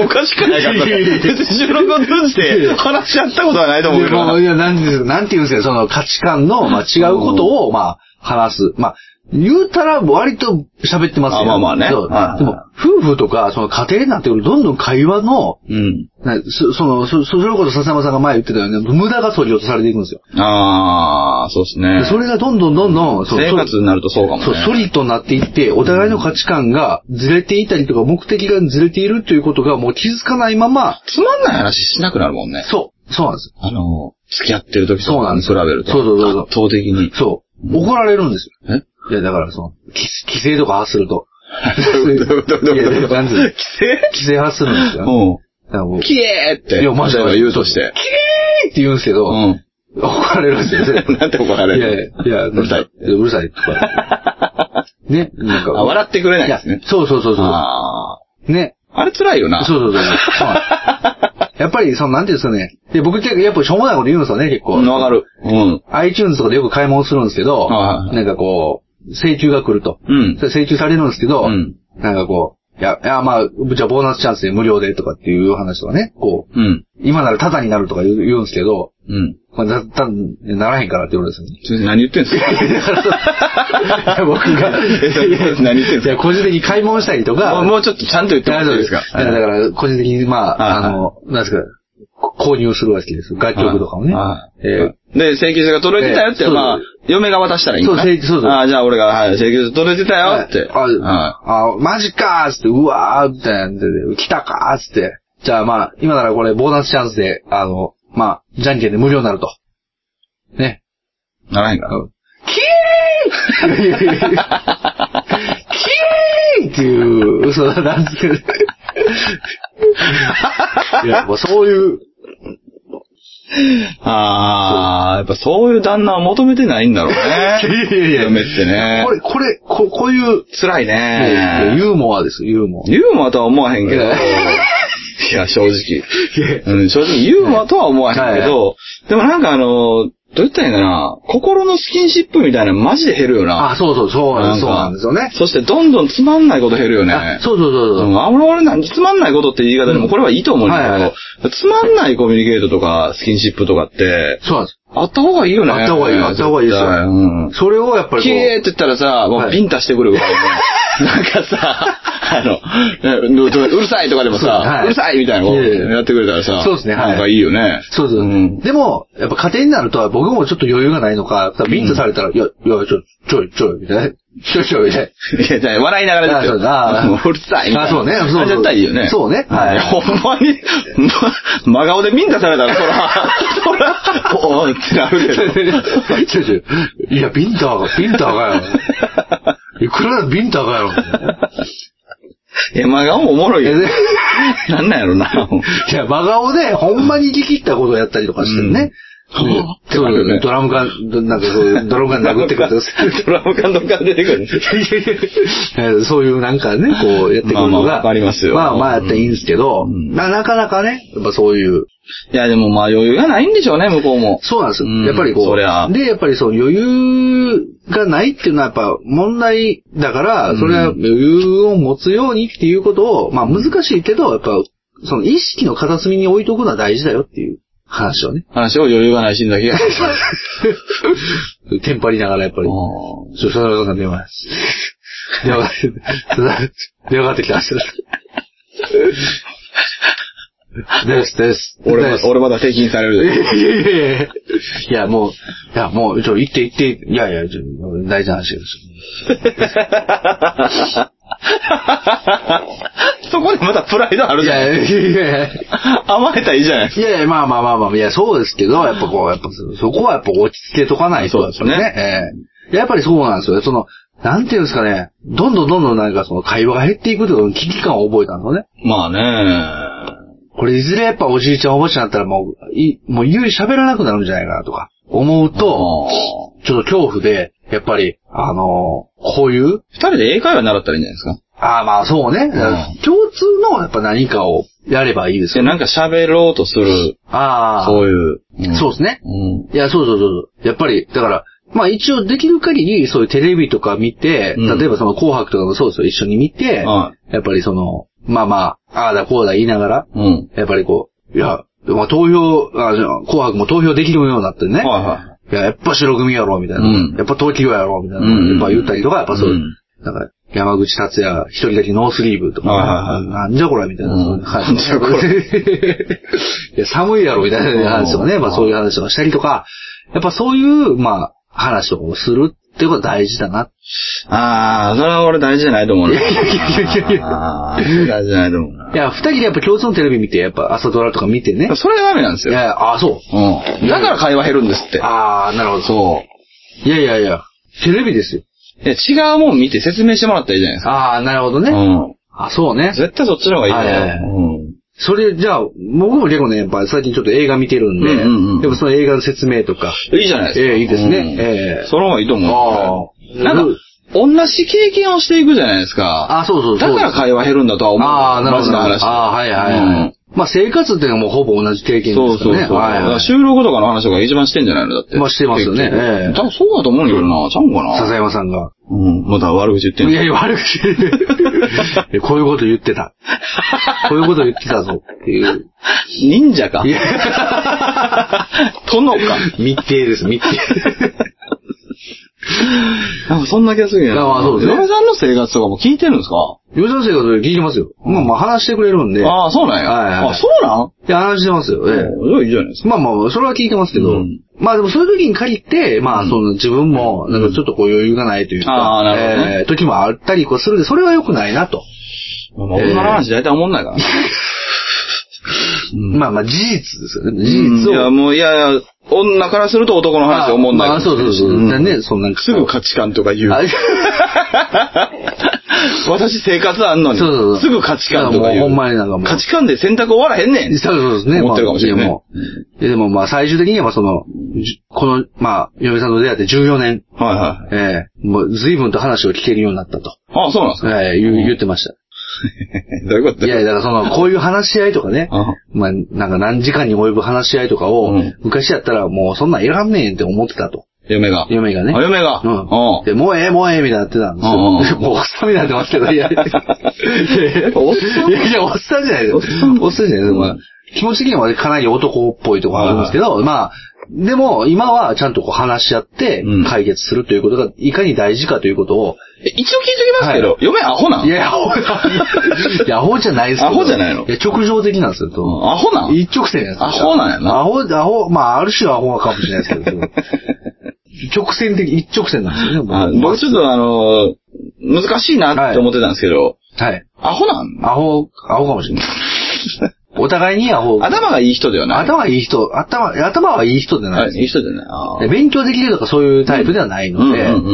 [SPEAKER 1] おかしくないかそれ
[SPEAKER 2] いやいやいや
[SPEAKER 1] 別に収録を通じて話し合ったことはないと思う
[SPEAKER 2] で
[SPEAKER 1] けど
[SPEAKER 2] も
[SPEAKER 1] な。
[SPEAKER 2] ういや、なんていうんですか、なんていうんですか、その価値観の、まあ、違うことを、まあ、話す。まあ、言うたら、割と喋ってますよ。
[SPEAKER 1] あまあまあね
[SPEAKER 2] そう
[SPEAKER 1] はい
[SPEAKER 2] でも、夫婦とか、その家庭になってくるとどんどん会話の、
[SPEAKER 1] うん。
[SPEAKER 2] なそその、そ、そそれこそ笹山さんが前言ってたように、無駄が削ぎ落とされていくんですよ。
[SPEAKER 1] ああ、そうです
[SPEAKER 2] で
[SPEAKER 1] ね。
[SPEAKER 2] それがどんどんどんどん、そう
[SPEAKER 1] 生活になるとそうかもね。
[SPEAKER 2] そう、ソリッドになっていって、お互いの価値観がずれていたりとか、目的がずれているということがもう気づかないまま、
[SPEAKER 1] つまんない話しなくなるもんね。
[SPEAKER 2] そう、そうなんです。
[SPEAKER 1] あの、付き合ってる時と
[SPEAKER 2] そうな
[SPEAKER 1] か
[SPEAKER 2] ん
[SPEAKER 1] に
[SPEAKER 2] です
[SPEAKER 1] 比べると。
[SPEAKER 2] そうそうそうそう
[SPEAKER 1] 圧倒的に。
[SPEAKER 2] そう。怒られるんです
[SPEAKER 1] え
[SPEAKER 2] よ。いや、だからその、規規制とか発すると。
[SPEAKER 1] どういうことどういうこと
[SPEAKER 2] いやなんていうの
[SPEAKER 1] 規制
[SPEAKER 2] 規制発するんですよ。だ
[SPEAKER 1] うん。
[SPEAKER 2] からもう、キ
[SPEAKER 1] キエーって。
[SPEAKER 2] いやマジで
[SPEAKER 1] 例えば言うとして。
[SPEAKER 2] ーって言うんですけど、
[SPEAKER 1] うん。
[SPEAKER 2] 怒られるんですよ
[SPEAKER 1] *laughs*
[SPEAKER 2] それ。
[SPEAKER 1] なんて怒られ
[SPEAKER 2] い
[SPEAKER 1] る
[SPEAKER 2] やいや、いや、
[SPEAKER 1] うるさい。
[SPEAKER 2] うるさいとか。ね、なん
[SPEAKER 1] あ
[SPEAKER 2] か。
[SPEAKER 1] 笑ってくれない
[SPEAKER 2] いや
[SPEAKER 1] ですね。
[SPEAKER 2] そうそうそうそ
[SPEAKER 1] あ
[SPEAKER 2] う。ね。
[SPEAKER 1] あ。あれ辛い *laughs* よな。
[SPEAKER 2] そうそうそうそう。やっぱり、その、なんていうんですかね。で、僕結構、やっぱしょうもないこと言うんですよね、結構。
[SPEAKER 1] うんわかる。うん。
[SPEAKER 2] iTunes とかでよく買い物するんですけど、
[SPEAKER 1] はいはい
[SPEAKER 2] なんかこう、請求が来ると。
[SPEAKER 1] うん
[SPEAKER 2] そ。れ請求されるんですけど、
[SPEAKER 1] うん
[SPEAKER 2] なんかこう、いや、いや、まあ、じゃあボーナスチャンスで無料でとかっていう話とかね、こう、
[SPEAKER 1] うん。
[SPEAKER 2] 今ならタダになるとか言う言うんですけど、
[SPEAKER 1] うん。
[SPEAKER 2] まあ、だ、たならへんからってことです
[SPEAKER 1] *laughs*
[SPEAKER 2] よね。
[SPEAKER 1] ちょ何言ってんすか
[SPEAKER 2] いや僕が、
[SPEAKER 1] 何言ってん
[SPEAKER 2] い
[SPEAKER 1] す
[SPEAKER 2] や、個人的に買い物したりと
[SPEAKER 1] かも
[SPEAKER 2] か、
[SPEAKER 1] うもうちょっとちゃんと言ってもらっていいですか
[SPEAKER 2] いやだから、個人的に、まあ、
[SPEAKER 1] はい
[SPEAKER 2] あの、なんですか、こ購入するわけですよ。楽曲とかもね。
[SPEAKER 1] はい
[SPEAKER 2] えー
[SPEAKER 1] で、請求書が届いてたよって、
[SPEAKER 2] ええ
[SPEAKER 1] まあ
[SPEAKER 2] そう、
[SPEAKER 1] 嫁が渡したらいいんかな
[SPEAKER 2] そう請求そうそう
[SPEAKER 1] ああ、じゃあ俺が、はい、請求書届いてたよって。
[SPEAKER 2] あ
[SPEAKER 1] は、
[SPEAKER 2] あ、マジかーっつって、うわーみたいなんで、来たかーっつって。じゃあまあ、今ならこれ、ボーナスチャンスで、あの、まあ、じゃんけんで無料になると。ね。
[SPEAKER 1] い。ならへんか
[SPEAKER 2] う
[SPEAKER 1] ら。
[SPEAKER 2] んキーンキーンってっていう、嘘だなんていう。いや、もうそういう、
[SPEAKER 1] ああ、やっぱそういう旦那を求めてないんだろうね。
[SPEAKER 2] *laughs* いやいやいや
[SPEAKER 1] 嫁ってね
[SPEAKER 2] こ。れ、これ、ここういう、
[SPEAKER 1] 辛いね。
[SPEAKER 2] ユーモアですよ、ユーモア。
[SPEAKER 1] ユーモアとは思わへんけど。
[SPEAKER 2] いや
[SPEAKER 1] いや、正直。
[SPEAKER 2] いや
[SPEAKER 1] うん、正直ユーモアとは思わへんけど、でもなんかあの、どう言ったらいいんかな、心のスキンシップみたいなのマジで減るよな。
[SPEAKER 2] あ、そうそう、そうなん
[SPEAKER 1] な
[SPEAKER 2] で
[SPEAKER 1] ん
[SPEAKER 2] す
[SPEAKER 1] か
[SPEAKER 2] そうなんですよね。
[SPEAKER 1] そしてどんどんつまんないこと減るよ
[SPEAKER 2] あ
[SPEAKER 1] ね。
[SPEAKER 2] そうそうそうそうう。
[SPEAKER 1] ん、あ俺、俺なんつまんないことっていう言い方でもこれはいいと思うんだけど、
[SPEAKER 2] はいはい
[SPEAKER 1] つまんないコミュニケートとか、スキンシップとかって、
[SPEAKER 2] そうなんです。
[SPEAKER 1] あった方がいいよね。
[SPEAKER 2] あった方がいいよあった方がいいですよ
[SPEAKER 1] 絶対うん。
[SPEAKER 2] それをやっぱりこ
[SPEAKER 1] キエーって言ったらさ、も
[SPEAKER 2] は
[SPEAKER 1] う
[SPEAKER 2] い
[SPEAKER 1] ビンタしてくるぐらいね。
[SPEAKER 2] *laughs*
[SPEAKER 1] なんかさ、あの、ううるさいとかでもさ、
[SPEAKER 2] そうはいう
[SPEAKER 1] るさいみたいなのを
[SPEAKER 2] いえいえ
[SPEAKER 1] やってくれたらさ、
[SPEAKER 2] そうですねはい
[SPEAKER 1] なんかいいよ
[SPEAKER 2] *laughs*
[SPEAKER 1] ね。
[SPEAKER 2] そうそう。
[SPEAKER 1] ん
[SPEAKER 2] でも、やっぱ家庭になると、僕もちょっと余裕がないのか、ビンタされたら、いや、いや、ちょ、ちょい、ちょい、みたいな。ちょい、ちょい、みたい
[SPEAKER 1] いや、じゃあ笑いながら
[SPEAKER 2] あそうだ
[SPEAKER 1] もううるさいみたいな。
[SPEAKER 2] あそうねそうそう
[SPEAKER 1] あれ絶対いいよね。
[SPEAKER 2] そうねはい
[SPEAKER 1] ほんまに、 *laughs* ま真顔でミンタされたら、そら、そら、おーってなるけど。
[SPEAKER 2] な。ちょい、ちょい。いや、ビンタが、ビンタがよ。いくらだビン
[SPEAKER 1] *laughs*
[SPEAKER 2] タがよ。
[SPEAKER 1] いや、真顔もおもろいよ。なんなんやろな。
[SPEAKER 2] いや、真顔で、ほんまに生き切ったことをやったりとかしてね。
[SPEAKER 1] うん
[SPEAKER 2] ね
[SPEAKER 1] はあ
[SPEAKER 2] そう
[SPEAKER 1] ってなるよね
[SPEAKER 2] ドラム缶、なんかこう、ドラム缶殴ってくるとか。
[SPEAKER 1] ドラム缶ドカン出てくる。
[SPEAKER 2] えーそういうなんかね、こうやってくる
[SPEAKER 1] まあ
[SPEAKER 2] の
[SPEAKER 1] まあわ
[SPEAKER 2] が。
[SPEAKER 1] かりますよ
[SPEAKER 2] まあまあやっていいんですけど、
[SPEAKER 1] うん
[SPEAKER 2] ななかなかね、やっぱそういう。
[SPEAKER 1] いや、でもまあ余裕がないんでしょうね、向こうも。
[SPEAKER 2] そうなんですよ。
[SPEAKER 1] うん
[SPEAKER 2] やっぱりこ
[SPEAKER 1] そりゃ
[SPEAKER 2] う。で、やっぱりそう余裕がないっていうのはやっぱ問題だから、それは余裕を持つようにっていうことを、まあ難しいけど、やっぱその意識の片隅に置いとくのは大事だよっていう話をね。
[SPEAKER 1] 話を余裕がないしんだけや。
[SPEAKER 2] *laughs* テンパりながらやっぱり。
[SPEAKER 1] あ
[SPEAKER 2] ちょ、佐々木さん電話です。電話が、 *laughs* 電話がかかってきた。 *laughs* です、です。
[SPEAKER 1] ー俺ま
[SPEAKER 2] で、す
[SPEAKER 1] 俺まだ定金され
[SPEAKER 2] い
[SPEAKER 1] るで。
[SPEAKER 2] やいやいやいや、もう、いや、もう、ちょ、行って行って、いやいや、ちょ大事な話です
[SPEAKER 1] *laughs* そこにまたプライドあ
[SPEAKER 2] よ。
[SPEAKER 1] る
[SPEAKER 2] い
[SPEAKER 1] じゃ
[SPEAKER 2] や
[SPEAKER 1] ん。
[SPEAKER 2] いやいやいや
[SPEAKER 1] 甘えたらいいじゃない。
[SPEAKER 2] いやいや、まあまあまあまあ、いや、そうですけど、やっぱこう、やっぱそそこはやっぱ落ち着けとかないと、
[SPEAKER 1] そうですね
[SPEAKER 2] やっぱりええやっぱりそうなんですよ。その、なんていうんですかね、どんどんどんどんなんかその会話が減っていくという危機感を覚えたんですよね。
[SPEAKER 1] まあね。
[SPEAKER 2] これいずれやっぱおじいちゃんおばあちゃんだったらもう、い、もう言う喋らなくなるんじゃないかなとか、思うと、
[SPEAKER 1] あー
[SPEAKER 2] ちょっと恐怖で、やっぱり、あのーこういう、
[SPEAKER 1] 二人で英会話習ったらいいんじゃないですか。
[SPEAKER 2] ああまあそうね、
[SPEAKER 1] ん
[SPEAKER 2] 共通のやっぱ何かをやればいいです
[SPEAKER 1] で、
[SPEAKER 2] よね。
[SPEAKER 1] なんか喋ろうとする、
[SPEAKER 2] ああ、
[SPEAKER 1] そういう。うん
[SPEAKER 2] そうですね。
[SPEAKER 1] うん。
[SPEAKER 2] いや、そうそうそうそう。やっぱり、だから、まあ一応できる限り、そういうテレビとか見て、
[SPEAKER 1] うん
[SPEAKER 2] 例えばその紅白とかもそうですよ、一緒に見て、
[SPEAKER 1] は
[SPEAKER 2] やっぱりその、まあまあ、ああだこうだ言いながら、
[SPEAKER 1] うん。
[SPEAKER 2] やっぱりこう、いや、まあ投票、あじゃあ紅白も投票できるようになってね。、
[SPEAKER 1] はいはい
[SPEAKER 2] や、やっぱ白組やろ、みたいな。
[SPEAKER 1] うん
[SPEAKER 2] やっぱ東京やろ、みたいな。
[SPEAKER 1] うん
[SPEAKER 2] やっぱ言ったりとか、やっぱそう、
[SPEAKER 1] うん
[SPEAKER 2] なんか、山口達也、一人だけノースリーブとか、
[SPEAKER 1] はいはいはい
[SPEAKER 2] なんじゃこら、みたいな。
[SPEAKER 1] うん
[SPEAKER 2] はい
[SPEAKER 1] なんじゃこら
[SPEAKER 2] *laughs* いや、寒いやろ、みたいな話とかね。
[SPEAKER 1] うん
[SPEAKER 2] まあそういう話とかしたりとか、やっぱそういう、まあ、話とかをするっていうことは大事だな。
[SPEAKER 1] い。ああ、それは俺大事じゃないと思うな。いや
[SPEAKER 2] いやいや
[SPEAKER 1] 大事じゃないと思うな。
[SPEAKER 2] いや、二人でやっぱ共通のテレビ見て、やっぱ朝ドラとか見てね。
[SPEAKER 1] それはダメなんです
[SPEAKER 2] い
[SPEAKER 1] よ。
[SPEAKER 2] や、ああ、そう。
[SPEAKER 1] うん。だから会話減るんですって。
[SPEAKER 2] ああ、なるほど。
[SPEAKER 1] そ
[SPEAKER 2] いやいやいや、テレビですよ。
[SPEAKER 1] う。いや、違うもん見て説明してもらったらいいじゃないですか。
[SPEAKER 2] ああ、なるほどね。
[SPEAKER 1] うん。
[SPEAKER 2] あ、そうね。
[SPEAKER 1] 絶対そっちの方がいい
[SPEAKER 2] はいはい
[SPEAKER 1] ね
[SPEAKER 2] はい。
[SPEAKER 1] うん。
[SPEAKER 2] それ、じゃあ、僕も結構ね、やっぱ最近ちょっと映画見てるんで、
[SPEAKER 1] うんうんうん
[SPEAKER 2] でもその映画の説明とか。
[SPEAKER 1] いいじゃないですか。
[SPEAKER 2] ええいいですね
[SPEAKER 1] うん
[SPEAKER 2] ええ
[SPEAKER 1] その方がいいと思う。
[SPEAKER 2] ああ
[SPEAKER 1] なんか、同じ経験をしていくじゃないですか。
[SPEAKER 2] あ、そうそうそ
[SPEAKER 1] だ
[SPEAKER 2] う。
[SPEAKER 1] から
[SPEAKER 2] か
[SPEAKER 1] 会話減るんだとは思う。
[SPEAKER 2] ああ、なるほど。
[SPEAKER 1] マジな話。
[SPEAKER 2] ああ、はいはいはい。まあ生活っていうのはもうほぼ同じ経験
[SPEAKER 1] そう
[SPEAKER 2] です
[SPEAKER 1] そ
[SPEAKER 2] よ
[SPEAKER 1] う
[SPEAKER 2] ね。
[SPEAKER 1] そう。
[SPEAKER 2] はい
[SPEAKER 1] だか
[SPEAKER 2] は
[SPEAKER 1] ら
[SPEAKER 2] い。
[SPEAKER 1] 収録とかの話とか一番してんじゃないのだって。
[SPEAKER 2] まあしてますよ
[SPEAKER 1] 結
[SPEAKER 2] ね
[SPEAKER 1] 局
[SPEAKER 2] ええ
[SPEAKER 1] 多分そうだと思うんだけどな。ちゃうんか
[SPEAKER 2] 笹
[SPEAKER 1] な。
[SPEAKER 2] 山さんが。
[SPEAKER 1] うん。まだ悪口言ってん
[SPEAKER 2] い
[SPEAKER 1] の。
[SPEAKER 2] やいや、悪口。
[SPEAKER 1] *laughs*
[SPEAKER 2] いやこういうこと言ってた。こういうこと言ってたぞっていう。
[SPEAKER 1] 忍者か
[SPEAKER 2] い。や、
[SPEAKER 1] 殿か。
[SPEAKER 2] 密偵です、密偵。
[SPEAKER 1] なんかそんな気がするけど。
[SPEAKER 2] ああそうですね
[SPEAKER 1] 嫁さんの生活とかも聞いてるんですか
[SPEAKER 2] 吉田生活聞きますよ。まあまあ話してくれるんで。
[SPEAKER 1] ああ、そうなんや。
[SPEAKER 2] はいはいはい
[SPEAKER 1] あ、そうなん
[SPEAKER 2] いや、話してますよ。ええ
[SPEAKER 1] うんいいじゃないですか。
[SPEAKER 2] まあまあ、それは聞いてますけど、
[SPEAKER 1] うん
[SPEAKER 2] まあでもそういう時に限って、まあその自分も、なんかちょっとこう余裕がないというか、
[SPEAKER 1] あーなるほどね
[SPEAKER 2] えー時もあったりこうするんで、それは良くないなと。
[SPEAKER 1] まあ、女の話大体思んないから。
[SPEAKER 2] まあまあ事実ですよね。
[SPEAKER 1] うん
[SPEAKER 2] 事実
[SPEAKER 1] いや、
[SPEAKER 2] を。
[SPEAKER 1] もう、いやいや、女からすると男の話思んない
[SPEAKER 2] まあ、そうそうそう。
[SPEAKER 1] ん
[SPEAKER 2] ね、そんなんか
[SPEAKER 1] すぐ価値観とか言う。
[SPEAKER 2] あ
[SPEAKER 1] *laughs* 私生活あんのに、
[SPEAKER 2] そうそうそう
[SPEAKER 1] すぐ価値観とか言う。
[SPEAKER 2] だからもうほんまになんかもう
[SPEAKER 1] 価値観で選択終わらへんねん。
[SPEAKER 2] そうそうですね。
[SPEAKER 1] 思ってるかもしれんね
[SPEAKER 2] まあやもうででもまあ最終的にはその、じこの、まあ、嫁さんと出会って14年、
[SPEAKER 1] はいはい。
[SPEAKER 2] ええもう随分と話を聞けるようになったと、
[SPEAKER 1] あ、そうなんですか。
[SPEAKER 2] ええ言う言ってまし
[SPEAKER 1] どういうこ
[SPEAKER 2] た。
[SPEAKER 1] と
[SPEAKER 2] いや、だからその、こういう話し合いとかね、
[SPEAKER 1] あ
[SPEAKER 2] まあ、なんか何時間に及ぶ話し合いとかを、
[SPEAKER 1] うん
[SPEAKER 2] 昔やったらもうそんなんいらんねんって思ってたと。
[SPEAKER 1] 嫁が。
[SPEAKER 2] 嫁がね。
[SPEAKER 1] あ、嫁が。
[SPEAKER 2] う
[SPEAKER 1] お
[SPEAKER 2] ん。で、もうええ、もうええ、みたいになってたんです
[SPEAKER 1] うんうん
[SPEAKER 2] よ。 *laughs* でもうおっさんみたいになってますけど、いや。いや
[SPEAKER 1] おっさん
[SPEAKER 2] いやいや、おっさんじゃないです。おっさんじゃないです。まあ気持ち的にはかなり男っぽいところあるんですけど、まあ、でも、今はちゃんとこう話し合って
[SPEAKER 1] うん
[SPEAKER 2] 解決するということが、いかに大事かということを、
[SPEAKER 1] え一応聞いときますけど、
[SPEAKER 2] は
[SPEAKER 1] 嫁アホなん
[SPEAKER 2] いや、アホ、いや、アホじゃないですけど。
[SPEAKER 1] アホじゃないの
[SPEAKER 2] いや、直情的なんですよ、
[SPEAKER 1] う
[SPEAKER 2] と。
[SPEAKER 1] んアホなん
[SPEAKER 2] 一直線やつ。
[SPEAKER 1] アホなんやな
[SPEAKER 2] アホ、アホ、まあ、ある種アホかもしれないです
[SPEAKER 1] *laughs*
[SPEAKER 2] けど。直線的、一直線なんですよね。
[SPEAKER 1] あ
[SPEAKER 2] もう
[SPEAKER 1] 僕ちょっとあのー難しいなって思ってたんですけど、
[SPEAKER 2] はい。
[SPEAKER 1] アホ
[SPEAKER 2] *laughs*
[SPEAKER 1] なん
[SPEAKER 2] アホ、アホかもしれない。お互いにアホ。
[SPEAKER 1] 頭がいい人ではない。
[SPEAKER 2] 頭いい人、頭、頭はいい人じゃな
[SPEAKER 1] は
[SPEAKER 2] いで
[SPEAKER 1] い
[SPEAKER 2] す。
[SPEAKER 1] いい人じゃないあー。
[SPEAKER 2] 勉強できるとかそういうタイプではない
[SPEAKER 1] うん
[SPEAKER 2] の
[SPEAKER 1] うん
[SPEAKER 2] で、
[SPEAKER 1] うんうん。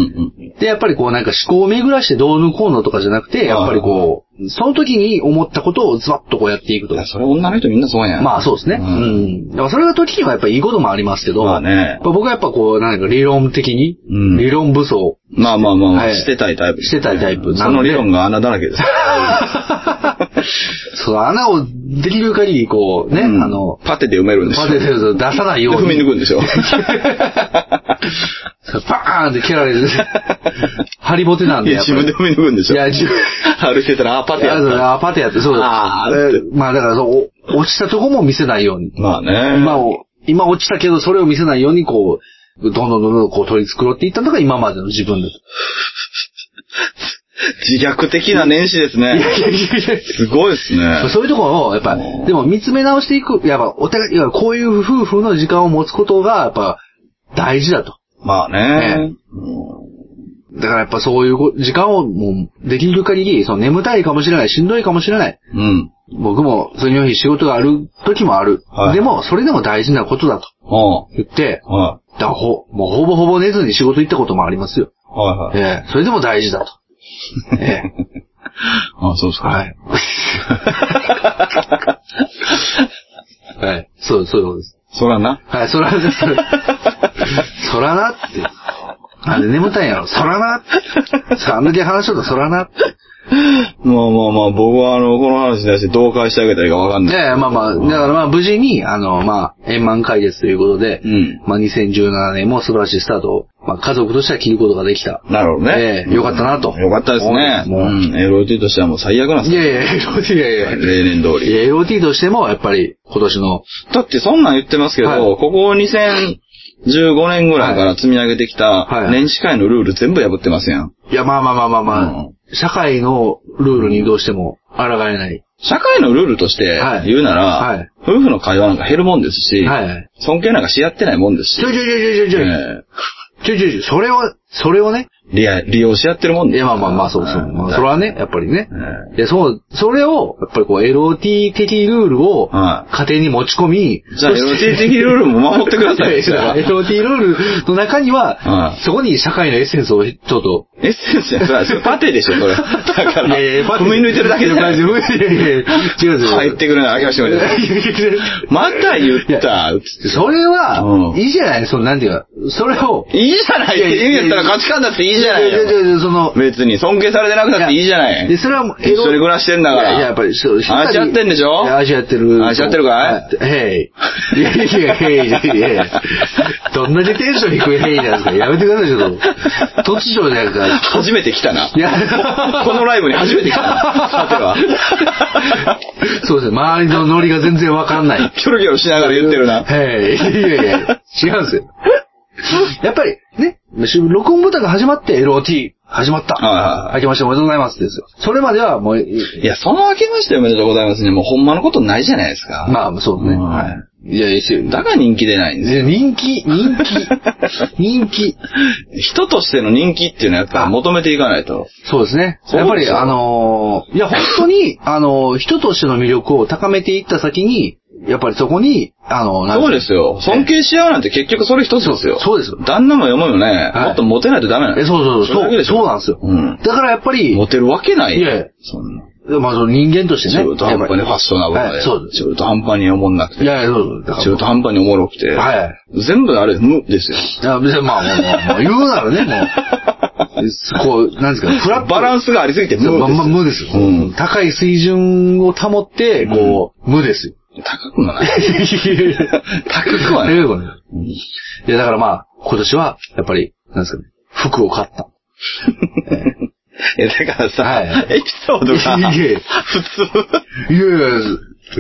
[SPEAKER 2] で、やっぱりこうなんか思考を巡らしてどうのこうのとかじゃなくて、やっぱりこう、その時に思ったことをズバッとこうやっていくと
[SPEAKER 1] い。やそれ女の人みんなそうやん。
[SPEAKER 2] まあそうですね。
[SPEAKER 1] う
[SPEAKER 2] うんん。だからそれが時にはやっぱいいこともありますけど、
[SPEAKER 1] まあね
[SPEAKER 2] やっぱ僕はやっぱこう、なんか理論的に、
[SPEAKER 1] うん
[SPEAKER 2] 理論武装。
[SPEAKER 1] まあまあまあ、
[SPEAKER 2] はい
[SPEAKER 1] してたいタイプ。
[SPEAKER 2] してたいタイプ
[SPEAKER 1] その理論が穴だらけです。
[SPEAKER 2] その穴をできる限りこう、ね、
[SPEAKER 1] うん
[SPEAKER 2] あの、
[SPEAKER 1] パテで埋めるんです
[SPEAKER 2] パ
[SPEAKER 1] よ。
[SPEAKER 2] テテルズを出さないよう
[SPEAKER 1] 踏み
[SPEAKER 2] に。
[SPEAKER 1] 抜くんでしょ。
[SPEAKER 2] バーンって蹴ら *laughs* れる。ハリボテなん
[SPEAKER 1] い
[SPEAKER 2] で。
[SPEAKER 1] や
[SPEAKER 2] やっぱ
[SPEAKER 1] *laughs* 自
[SPEAKER 2] り
[SPEAKER 1] 分で踏み抜くんでしょ。
[SPEAKER 2] いや自分
[SPEAKER 1] 歩いてたら、あ、パテや
[SPEAKER 2] あ
[SPEAKER 1] っ
[SPEAKER 2] そう
[SPEAKER 1] た。
[SPEAKER 2] だあパテやって、そう
[SPEAKER 1] ああ
[SPEAKER 2] だ。えまあだからそう、お落ちたとこも見せないように。
[SPEAKER 1] まあね。
[SPEAKER 2] 今を、今落ちたけど、それを見せないように、こう、どんどんどんどんこう取り繕っていったのが今までの自 *laughs* 分だと。
[SPEAKER 1] 自虐的な年始ですね。すごいですね。
[SPEAKER 2] そういうところを、やっぱ、でも見つめ直していく、やっぱ、お互い、いやこういう夫婦の時間を持つことが、やっぱ、大事だと。
[SPEAKER 1] まあね
[SPEAKER 2] ね。だからやっぱそういうご時間をもう、できる限り、その眠たいかもしれない、しんどいかもしれない。
[SPEAKER 1] うん。
[SPEAKER 2] 僕も、次の日仕事がある時もある。
[SPEAKER 1] はい
[SPEAKER 2] でも、それでも大事なことだと
[SPEAKER 1] は
[SPEAKER 2] 言って、
[SPEAKER 1] あ。は
[SPEAKER 2] だからほ、もうほぼほぼ寝ずに仕事行ったこともあります
[SPEAKER 1] い。
[SPEAKER 2] よ。
[SPEAKER 1] はいはい。
[SPEAKER 2] ええそれでも大事だ
[SPEAKER 1] *laughs*
[SPEAKER 2] と。ええ
[SPEAKER 1] あ、そうですか。 *laughs*
[SPEAKER 2] はい。はい。そう、そういうことです。
[SPEAKER 1] そらな。
[SPEAKER 2] はい、そら、そら、そらなって。なんで眠たいんやろ。そらなって。さあんだけ話しとったらそらなって。
[SPEAKER 1] まあまあまあ、僕はあの、この話に対してどう返してあげたらいいかわかん
[SPEAKER 2] い
[SPEAKER 1] ない。
[SPEAKER 2] やいや、まあまあ、だからまあ無事に、あの、まあ、円満解決ということで、
[SPEAKER 1] うん
[SPEAKER 2] まあ2017年も素晴らしいスタートを、まあ家族としては切ることができた。
[SPEAKER 1] なるほどね。
[SPEAKER 2] ええよかったなと
[SPEAKER 1] よかったですね。う。
[SPEAKER 2] もうん
[SPEAKER 1] LOT としてはもう最悪なんで
[SPEAKER 2] い
[SPEAKER 1] す
[SPEAKER 2] や
[SPEAKER 1] よ
[SPEAKER 2] いや、LOT、いやいやい
[SPEAKER 1] 例年通り。
[SPEAKER 2] や。LOT としても、やっぱり今年の、
[SPEAKER 1] だってそんなん言ってますけど、
[SPEAKER 2] はい
[SPEAKER 1] ここ2015年ぐらいから積み上げてきた
[SPEAKER 2] はい
[SPEAKER 1] 年始会のルール全部破ってますやん。
[SPEAKER 2] いや、まあまあまあまあまあ、
[SPEAKER 1] うん
[SPEAKER 2] 社会のルールにどうしても抗えない。
[SPEAKER 1] 社会のルールとして
[SPEAKER 2] はい
[SPEAKER 1] 言うなら、
[SPEAKER 2] はい
[SPEAKER 1] 夫婦の会話なんか減るもんですし、
[SPEAKER 2] はいはい。
[SPEAKER 1] 尊敬なんかし合ってないもんですし
[SPEAKER 2] ちょ、いちょいちょいちょいちょい、
[SPEAKER 1] え
[SPEAKER 2] ちょいちょいちょい、それを、それをね、
[SPEAKER 1] ー利用利用し合ってるもん
[SPEAKER 2] い
[SPEAKER 1] です
[SPEAKER 2] や、まあまあまあ、そうそう。まあそれはね、やっぱりね。
[SPEAKER 1] え
[SPEAKER 2] いや、そう、それを、やっぱりこう、LOT 的ルールを、
[SPEAKER 1] は
[SPEAKER 2] 家庭に持ち込み、
[SPEAKER 1] じゃあ
[SPEAKER 2] そして
[SPEAKER 1] LOT 的ルールも守ってく
[SPEAKER 2] *laughs*
[SPEAKER 1] ださい
[SPEAKER 2] いやいや LOT ルールの中に
[SPEAKER 1] は
[SPEAKER 2] は、
[SPEAKER 1] い
[SPEAKER 2] そこに社会のエッセンスをちょっと、
[SPEAKER 1] エッセンスやそれそれパテでしょ、それ。だから、
[SPEAKER 2] いやいや
[SPEAKER 1] 踏み抜いてるだけじゃない
[SPEAKER 2] やいやいやいや違う違
[SPEAKER 1] *laughs*
[SPEAKER 2] う。
[SPEAKER 1] 入ってくるな、明けましておめでとう
[SPEAKER 2] いや
[SPEAKER 1] また言った。
[SPEAKER 2] それ
[SPEAKER 1] う
[SPEAKER 2] は
[SPEAKER 1] ん、
[SPEAKER 2] いいじゃない、その、なんていうか、それを、
[SPEAKER 1] いいじゃないって言うんやったら価値観だっていいじゃない
[SPEAKER 2] いやいや
[SPEAKER 1] よ。
[SPEAKER 2] いやいやその、
[SPEAKER 1] 別に尊敬されてなくたっていいじゃない。
[SPEAKER 2] で、それはもう、
[SPEAKER 1] 一緒に暮らしてんだから
[SPEAKER 2] いや、いややっぱり、そう、
[SPEAKER 1] 話し合ってんでしょ
[SPEAKER 2] 話し合ってる。
[SPEAKER 1] 話し合ってるか
[SPEAKER 2] いへい。いやいやいやいやいやいやどんだけテンション低いへいなんですか。やめてください、ちょっと。突如じゃないか。
[SPEAKER 1] 初めて来たな。
[SPEAKER 2] いや、
[SPEAKER 1] このライブに初めて来たな。さ
[SPEAKER 2] *laughs*
[SPEAKER 1] ては。
[SPEAKER 2] そうですね。周りのノリが全然わか
[SPEAKER 1] *laughs*
[SPEAKER 2] んない。
[SPEAKER 1] キョロキョロしながら言ってるな。
[SPEAKER 2] へい。いやいや、違うんですよ。やっぱり、ね、録音ボタンが始まって LOT 始まった。
[SPEAKER 1] はいはい
[SPEAKER 2] 明けましておめでとうございますですよ。それまではもう、
[SPEAKER 1] いや、その明けましておめでとうございますね。もうほんまのことないじゃないですか。
[SPEAKER 2] まあ、そうね。
[SPEAKER 1] うん
[SPEAKER 2] はい。いや、いいし
[SPEAKER 1] だから人気出ないんですよ。
[SPEAKER 2] で人気、人
[SPEAKER 1] *laughs*
[SPEAKER 2] 気、人気。
[SPEAKER 1] 人としての人気っていうのはやっぱ求めていかないと。
[SPEAKER 2] そうですね。
[SPEAKER 1] そう
[SPEAKER 2] やっぱ
[SPEAKER 1] で
[SPEAKER 2] り、
[SPEAKER 1] しょ
[SPEAKER 2] あのーいや、本当に、あのー人としての魅力を高めていった先に、やっぱりそこに、あの、なん
[SPEAKER 1] そうですよ。尊敬し合うなんて結局それ一つですよ。
[SPEAKER 2] そうそうですよ
[SPEAKER 1] 旦那も嫁もね、
[SPEAKER 2] はい
[SPEAKER 1] もっとモテないとダメなの。
[SPEAKER 2] え、そうそう
[SPEAKER 1] れ
[SPEAKER 2] そ
[SPEAKER 1] だけ
[SPEAKER 2] う。
[SPEAKER 1] でしょ
[SPEAKER 2] そうなんですよ。
[SPEAKER 1] うん。
[SPEAKER 2] だからやっぱり、
[SPEAKER 1] モテるわけない。
[SPEAKER 2] いやいや
[SPEAKER 1] そんな。
[SPEAKER 2] まあその人間としてね。
[SPEAKER 1] 中途半端にファッショナブル
[SPEAKER 2] は
[SPEAKER 1] で。
[SPEAKER 2] いそうです。
[SPEAKER 1] 中途半端におもんなく
[SPEAKER 2] い
[SPEAKER 1] て。
[SPEAKER 2] やいや、そうです。
[SPEAKER 1] 中途半端におもろくて。
[SPEAKER 2] はい。
[SPEAKER 1] 全部あれ、無ですよ。
[SPEAKER 2] いや、別にまあ、まあまあまあ、言うなら
[SPEAKER 1] *laughs*
[SPEAKER 2] ね、もう、こう、なんですか、フラッ
[SPEAKER 1] バランスがありすぎて無です
[SPEAKER 2] ま
[SPEAKER 1] よ。
[SPEAKER 2] あまあ、無ですよ、
[SPEAKER 1] うん
[SPEAKER 2] 高い水準を保って、こう、無
[SPEAKER 1] *laughs*
[SPEAKER 2] ですよ。
[SPEAKER 1] 高くもない。高くはな
[SPEAKER 2] え
[SPEAKER 1] い。
[SPEAKER 2] えわねいや、だからまあ、今年は、やっぱり、なんですかね、服を買
[SPEAKER 1] *laughs*
[SPEAKER 2] った。
[SPEAKER 1] え、だからさ、
[SPEAKER 2] は
[SPEAKER 1] エピソードが、
[SPEAKER 2] いえいえ
[SPEAKER 1] 普
[SPEAKER 2] いやいや、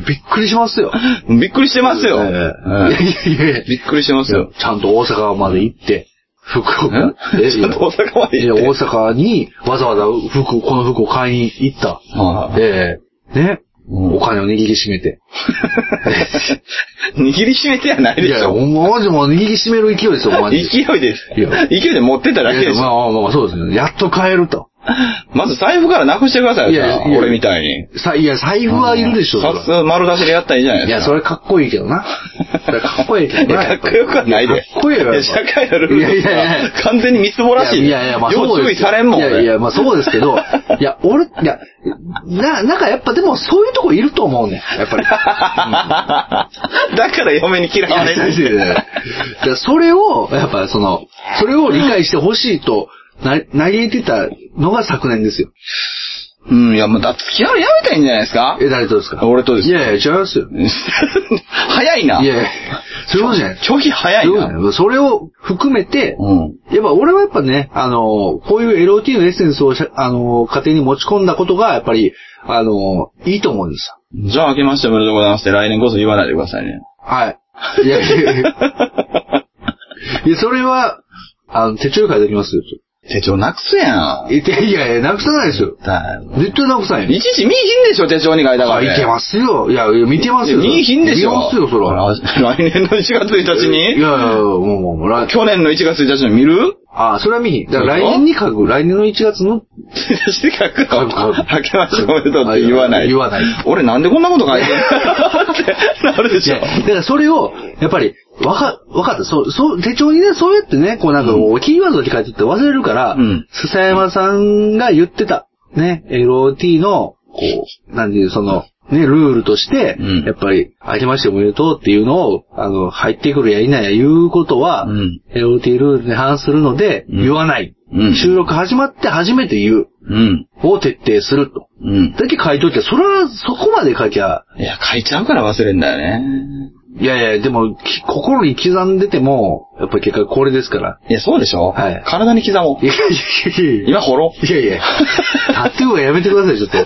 [SPEAKER 2] びっくりしますよ。
[SPEAKER 1] 通、 *laughs* びっくりしてますよ。
[SPEAKER 2] ええ
[SPEAKER 1] うん
[SPEAKER 2] いやいやい
[SPEAKER 1] びっくりしてます
[SPEAKER 2] や
[SPEAKER 1] よ。。
[SPEAKER 2] ちゃんと大阪まで行って、服を買って
[SPEAKER 1] えちょ *laughs* っと大阪まで
[SPEAKER 2] い
[SPEAKER 1] 行
[SPEAKER 2] や
[SPEAKER 1] って。
[SPEAKER 2] 大阪にわざわざ服を、この服を買いに行った。
[SPEAKER 1] は
[SPEAKER 2] ええね、
[SPEAKER 1] うん
[SPEAKER 2] お金を握りしめて。
[SPEAKER 1] い握りしめてやないで
[SPEAKER 2] い
[SPEAKER 1] し
[SPEAKER 2] や、
[SPEAKER 1] ょ。
[SPEAKER 2] ほんま、マジでもう握りしめる勢いですよ、マジで。
[SPEAKER 1] 勢いで
[SPEAKER 2] いや、
[SPEAKER 1] 勢いで持ってただけで
[SPEAKER 2] い
[SPEAKER 1] し
[SPEAKER 2] やま
[SPEAKER 1] ょ。
[SPEAKER 2] あまあまあ、そうですね。やっと買えると。
[SPEAKER 1] まず財布からなくしてください
[SPEAKER 2] い
[SPEAKER 1] よ
[SPEAKER 2] や
[SPEAKER 1] さ、
[SPEAKER 2] いや
[SPEAKER 1] 俺みたいに。
[SPEAKER 2] さ、いや、財布はいるでしょ、
[SPEAKER 1] さ
[SPEAKER 2] そ
[SPEAKER 1] すが丸出しでやったらいいじゃな
[SPEAKER 2] ら
[SPEAKER 1] い
[SPEAKER 2] い
[SPEAKER 1] で
[SPEAKER 2] や、
[SPEAKER 1] す
[SPEAKER 2] そ
[SPEAKER 1] か。
[SPEAKER 2] れかっこいいけどな。それかっこいいけどな。
[SPEAKER 1] *laughs* いやかっこよくはないで
[SPEAKER 2] やかっこいいよ。やっぱ
[SPEAKER 1] 社会のルール
[SPEAKER 2] いやいやい
[SPEAKER 1] が
[SPEAKER 2] や
[SPEAKER 1] 完全にみすぼらしい。
[SPEAKER 2] いやいや、まあ
[SPEAKER 1] よ
[SPEAKER 2] そう
[SPEAKER 1] う注
[SPEAKER 2] で
[SPEAKER 1] 意
[SPEAKER 2] すよ
[SPEAKER 1] されんもん。
[SPEAKER 2] いや
[SPEAKER 1] *laughs*
[SPEAKER 2] いや、まあそうですけど、いや、俺、いや、な、なんかやっぱでもそういうとこいると思うねん。や
[SPEAKER 1] *laughs*
[SPEAKER 2] っぱり。
[SPEAKER 1] 俺だから嫁に嫌われ
[SPEAKER 2] いやいやいやい
[SPEAKER 1] *laughs*
[SPEAKER 2] や
[SPEAKER 1] る。
[SPEAKER 2] だからそれを、やっぱその、それを理解してほしいと、な、嘆いてたのが昨年ですよ。
[SPEAKER 1] うん、いや、もうだ、付き合うのやめたらいいんじゃないですか
[SPEAKER 2] え、誰とですか
[SPEAKER 1] 俺とです
[SPEAKER 2] いやいや、違いますよ。
[SPEAKER 1] *laughs* 早いな。
[SPEAKER 2] いやいや、そういうことじゃない。
[SPEAKER 1] 拒否早い
[SPEAKER 2] そういうことじゃ
[SPEAKER 1] な。
[SPEAKER 2] ないそれを含めて、
[SPEAKER 1] うん。
[SPEAKER 2] やっぱ俺はやっぱね、あの、こういう LOT のエッセンスをしゃ、あの、家庭に持ち込んだことが、やっぱり、あの、いいと思うんですよ。
[SPEAKER 1] じゃあ、明けましておめでとうございますって来年こそ言わないでくださいね。
[SPEAKER 2] はい。いやい
[SPEAKER 1] *laughs*
[SPEAKER 2] やいや。いや、それは、あの、手帳書いてきますよ。
[SPEAKER 1] 手帳なくすやん。
[SPEAKER 2] いやいやいや、なくさないですよ。
[SPEAKER 1] だい
[SPEAKER 2] 絶対なくさないよ。
[SPEAKER 1] ちいち見いひんでしょ、手帳に書いたから。
[SPEAKER 2] あ、いけますよ。いや、いや見てますよ。
[SPEAKER 1] 見いひんでしょ。
[SPEAKER 2] 見ますよ、そら。
[SPEAKER 1] ら。来年の1月1日
[SPEAKER 2] いやい
[SPEAKER 1] に
[SPEAKER 2] や、もう、もう、来、
[SPEAKER 1] 去年の1月1日に見る
[SPEAKER 2] あ、それは見ひん。だから来年に書く。来年の1月の。
[SPEAKER 1] 手帳して書く
[SPEAKER 2] 書
[SPEAKER 1] の。
[SPEAKER 2] く書く
[SPEAKER 1] 明けましておめでとうって言わない。
[SPEAKER 2] 言わない。
[SPEAKER 1] 俺なんでこんなこと書いてん *laughs* のってなるで
[SPEAKER 2] い
[SPEAKER 1] しょ
[SPEAKER 2] や、。だからそれを、やっぱり、わか、わかった。そう、そう、手帳にね、そうやってね、こうなんかこう、キーワードに書いてって忘れるから、
[SPEAKER 1] うん
[SPEAKER 2] 笹山さんが言ってた、ね、LOT の、こう、なんていう、その、ね、ルールとして、
[SPEAKER 1] うん
[SPEAKER 2] やっぱり、明けましておめでとうっていうのを、あの、入ってくるやいないや言うことは、
[SPEAKER 1] うん
[SPEAKER 2] LOT ルールに反するので、
[SPEAKER 1] うん
[SPEAKER 2] 言わない、
[SPEAKER 1] うん
[SPEAKER 2] 収録始まって初めて言う。
[SPEAKER 1] うん。
[SPEAKER 2] を徹底すると。
[SPEAKER 1] うん。
[SPEAKER 2] だけ書いといて、それはそこまで書きゃ、
[SPEAKER 1] いや、書いちゃうから忘れんだよね。
[SPEAKER 2] いやいや、でも、き心に刻んでても、やっぱり結果これですから。
[SPEAKER 1] いや、そうでしょ
[SPEAKER 2] はい
[SPEAKER 1] 体に刻もう
[SPEAKER 2] い。やいやいや *laughs* いや。
[SPEAKER 1] 今掘 *laughs* ろう。
[SPEAKER 2] いやいや。タトゥーはやめてください、ちょっと。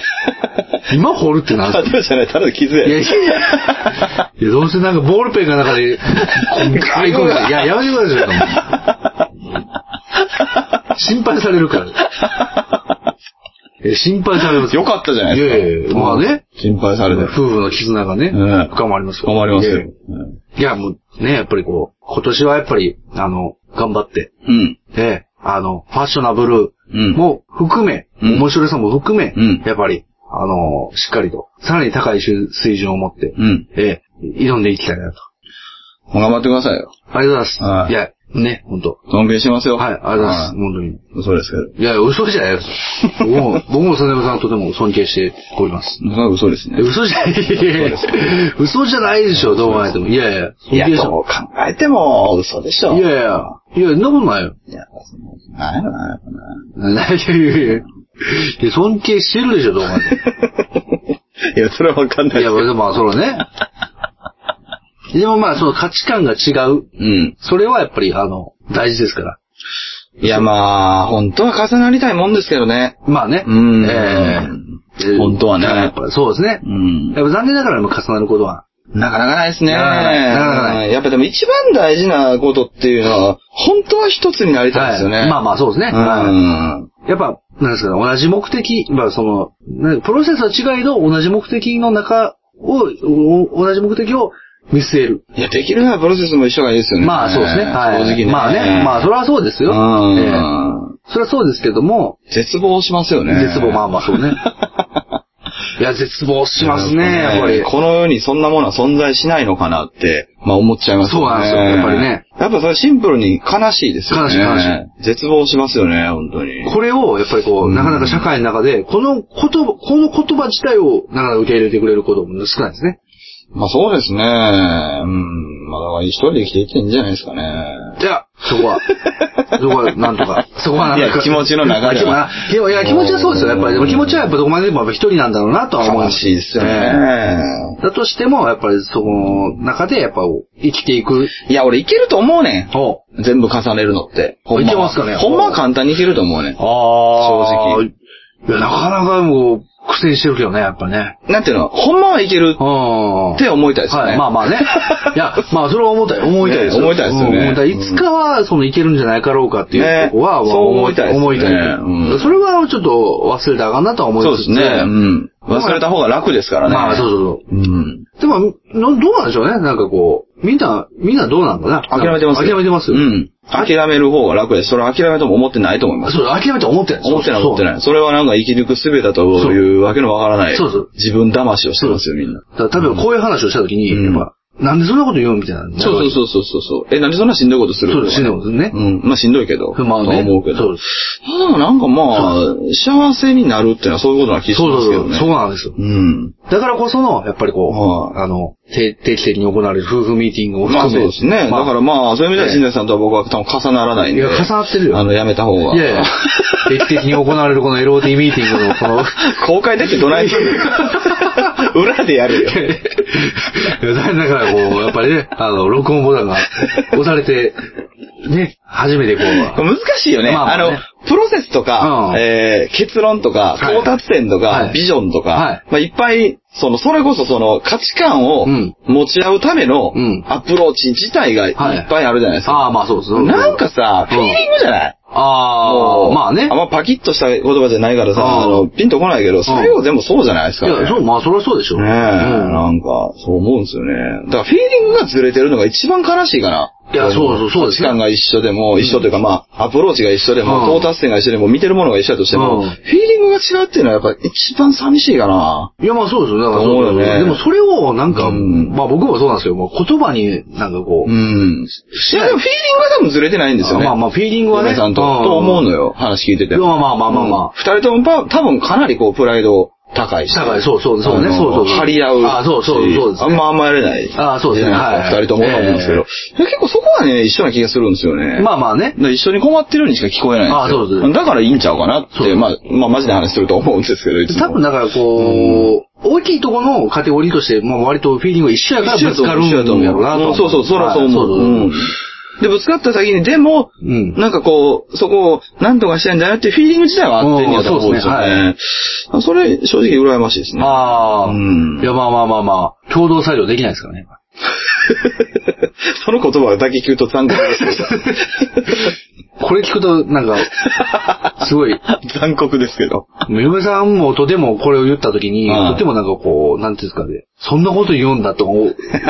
[SPEAKER 2] 今掘るってなん
[SPEAKER 1] タ
[SPEAKER 2] です
[SPEAKER 1] トゥーじゃない、ただの傷や。
[SPEAKER 2] かいやいやいや。いや、どうせなんかボールペンが中で、こう食い込んで、いや、やめてください、ちょっと。心配されるから。いや心配されます。
[SPEAKER 1] よかったじゃない
[SPEAKER 2] い
[SPEAKER 1] ですか。
[SPEAKER 2] やいやいやまあね。
[SPEAKER 1] 心配されて。
[SPEAKER 2] 夫婦の絆がね、
[SPEAKER 1] うん
[SPEAKER 2] 深まりますよ
[SPEAKER 1] 頑張ります
[SPEAKER 2] い
[SPEAKER 1] よ
[SPEAKER 2] やいや。いや、もうね、やっぱりこう、今年はやっぱり、あの、頑張って、
[SPEAKER 1] うん。
[SPEAKER 2] で、あの、ファッショナブル
[SPEAKER 1] うん
[SPEAKER 2] も含め、
[SPEAKER 1] うん
[SPEAKER 2] 面白さも含め、
[SPEAKER 1] うん
[SPEAKER 2] やっぱり、あの、しっかりと、さらに高い水準を持って、
[SPEAKER 1] うん。
[SPEAKER 2] ええ、挑んでいきたいなと。
[SPEAKER 1] もう頑張ってくださいよ。
[SPEAKER 2] ありがとうございま
[SPEAKER 1] は
[SPEAKER 2] す。
[SPEAKER 1] い
[SPEAKER 2] いや、ね、本当
[SPEAKER 1] 尊敬しますよ。
[SPEAKER 2] はい、ありがとうございます。本当に。
[SPEAKER 1] はい。そうですけ
[SPEAKER 2] いや、嘘じゃないです。僕も、僕もサネさんとても尊敬しております。
[SPEAKER 1] ど。それは嘘ですね。
[SPEAKER 2] 嘘じゃない、嘘じゃないでしょ、どう考えても。いやいや、
[SPEAKER 1] いや、
[SPEAKER 2] 尊敬し
[SPEAKER 1] そう考えても嘘でしょ。
[SPEAKER 2] いやいや、いや、そんなことないよ。
[SPEAKER 1] いや、そのなんやろな、やっぱな。
[SPEAKER 2] いやいやいやいや。尊敬してるでしょ、どう考えても。
[SPEAKER 1] いや、それはわかんない
[SPEAKER 2] い
[SPEAKER 1] で
[SPEAKER 2] や、
[SPEAKER 1] すけど。
[SPEAKER 2] でもまあ、それ
[SPEAKER 1] *laughs*
[SPEAKER 2] ね。でもまあ、その価値観が違う。
[SPEAKER 1] うん。
[SPEAKER 2] それはやっぱり、あの、大事ですから。
[SPEAKER 1] いや、まあ、本当は重なりたいもんですけどね。
[SPEAKER 2] まあね。
[SPEAKER 1] うん
[SPEAKER 2] ええ
[SPEAKER 1] 本当はね
[SPEAKER 2] やっぱそうですね
[SPEAKER 1] う。ん。
[SPEAKER 2] やっぱ残念ながらでも重なることは。
[SPEAKER 1] なかなかないですね。
[SPEAKER 2] なかなかないなかなかない
[SPEAKER 1] うんやっぱでも一番大事なことっていうのは、本当は一つになりたいですよね。
[SPEAKER 2] はいまあまあ、そうですね。はい
[SPEAKER 1] うん。
[SPEAKER 2] やっぱ、なんですかね、同じ目的、まあその、なプロセスは違いど、同じ目的の中を、お同じ目的を見据える。
[SPEAKER 1] いや、できるならプロセスも一緒がいいですよね。
[SPEAKER 2] まあそうですね。はい。
[SPEAKER 1] 正直ね。
[SPEAKER 2] まあね。まあそれはそうですよ。
[SPEAKER 1] うん
[SPEAKER 2] ええそれはそうですけども、
[SPEAKER 1] 絶望しますよね。 *laughs*
[SPEAKER 2] 絶望、まあまあそうね。いや、絶望しますね、やっぱり。
[SPEAKER 1] この世にそんなものは存在しないのかなって、まあ思っちゃいますよね。
[SPEAKER 2] そうなんですよやっぱりね。
[SPEAKER 1] やっぱそれシンプルに悲しいですよね。
[SPEAKER 2] 悲しい悲し
[SPEAKER 1] い。絶望しますよね、本当に。
[SPEAKER 2] これを、やっぱりこ
[SPEAKER 1] う
[SPEAKER 2] う、
[SPEAKER 1] ん
[SPEAKER 2] なかなか社会の中で、この言葉、この言葉自体を、なかなか受け入れてくれることも少ないですね。
[SPEAKER 1] まあそうですね。うん。まあだから一人で生きていっていいんじゃないですかね。
[SPEAKER 2] じゃあ、
[SPEAKER 1] *laughs*
[SPEAKER 2] そこは、そこはなんとか、そこはなんと
[SPEAKER 1] い
[SPEAKER 2] か。
[SPEAKER 1] や気持ちの中では
[SPEAKER 2] あ気もいや、気持ちはそうですよ。やっぱり、でも気持ちはやっぱどこまででもやっぱ一人なんだろうなとは思いま
[SPEAKER 1] 悲
[SPEAKER 2] す。
[SPEAKER 1] しいですよ
[SPEAKER 2] え
[SPEAKER 1] ね
[SPEAKER 2] え。。だとしても、やっぱりその中で、やっぱ生きていく。
[SPEAKER 1] いや、俺いけると思うね
[SPEAKER 2] お
[SPEAKER 1] ん。全部重ねるのって。ほんま
[SPEAKER 2] いけますかね
[SPEAKER 1] ほんまは簡単にいけると思うねん。
[SPEAKER 2] あ
[SPEAKER 1] 正
[SPEAKER 2] 正直。いや、なかなかもう、苦戦してるけどね、やっぱね。
[SPEAKER 1] なんていうの、ほんまはいける
[SPEAKER 2] うん。
[SPEAKER 1] って思いたいですね。
[SPEAKER 2] はい、まあま
[SPEAKER 1] *laughs*
[SPEAKER 2] あね。いや、まあそれは思ったよ。思いたいですよ。
[SPEAKER 1] ね思いたいですよね
[SPEAKER 2] うん思いたいいつかは、その、いけるんじゃないかろうかっていう
[SPEAKER 1] ね
[SPEAKER 2] とこは、まあ
[SPEAKER 1] そう思いたいですね
[SPEAKER 2] 思いたい。
[SPEAKER 1] うん
[SPEAKER 2] それはちょっと忘れたらあかんなとは思い
[SPEAKER 1] そう
[SPEAKER 2] ま
[SPEAKER 1] ですね。うん。忘れた方が楽ですからね。
[SPEAKER 2] まあそうそうそ
[SPEAKER 1] う
[SPEAKER 2] う。
[SPEAKER 1] ん。
[SPEAKER 2] でも、のどうなんでしょうねなんかこう、みんな、みんなどうなんかな
[SPEAKER 1] 諦めてますよ。
[SPEAKER 2] 諦めてます
[SPEAKER 1] う。ん。諦める方が楽です。それは諦めとも思ってないと思います。
[SPEAKER 2] そう、諦めて思ってない。
[SPEAKER 1] 思ってない
[SPEAKER 2] そう
[SPEAKER 1] 思ってない。それはなんか生き抜く術だと
[SPEAKER 2] そう
[SPEAKER 1] いうわけのわからない。
[SPEAKER 2] そうそう
[SPEAKER 1] 自分騙しをしてますよ、みんな。
[SPEAKER 2] だから例えばこういう話をしたときに、
[SPEAKER 1] うん
[SPEAKER 2] やっぱ、なんでそんなこと言うのみたいな。
[SPEAKER 1] そうそうそうそうそう。え、なんでそんなしんどいことする
[SPEAKER 2] そうですねね
[SPEAKER 1] うん。まあしんどいけど。
[SPEAKER 2] まあね
[SPEAKER 1] と思うけど。
[SPEAKER 2] そうです
[SPEAKER 1] まあなんかまあ、幸せになるっていうのはそういうことな気がし
[SPEAKER 2] そう
[SPEAKER 1] ま
[SPEAKER 2] そ
[SPEAKER 1] す
[SPEAKER 2] う
[SPEAKER 1] け
[SPEAKER 2] そ
[SPEAKER 1] ど
[SPEAKER 2] う。
[SPEAKER 1] ね。
[SPEAKER 2] そうなんですよ。
[SPEAKER 1] うん。
[SPEAKER 2] だからこその、やっぱりこ
[SPEAKER 1] は
[SPEAKER 2] う、あの、定定期的に行われる夫婦ミーティングを
[SPEAKER 1] まあ
[SPEAKER 2] 含
[SPEAKER 1] そう
[SPEAKER 2] め。
[SPEAKER 1] ですね。だ
[SPEAKER 2] まあ
[SPEAKER 1] からまあ、そういう意味では、
[SPEAKER 2] ええ
[SPEAKER 1] 新田さんとは僕は多分重ならないんで。
[SPEAKER 2] いや重なってるよ
[SPEAKER 1] あの、やめた方が。
[SPEAKER 2] いやいや、定期的に行われるこの LOT ミーティングのこの、
[SPEAKER 1] *laughs* 公開でってどないす
[SPEAKER 2] *laughs*
[SPEAKER 1] るの裏でやるよ。
[SPEAKER 2] だからこう、やっぱりね、あの、録音ボタンが押されて、ね、初めてこう、
[SPEAKER 1] 難しいよね。
[SPEAKER 2] まあま
[SPEAKER 1] あ
[SPEAKER 2] あ
[SPEAKER 1] の、
[SPEAKER 2] ね
[SPEAKER 1] プロセスとか、
[SPEAKER 2] うん
[SPEAKER 1] えー結論とか、
[SPEAKER 2] はい
[SPEAKER 1] 到達点とか、
[SPEAKER 2] はい
[SPEAKER 1] ビジョンとか、
[SPEAKER 2] はい
[SPEAKER 1] まあ、いっぱい、その、それこそその価値観を
[SPEAKER 2] うん
[SPEAKER 1] 持ち合うための
[SPEAKER 2] うん
[SPEAKER 1] アプローチ自体がいっぱ
[SPEAKER 2] はい
[SPEAKER 1] いあるじゃないですか。
[SPEAKER 2] ああ、まあそうです。
[SPEAKER 1] なんかさ、
[SPEAKER 2] う
[SPEAKER 1] フィ
[SPEAKER 2] ん
[SPEAKER 1] ーリングじゃない
[SPEAKER 2] あ
[SPEAKER 1] も
[SPEAKER 2] あ、
[SPEAKER 1] う
[SPEAKER 2] まあね。
[SPEAKER 1] あんまパキッとした言葉じゃないからさ、
[SPEAKER 2] うん
[SPEAKER 1] あの、ピンとこないけど、最後でもそうじゃないです
[SPEAKER 2] い
[SPEAKER 1] か、ね。
[SPEAKER 2] や、そう、まあそれはそうでしょ。
[SPEAKER 1] ねえ、
[SPEAKER 2] うん
[SPEAKER 1] なんか、そう思うんですよね。だから、フィーリングがずれてるのが一番悲しいかな。
[SPEAKER 2] いやそうそうそ
[SPEAKER 1] 価値
[SPEAKER 2] うですね
[SPEAKER 1] 観が一緒でも、一緒というか、まあ、アプローチが一緒でも、
[SPEAKER 2] うん
[SPEAKER 1] 到達点が一緒でも、見てるものが一緒だとしても、
[SPEAKER 2] う
[SPEAKER 1] フ
[SPEAKER 2] ん
[SPEAKER 1] ィーリングが違うっていうのはやっぱ一番寂しいかな。
[SPEAKER 2] いや、まあそうですよ。だから
[SPEAKER 1] そうよね
[SPEAKER 2] でもそれを、なんか、
[SPEAKER 1] うん
[SPEAKER 2] まあ僕もそうなんですよ。もう言葉になんかこう、
[SPEAKER 1] うん。いや、でもフィーリングは多分ずれてないんですよね。
[SPEAKER 2] まあまあ、フィーリングはね。
[SPEAKER 1] 嫁さんと、
[SPEAKER 2] う
[SPEAKER 1] と思うのよ、話聞いてて。
[SPEAKER 2] いやまあまあまあまあ
[SPEAKER 1] うん二人ともば、多分かなりこう、プライド高いし。
[SPEAKER 2] 高いそうそうそうね
[SPEAKER 1] あの
[SPEAKER 2] そうそうそう
[SPEAKER 1] 張り合う。
[SPEAKER 2] あそうそうそうですね
[SPEAKER 1] あんま甘えれない。
[SPEAKER 2] あそうですね
[SPEAKER 1] じゃない
[SPEAKER 2] はい
[SPEAKER 1] 二人ともと思うんですけど。結構そこはね、一緒な気がするんですよね。
[SPEAKER 2] まあまあね。
[SPEAKER 1] で一緒に困ってるようにしか聞こえないんですよ。
[SPEAKER 2] あそうです
[SPEAKER 1] だからいいんちゃうかなって、まあ、まあ、マジで話すると思うんですけど、いつも
[SPEAKER 2] 多分だからこう、大きいところのカテゴリーとして、まあ割とフィーリングが一緒やから
[SPEAKER 1] 一緒
[SPEAKER 2] ぶ
[SPEAKER 1] や
[SPEAKER 2] つ
[SPEAKER 1] と思
[SPEAKER 2] か
[SPEAKER 1] う
[SPEAKER 2] るんやろうなと。
[SPEAKER 1] そうそう、そらそう思う。うん
[SPEAKER 2] は
[SPEAKER 1] で、ぶつかった先に、でも、
[SPEAKER 2] うん
[SPEAKER 1] なんかこう、そこを何とかしたいんだよっていうフィーリング自体はあってんやと思うんですよね。それ、正直羨ましいです
[SPEAKER 2] い
[SPEAKER 1] ね。
[SPEAKER 2] ああ、
[SPEAKER 1] うん
[SPEAKER 2] いやまあまあまあまあ、共同作業できないですからね。
[SPEAKER 1] その言葉だけ聞くと残酷です
[SPEAKER 2] これ聞くと、なんか、すごい、
[SPEAKER 1] *laughs* けど。残酷ですけ *laughs* ど。
[SPEAKER 2] 嫁さんもとてもこれを言った時に、
[SPEAKER 1] うん
[SPEAKER 2] とてもなんかこう、なんていうんですかね、そんなこと言うんだとか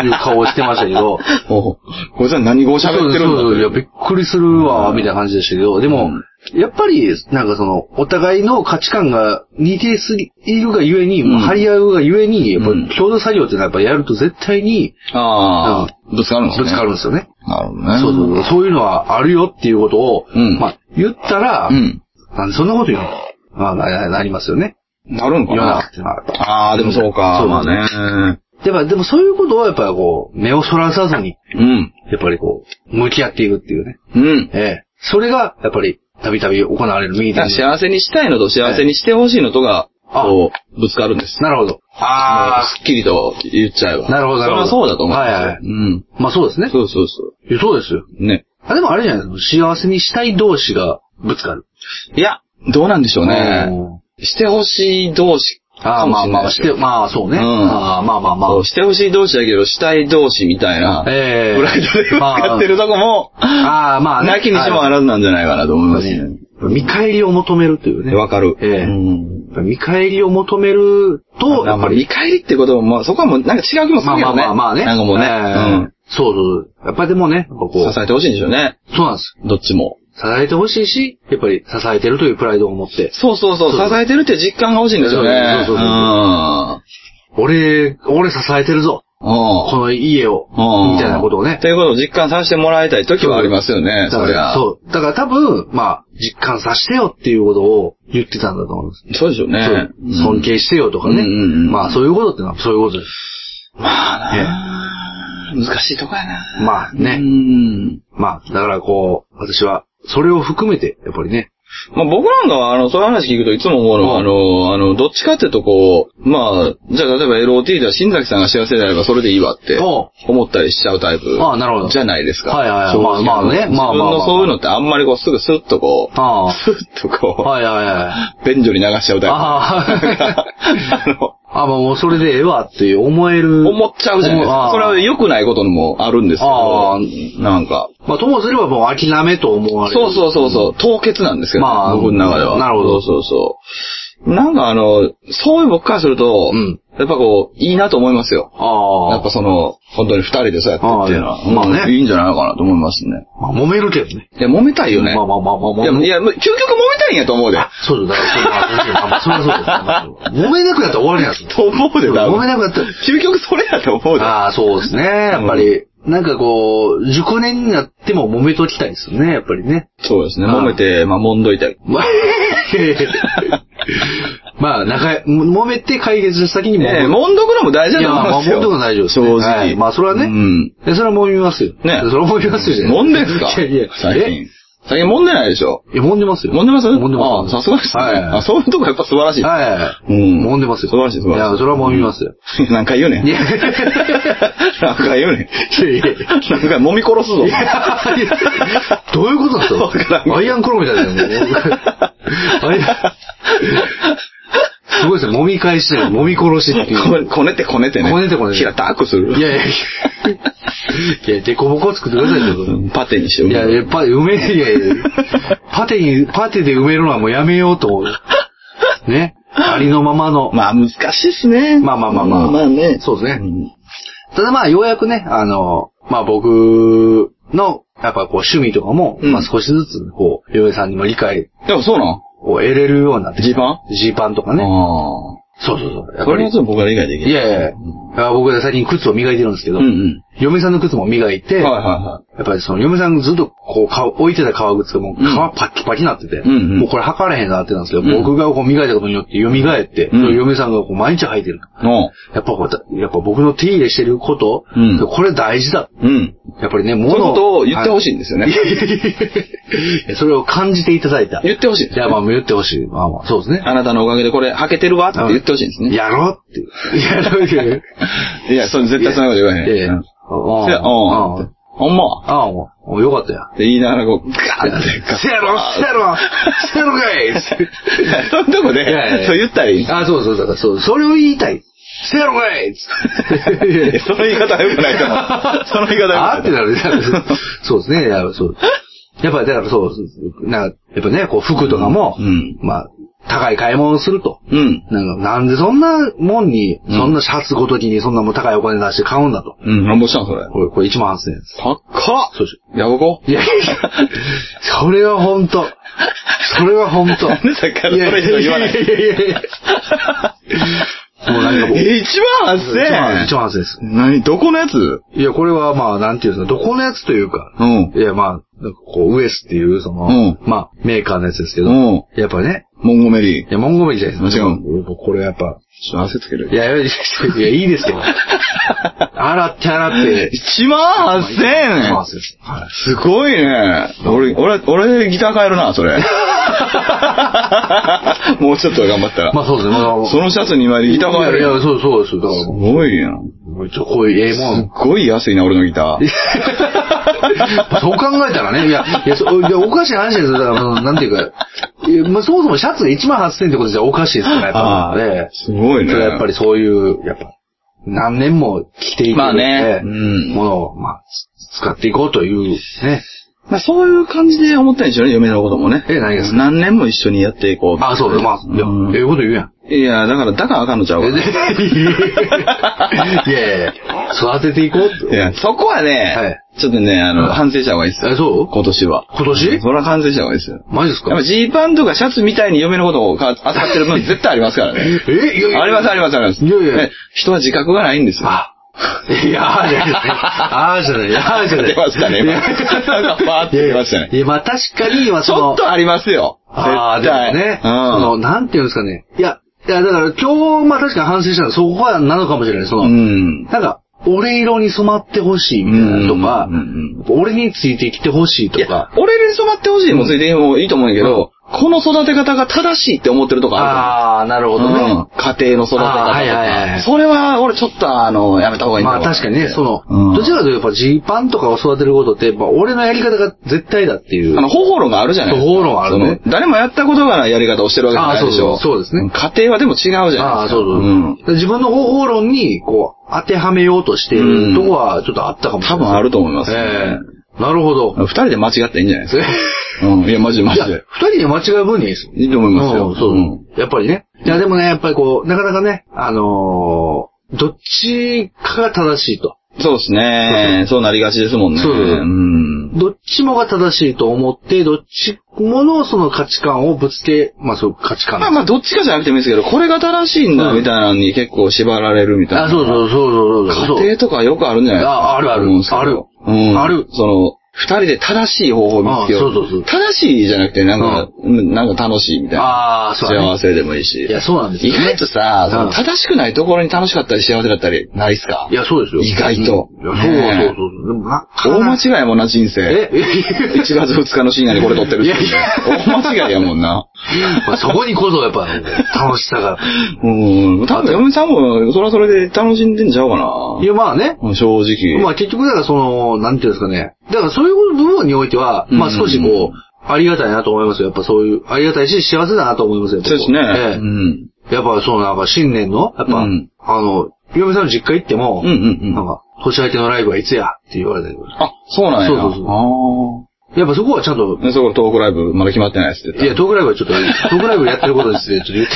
[SPEAKER 2] いう顔をしてましたけど、
[SPEAKER 1] おうこいつは何語を喋ってる
[SPEAKER 2] そうそうそういや、
[SPEAKER 1] んだ
[SPEAKER 2] びっくりするわ、みたいな感じでしたけど、でも、やっぱり、なんかその、お互いの価値観が似てすぎるがゆえに、
[SPEAKER 1] ん
[SPEAKER 2] 張り合うがゆえに、やっぱ
[SPEAKER 1] うん
[SPEAKER 2] 共同作業っていうのはやっぱやると絶対に
[SPEAKER 1] ああ、ぶつかるんですね。
[SPEAKER 2] ぶつかるんですよね。
[SPEAKER 1] なるほどね。
[SPEAKER 2] そうそうそう。そういうのはあるよっていうことを、
[SPEAKER 1] うん
[SPEAKER 2] まあ、言ったら、
[SPEAKER 1] うん。
[SPEAKER 2] なんでそんなこと言うのまあ、なななりますよね。
[SPEAKER 1] なるんか
[SPEAKER 2] 言わな
[SPEAKER 1] な
[SPEAKER 2] く。てな。
[SPEAKER 1] ああ、でもそうか。
[SPEAKER 2] そう
[SPEAKER 1] まあね。
[SPEAKER 2] やっぱ、でもそういうことをやっぱこう、目をそらさずに、
[SPEAKER 1] うん。
[SPEAKER 2] やっぱりこう、向き合っていくっていうね。
[SPEAKER 1] うん。
[SPEAKER 2] ええ。それが、やっぱり、たびたび行われるミーティン
[SPEAKER 1] だから
[SPEAKER 2] グ。
[SPEAKER 1] 幸せにしたいのと幸せにしてほしいのとが、
[SPEAKER 2] はい
[SPEAKER 1] こう、ぶつかるんです。
[SPEAKER 2] なるほど。
[SPEAKER 1] もうすっきりと言っちゃえば。
[SPEAKER 2] なるほどなるほど
[SPEAKER 1] それはそうだと思う。
[SPEAKER 2] はいはい
[SPEAKER 1] うん。
[SPEAKER 2] まあそうですね。
[SPEAKER 1] そうそうそ
[SPEAKER 2] いやそうですよ。
[SPEAKER 1] う。ね。
[SPEAKER 2] あ、でもあれじゃないですか。幸せにしたい同士がぶつかる。
[SPEAKER 1] いや、どうなんでしょうね。
[SPEAKER 2] うん
[SPEAKER 1] してほしい同士
[SPEAKER 2] あ
[SPEAKER 1] か
[SPEAKER 2] あ、
[SPEAKER 1] も
[SPEAKER 2] まあ
[SPEAKER 1] しれない
[SPEAKER 2] まあ、
[SPEAKER 1] です
[SPEAKER 2] し
[SPEAKER 1] よ
[SPEAKER 2] て、まあそうね。
[SPEAKER 1] うん
[SPEAKER 2] ああまあまあまあ
[SPEAKER 1] そ。うしてほしい同士だけど、したい同士みたいな、
[SPEAKER 2] ええ
[SPEAKER 1] プライドでぶつかってるとこも、
[SPEAKER 2] ああ、まあね
[SPEAKER 1] なきにしもあ
[SPEAKER 2] はい
[SPEAKER 1] らずなんじゃないかなと思いますね。
[SPEAKER 2] 見返りを求めるというね。
[SPEAKER 1] わかる。
[SPEAKER 2] ええ
[SPEAKER 1] うん
[SPEAKER 2] 見返りを求めると、
[SPEAKER 1] まあ、見返りってことも、まあ、そこはもう、なんか違う気もす
[SPEAKER 2] ま
[SPEAKER 1] るけ
[SPEAKER 2] あまあ
[SPEAKER 1] どね。
[SPEAKER 2] まあまあね。
[SPEAKER 1] なんかもうね、
[SPEAKER 2] ええそうそう。やっぱでもね、やっぱこ
[SPEAKER 1] うん。支
[SPEAKER 2] う、
[SPEAKER 1] えてほしいんでしょうね。
[SPEAKER 2] そうなんです。
[SPEAKER 1] どっちも。
[SPEAKER 2] 支えてほしいし、やっぱり支えてるというプライドを持って。
[SPEAKER 1] そうそうそう、
[SPEAKER 2] そう
[SPEAKER 1] 支えてるって実感が欲しいんですよね。
[SPEAKER 2] そうそうそうそう俺、俺支えてるぞ。こ
[SPEAKER 1] ん。
[SPEAKER 2] の家を。
[SPEAKER 1] うん。
[SPEAKER 2] みたいなことをね
[SPEAKER 1] と。いうことを実感させてもらいたい時はありますよね、
[SPEAKER 2] だ
[SPEAKER 1] そ
[SPEAKER 2] か
[SPEAKER 1] りゃ
[SPEAKER 2] ら、。そう。だから多分、まあ、実感させてよっていうことを言ってたんだと思います。
[SPEAKER 1] そうでしょうね
[SPEAKER 2] そう。尊敬してよとかね。
[SPEAKER 1] うんうんうん
[SPEAKER 2] まあ、そういうことってのはそういうことです。
[SPEAKER 1] まあなあ難しいとこやな。
[SPEAKER 2] まあね
[SPEAKER 1] うん
[SPEAKER 2] まあ、だからこう、私は、それを含めて、やっぱりね。
[SPEAKER 1] まあ僕なんかは、あの、そういう話聞くといつも思うのは、あの、あの、どっちかっていうとこう、まあ、じゃあ例えば LOT では新崎さんが幸せであればそれでいいわって
[SPEAKER 2] おう
[SPEAKER 1] 思ったりしちゃうタイプ
[SPEAKER 2] ああなるほど
[SPEAKER 1] じゃないですか。
[SPEAKER 2] はいはいはい
[SPEAKER 1] 正直
[SPEAKER 2] まあまあねまあまあま
[SPEAKER 1] 自
[SPEAKER 2] あ
[SPEAKER 1] 分のそういうのってあんまりこうすぐスッとこう、
[SPEAKER 2] ああ。
[SPEAKER 1] スッとこ
[SPEAKER 2] はいはいはい。
[SPEAKER 1] う、便所に流しちゃうタイプ。
[SPEAKER 2] あ
[SPEAKER 1] *laughs*
[SPEAKER 2] *laughs*
[SPEAKER 1] あの、
[SPEAKER 2] あ、まあもうそれでええわっていう思える。
[SPEAKER 1] 思っちゃうじゃないです
[SPEAKER 2] 思うあ
[SPEAKER 1] か
[SPEAKER 2] あ。
[SPEAKER 1] それは良くないこともあるんですけ
[SPEAKER 2] あ
[SPEAKER 1] ど、
[SPEAKER 2] あ
[SPEAKER 1] なんか、
[SPEAKER 2] まあともすればもう諦めと思われる。
[SPEAKER 1] そうそうそうそう、凍結なんですけど、
[SPEAKER 2] まあ
[SPEAKER 1] 僕の中では。
[SPEAKER 2] なるほど
[SPEAKER 1] そうそうそう。なんかあの、そういう僕からすると、
[SPEAKER 2] うん
[SPEAKER 1] やっぱこう、いいなと思いますよ。
[SPEAKER 2] ああ。
[SPEAKER 1] やっぱその、本当に二人でそうやってっていうのは、
[SPEAKER 2] ああまあね
[SPEAKER 1] うんいいんじゃないのかなと思いますね。
[SPEAKER 2] まあ揉めるけどね。
[SPEAKER 1] いや、揉めたいよね。
[SPEAKER 2] まあまあまあまあまあ。
[SPEAKER 1] いや、いや、究極揉めたいんやと思うで。
[SPEAKER 2] そうだ、だからそれは、まあ、それはそう
[SPEAKER 1] *laughs*
[SPEAKER 2] です。揉めなくなったら終わりなんですよ。
[SPEAKER 1] と思うで、多分
[SPEAKER 2] 揉めなくなったら
[SPEAKER 1] 究極それやと思うで。
[SPEAKER 2] ああ、そうですね。やっぱり、なんかこう、熟年になっても揉めときたいですよね、やっぱりね。 *laughs*
[SPEAKER 1] そうですね。
[SPEAKER 2] ああ
[SPEAKER 1] 揉めて、まあ、揉んどいたり。
[SPEAKER 2] まあ、まあ、仲良揉めて解決した先に揉
[SPEAKER 1] ねえ、
[SPEAKER 2] め
[SPEAKER 1] 揉んどくのも大事だと
[SPEAKER 2] いや、
[SPEAKER 1] 思い
[SPEAKER 2] ま
[SPEAKER 1] ま
[SPEAKER 2] あ、
[SPEAKER 1] すよ。
[SPEAKER 2] 揉んどくの大丈夫ですね。
[SPEAKER 1] 正
[SPEAKER 2] は
[SPEAKER 1] 直。
[SPEAKER 2] いまあ、それはね。
[SPEAKER 1] うん。
[SPEAKER 2] えそれは揉みますよ。
[SPEAKER 1] ね
[SPEAKER 2] それは揉みますよじゃない。
[SPEAKER 1] 揉んでんすか
[SPEAKER 2] いやいや、
[SPEAKER 1] 最近
[SPEAKER 2] え。。
[SPEAKER 1] 最近揉んでないでしょ
[SPEAKER 2] いや、揉んでますよ。
[SPEAKER 1] 揉んでます
[SPEAKER 2] 揉んでます。
[SPEAKER 1] ああ、さすがですね。
[SPEAKER 2] はい。
[SPEAKER 1] あ、そういうとこやっぱ素晴らしい。
[SPEAKER 2] はい。
[SPEAKER 1] うん
[SPEAKER 2] 揉んでますよ。
[SPEAKER 1] 素晴らしい素晴らしい
[SPEAKER 2] いや、それは揉みますよ。
[SPEAKER 1] なんか言うねん。
[SPEAKER 2] いや
[SPEAKER 1] なんか言うねん。
[SPEAKER 2] いやいや
[SPEAKER 1] なんか揉み殺すぞ。
[SPEAKER 2] どういうことだ
[SPEAKER 1] わからん
[SPEAKER 2] った
[SPEAKER 1] けど
[SPEAKER 2] アイアンクローみたいだよ、もう。アイアンすごいですね、揉み返して、揉み殺しっていう。
[SPEAKER 1] ここねてこねてね。
[SPEAKER 2] こねてこねて
[SPEAKER 1] 平たくする。
[SPEAKER 2] いやいやいや、いや、デコボコ作ってくださいよ、ちょっと
[SPEAKER 1] うんパテにしてる
[SPEAKER 2] いや、やっぱり埋め、いやいや、パテに、パテで埋めるのはもうやめようと思う。ね。ありのままの。
[SPEAKER 1] まあ難しいっすね。
[SPEAKER 2] まあまあまあまあ
[SPEAKER 1] まあね。
[SPEAKER 2] そうですね
[SPEAKER 1] ん
[SPEAKER 2] ただまあ、ようやくね、あの、まあ僕の、やっぱこう趣味とかも、
[SPEAKER 1] うん
[SPEAKER 2] まあ少しずつ、こう、洋平さんにも理解
[SPEAKER 1] でもそうなん
[SPEAKER 2] を得れるようになってき
[SPEAKER 1] ジーパン
[SPEAKER 2] た。ジーパンとかね。
[SPEAKER 1] あ
[SPEAKER 2] そうそうそう。や
[SPEAKER 1] あ。
[SPEAKER 2] っぱ
[SPEAKER 1] これ
[SPEAKER 2] り
[SPEAKER 1] はち。ょっと僕は理解できない
[SPEAKER 2] い。やいやいやあ僕は最近靴を磨いてるんですけど、
[SPEAKER 1] うんうん。
[SPEAKER 2] 嫁さんの靴も磨いて、
[SPEAKER 1] はいは
[SPEAKER 2] やっぱりその嫁さんずっとこうか置いてた革靴がもう
[SPEAKER 1] うん
[SPEAKER 2] 革パキパキになってて、
[SPEAKER 1] うんうん
[SPEAKER 2] もうこれ履かれへんなってたんですけど、
[SPEAKER 1] うん
[SPEAKER 2] 僕がこう磨いたことによって蘇って、
[SPEAKER 1] うん
[SPEAKER 2] それ嫁さんがこう毎日履いてる。
[SPEAKER 1] いはい。
[SPEAKER 2] やっぱこうだ、やっぱ僕の手入れしてること、
[SPEAKER 1] うん
[SPEAKER 2] これ大事だ。
[SPEAKER 1] うん。うん。
[SPEAKER 2] やっぱりね、
[SPEAKER 1] そういう
[SPEAKER 2] 物
[SPEAKER 1] ことを言ってほし
[SPEAKER 2] い。 *laughs*
[SPEAKER 1] いんですよね。
[SPEAKER 2] いやそれを感じていただいた。
[SPEAKER 1] 言ってほしいんで
[SPEAKER 2] い
[SPEAKER 1] す
[SPEAKER 2] や、
[SPEAKER 1] よね。
[SPEAKER 2] まあ言ってほしい。まあまあ、そうですね。
[SPEAKER 1] あなたのおかげでこれ履けてるわって言ってほしいんですね。
[SPEAKER 2] やろうっ
[SPEAKER 1] *laughs*
[SPEAKER 2] ていう。やろうっていう。
[SPEAKER 1] いや、それ絶対そんなこと言わへん。
[SPEAKER 2] いやい
[SPEAKER 1] う
[SPEAKER 2] や。うんん。
[SPEAKER 1] そや、
[SPEAKER 2] うん
[SPEAKER 1] うん。ほんま。
[SPEAKER 2] ああ、もうよかったよ。
[SPEAKER 1] で、言いながらこう、ガーって。
[SPEAKER 2] せやろせやろせやろか
[SPEAKER 1] *laughs*
[SPEAKER 2] い
[SPEAKER 1] いやそういうとこ
[SPEAKER 2] いやい
[SPEAKER 1] で、
[SPEAKER 2] や
[SPEAKER 1] そう言ったらいいんですよ。
[SPEAKER 2] あ、そうそう、だからそう、それを言いたい。せやろか
[SPEAKER 1] *laughs*
[SPEAKER 2] い
[SPEAKER 1] いや *laughs* その言い方は良くないと思う。その言い方は
[SPEAKER 2] あ
[SPEAKER 1] 良
[SPEAKER 2] っ
[SPEAKER 1] く
[SPEAKER 2] て
[SPEAKER 1] ない。
[SPEAKER 2] なる。
[SPEAKER 1] *laughs*
[SPEAKER 2] そうですね、いやそう。やっぱり、だからそう、なんか、やっぱね、こう、服とかも、
[SPEAKER 1] うん
[SPEAKER 2] まあ、高い買い物をすると。
[SPEAKER 1] うん。
[SPEAKER 2] なんかなんでそんなもんに、そんなシャツごときにそんなもん高いお金出して買うんだと。
[SPEAKER 1] うん、なんぼしたんそれ。
[SPEAKER 2] これ、これ1万8000円です。
[SPEAKER 1] 高っ
[SPEAKER 2] そうです。
[SPEAKER 1] やばこ
[SPEAKER 2] いや、それは本当それは本当
[SPEAKER 1] なんでさっきからそれ以上言わない
[SPEAKER 2] やいやいやいやいや。もうなんかもう。
[SPEAKER 1] え、一万
[SPEAKER 2] 一万、
[SPEAKER 1] 八
[SPEAKER 2] 一
[SPEAKER 1] 千
[SPEAKER 2] 万8000円です。
[SPEAKER 1] 何どこのやつ
[SPEAKER 2] いや、これはまあ、なんていうんですか、どこのやつというか、
[SPEAKER 1] うん
[SPEAKER 2] い。や、まあ、なんかこう、ウエスっていう、その、
[SPEAKER 1] うん
[SPEAKER 2] まあ、メーカーのやつですけど、
[SPEAKER 1] うん
[SPEAKER 2] やっぱね、
[SPEAKER 1] モンゴメリー。
[SPEAKER 2] いや、モンゴメリじゃないですか。
[SPEAKER 1] 違う
[SPEAKER 2] う。これやっぱ、
[SPEAKER 1] ちょっと汗つける
[SPEAKER 2] い。や、いや、いや、いいで
[SPEAKER 1] *laughs*
[SPEAKER 2] すよ。洗って洗って。
[SPEAKER 1] 一万八千
[SPEAKER 2] ま
[SPEAKER 1] 円
[SPEAKER 2] あそうですはい
[SPEAKER 1] すごいね。俺、俺、俺ギター買えるな、そ
[SPEAKER 2] *laughs*
[SPEAKER 1] れ。もうちょっと頑張ったら。
[SPEAKER 2] まあそうですね。まあ、
[SPEAKER 1] そのシャツ2枚でギター買える
[SPEAKER 2] いや、
[SPEAKER 1] や
[SPEAKER 2] い
[SPEAKER 1] ん。
[SPEAKER 2] や
[SPEAKER 1] す
[SPEAKER 2] そうそうです。だからも
[SPEAKER 1] ごいやん。
[SPEAKER 2] う、ちょこういう、え
[SPEAKER 1] *laughs*
[SPEAKER 2] えも
[SPEAKER 1] す
[SPEAKER 2] ん。
[SPEAKER 1] っごい安いな、俺のギター。
[SPEAKER 2] そう考えたらね、いや、いや、そういやおかしい話ですよ。だから、そのなんていうか、いやまあ、そもそもシャツ1万8000円ってことじゃおかしいですから、やっぱ。ね
[SPEAKER 1] すごいね。
[SPEAKER 2] それはやっぱりそういう、やっぱ、何年も着ていく、
[SPEAKER 1] まあね
[SPEAKER 2] え
[SPEAKER 1] うん
[SPEAKER 2] ものを、まあ、使っていこうという、ね。
[SPEAKER 1] まあそういう感じで思ったんでしょうね、嫁のこともね。
[SPEAKER 2] え何がですか
[SPEAKER 1] 何年も一緒にやっていこう。
[SPEAKER 2] あ、そうだ、まあ、いや
[SPEAKER 1] うん
[SPEAKER 2] ええこと言うやん。
[SPEAKER 1] いや、だから、だからあかんのちゃう
[SPEAKER 2] い
[SPEAKER 1] か
[SPEAKER 2] や
[SPEAKER 1] な。
[SPEAKER 2] いやいや、育てていこうって
[SPEAKER 1] いや、そこはね、
[SPEAKER 2] はい
[SPEAKER 1] ちょっとね、あの、
[SPEAKER 2] うん
[SPEAKER 1] 反省した方がいいです
[SPEAKER 2] え
[SPEAKER 1] よ。
[SPEAKER 2] そう
[SPEAKER 1] 今年は。
[SPEAKER 2] 今年
[SPEAKER 1] それは反省した方がいいですよ。
[SPEAKER 2] マジです
[SPEAKER 1] やっ
[SPEAKER 2] か
[SPEAKER 1] ぱジーパンとかシャツみたいに嫁のことをか扱ってる分絶対ありますからね。
[SPEAKER 2] えいやいや
[SPEAKER 1] ありますありますあります。
[SPEAKER 2] いやいや
[SPEAKER 1] ね人は自覚がないんですよ。
[SPEAKER 2] あ、いやーじゃない。あーじゃない。あーじゃない。
[SPEAKER 1] 出ましたね今なんかバーって出ましたね
[SPEAKER 2] いやいや、まあ確かに、まあ
[SPEAKER 1] ち
[SPEAKER 2] そ
[SPEAKER 1] ょ
[SPEAKER 2] の
[SPEAKER 1] っ、とありますよ。
[SPEAKER 2] ああ、
[SPEAKER 1] 絶
[SPEAKER 2] でも
[SPEAKER 1] 対。
[SPEAKER 2] ね、
[SPEAKER 1] う
[SPEAKER 2] その、なんていうんですかね。いや、いや、だから今日、まあ確かに反省したのはそこはなのかもしれない。その、
[SPEAKER 1] ん。
[SPEAKER 2] なんか、俺色に染まってほしいみたいなとか
[SPEAKER 1] うんうん、
[SPEAKER 2] 俺についてきてほしいと
[SPEAKER 1] いや
[SPEAKER 2] か、、
[SPEAKER 1] 俺に染まってほしいもついてもいいと思うんやけど、この育て方が正しいって思ってるとこあ
[SPEAKER 2] ああ、なる
[SPEAKER 1] る
[SPEAKER 2] ほ
[SPEAKER 1] と
[SPEAKER 2] ど
[SPEAKER 1] 思う。
[SPEAKER 2] ね。
[SPEAKER 1] うん家庭の育て方と
[SPEAKER 2] あーはいはいは
[SPEAKER 1] か
[SPEAKER 2] い。
[SPEAKER 1] それは、俺ちょっと、あの、やめた方がいいんだ
[SPEAKER 2] ま
[SPEAKER 1] ろ
[SPEAKER 2] あ
[SPEAKER 1] う
[SPEAKER 2] 確かにね、その、
[SPEAKER 1] うん
[SPEAKER 2] どちらかというとやっぱジーパンとかを育てることって、まあ俺のやり方が絶対だっていう。
[SPEAKER 1] あの、方法論があるじゃないですか。
[SPEAKER 2] 方法論あるね
[SPEAKER 1] その誰もやったことがないやり方をしてるわけじゃないでしょ。
[SPEAKER 2] あそうそうそうですね
[SPEAKER 1] 家庭はでも違うじゃないですか。
[SPEAKER 2] ああ、そうそう。
[SPEAKER 1] ん。
[SPEAKER 2] 自分の方法論に、こう、当てはめようとして
[SPEAKER 1] う
[SPEAKER 2] る
[SPEAKER 1] ん
[SPEAKER 2] とこは、ちょっとあったかもしれな
[SPEAKER 1] 多
[SPEAKER 2] い。
[SPEAKER 1] 分あると思います、
[SPEAKER 2] ええなるほど。
[SPEAKER 1] 二人で間違っていいんじゃないです
[SPEAKER 2] え
[SPEAKER 1] か。うん。いや、マジでマ
[SPEAKER 2] いや、
[SPEAKER 1] ジ
[SPEAKER 2] 二
[SPEAKER 1] で。
[SPEAKER 2] 人で間違う分にはいいですよ。
[SPEAKER 1] いいと思いますよ。
[SPEAKER 2] うんそう、
[SPEAKER 1] ん
[SPEAKER 2] やっぱりね。いや、でもね、やっぱりこう、なかなかね、あのーどっちかが正しいと。
[SPEAKER 1] そうですね。そうなりがちですもんね。。
[SPEAKER 2] そうそうそうんどっちもが正しいと思って、どっちものその価値観をぶつけ、まあそう、価値観。
[SPEAKER 1] まあまあ、どっちかじゃなくてもいいですけど、これが正しいんだ、
[SPEAKER 2] うん
[SPEAKER 1] みたいなのに結構縛られるみたいな。
[SPEAKER 2] あ、そうそうそうそうそう。
[SPEAKER 1] 家庭とかよくあるんじゃないですか。
[SPEAKER 2] ああるある
[SPEAKER 1] 思うんですけど
[SPEAKER 2] ある
[SPEAKER 1] うん。
[SPEAKER 2] ある
[SPEAKER 1] その、二人で正しい方法を見つけよう。
[SPEAKER 2] あそうそうそう
[SPEAKER 1] 正しいじゃなくて、なんか、うんなんか楽しいみたいな。
[SPEAKER 2] ああ、そうだね
[SPEAKER 1] 幸せでもいいし。
[SPEAKER 2] いや、そうなんです
[SPEAKER 1] 意
[SPEAKER 2] よ、ね。
[SPEAKER 1] 外とさ、そ
[SPEAKER 2] うん
[SPEAKER 1] の正しくないところに楽しかったり幸せだったり、ないっすか
[SPEAKER 2] いや、そうですよ。
[SPEAKER 1] 意外と
[SPEAKER 2] うんいやそうそうそう。でもな
[SPEAKER 1] 大間違いもんな、人生。
[SPEAKER 2] え
[SPEAKER 1] 1
[SPEAKER 2] い
[SPEAKER 1] 月2日の深夜にこれ撮ってるっていう
[SPEAKER 2] いや
[SPEAKER 1] 大間違いやもんな。
[SPEAKER 2] やまあそこにこそやっぱ楽しさ
[SPEAKER 1] *laughs*
[SPEAKER 2] が。
[SPEAKER 1] うん。多分、嫁さんも、それはそれで楽しんでんちゃうかない
[SPEAKER 2] や、まあね。
[SPEAKER 1] うん正直。
[SPEAKER 2] まあ結局だからその、なんていうんですかね。だからそういう部分においては、まあ少しこう、ありがたいなと思いますよ。やっぱそういう、ありがたいし幸せだなと思いますよ。やっぱ
[SPEAKER 1] そう
[SPEAKER 2] こ
[SPEAKER 1] ですね。
[SPEAKER 2] ええ
[SPEAKER 1] うん。
[SPEAKER 2] やっぱそのなんか新年の、やっぱ、
[SPEAKER 1] うん
[SPEAKER 2] あの、嫁さんの実家行っても、
[SPEAKER 1] うんうんうん
[SPEAKER 2] なんか、年明けのライブはいつやって言われたりとか
[SPEAKER 1] あ、そうなんや。
[SPEAKER 2] そうそうそうやっぱそこはちゃんと
[SPEAKER 1] ああ。で、そこトークライブまだ決まってないですって
[SPEAKER 2] い
[SPEAKER 1] 言
[SPEAKER 2] や、
[SPEAKER 1] った。
[SPEAKER 2] トークライブはちょっと、トークライブやってることにして、ちょっと
[SPEAKER 1] *laughs*
[SPEAKER 2] 言って。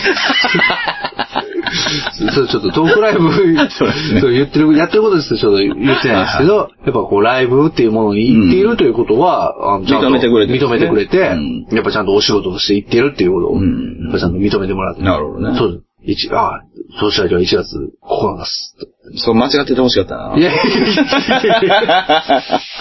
[SPEAKER 2] そう、ちょっとトークライブ、
[SPEAKER 1] そうですね
[SPEAKER 2] そう言ってる、やってることですちょっと言ってないですけど、やっぱこう、ライブっていうものに行っているということは、あのちゃんと
[SPEAKER 1] 認めてくれてる
[SPEAKER 2] 認めてくれて、
[SPEAKER 1] うん
[SPEAKER 2] やっぱちゃんとお仕事をして行ってるっていうことを、
[SPEAKER 1] うん
[SPEAKER 2] やっぱちゃんと認めてもらって。
[SPEAKER 1] なるほどね
[SPEAKER 2] そうです。一、あ、そうしたら今日は1月9日です。
[SPEAKER 1] そう、間違っててほしかったな。
[SPEAKER 2] いやいやいやいや *laughs*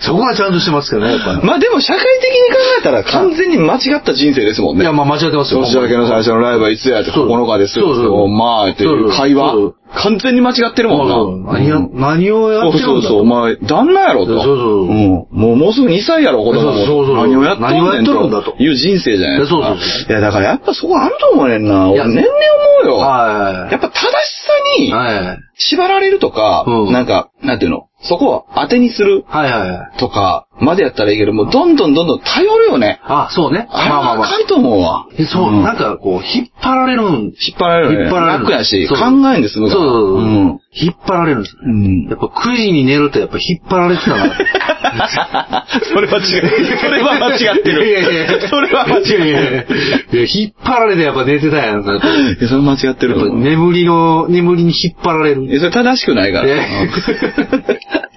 [SPEAKER 2] そこはちゃんとしてますけどね、やっぱ。
[SPEAKER 1] *laughs* まあでも社会的に考えたら完全に間違った人生ですもんね。
[SPEAKER 2] いや、まあ間違ってますよ。
[SPEAKER 1] 年明けの最初のライブはいつやって
[SPEAKER 2] そう
[SPEAKER 1] 9日ですよ。
[SPEAKER 2] そうそうそう
[SPEAKER 1] まあ、ってい
[SPEAKER 2] そう
[SPEAKER 1] う
[SPEAKER 2] そう
[SPEAKER 1] 会話
[SPEAKER 2] そう。
[SPEAKER 1] 完全に間違ってるもんな。
[SPEAKER 2] 何や、
[SPEAKER 1] うん
[SPEAKER 2] 何をや
[SPEAKER 1] そ
[SPEAKER 2] っ
[SPEAKER 1] う
[SPEAKER 2] てるんだ
[SPEAKER 1] そうそう、お前、旦那やろと。。
[SPEAKER 2] そうそうそうん
[SPEAKER 1] もう、もうすぐ2歳やろ、子供も。
[SPEAKER 2] そうそうそう
[SPEAKER 1] 何をやっとんねん
[SPEAKER 2] 何をやっとるんだと
[SPEAKER 1] いう人生じゃないですか。
[SPEAKER 2] そうそうそ
[SPEAKER 1] い
[SPEAKER 2] う
[SPEAKER 1] や、だからやっぱそこあると思うねんな。
[SPEAKER 2] い
[SPEAKER 1] 俺、
[SPEAKER 2] や
[SPEAKER 1] 年々思うよ。
[SPEAKER 2] は
[SPEAKER 1] やっぱ正しさ
[SPEAKER 2] い
[SPEAKER 1] に
[SPEAKER 2] はいはい。
[SPEAKER 1] 縛られるとか、
[SPEAKER 2] うん
[SPEAKER 1] なんか、なんていうの、そこを当てにする
[SPEAKER 2] はいはいはい。
[SPEAKER 1] とか、までやったらいいけど、もうどんどんどんどん頼るよね。
[SPEAKER 2] あ、そうね。
[SPEAKER 1] あれ
[SPEAKER 2] まあま
[SPEAKER 1] は
[SPEAKER 2] あ
[SPEAKER 1] あ
[SPEAKER 2] ま
[SPEAKER 1] か
[SPEAKER 2] あ。
[SPEAKER 1] んと思うわ。
[SPEAKER 2] えそう、
[SPEAKER 1] ん
[SPEAKER 2] なんかこう、引っ張られるん。
[SPEAKER 1] 引っ張られるよね。
[SPEAKER 2] 引っ張られる
[SPEAKER 1] 楽やし、
[SPEAKER 2] そ
[SPEAKER 1] 考
[SPEAKER 2] う
[SPEAKER 1] えんです
[SPEAKER 2] そう
[SPEAKER 1] むから。
[SPEAKER 2] そうそう。
[SPEAKER 1] ん。
[SPEAKER 2] 引っ張られるんですね。
[SPEAKER 1] うん
[SPEAKER 2] *laughs* やっぱ9時に寝るとやっぱ引っ張られてたな。
[SPEAKER 1] それは違う。それは間違ってる。
[SPEAKER 2] *laughs* いやいやいや。
[SPEAKER 1] それは間違って
[SPEAKER 2] いやい
[SPEAKER 1] る。
[SPEAKER 2] やいや。引っ張られてやっぱ寝てたやんなと。やっ
[SPEAKER 1] いや、それ間違ってると
[SPEAKER 2] ぱ
[SPEAKER 1] 思う。い
[SPEAKER 2] 眠りの、眠りに引っ張られる。
[SPEAKER 1] や、それ正しくないから。
[SPEAKER 2] いや
[SPEAKER 1] うん
[SPEAKER 2] *laughs*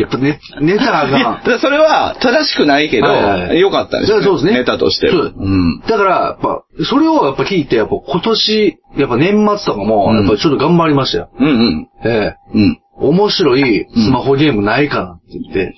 [SPEAKER 2] やっぱ寝、寝たらあ
[SPEAKER 1] いや
[SPEAKER 2] かん
[SPEAKER 1] だか。らそれは正しくないけど、
[SPEAKER 2] はいはい
[SPEAKER 1] よかったですね。
[SPEAKER 2] そうですね。
[SPEAKER 1] ネタとして。
[SPEAKER 2] そう
[SPEAKER 1] うん。
[SPEAKER 2] だから、やっぱ、それをやっぱ聞いて、やっぱ今年、やっぱ年末とかも、
[SPEAKER 1] うん
[SPEAKER 2] やっぱちょっと頑張りましたよ。
[SPEAKER 1] うんうん。
[SPEAKER 2] ええ。
[SPEAKER 1] うん。
[SPEAKER 2] 面白いスマホゲームないかなって言って、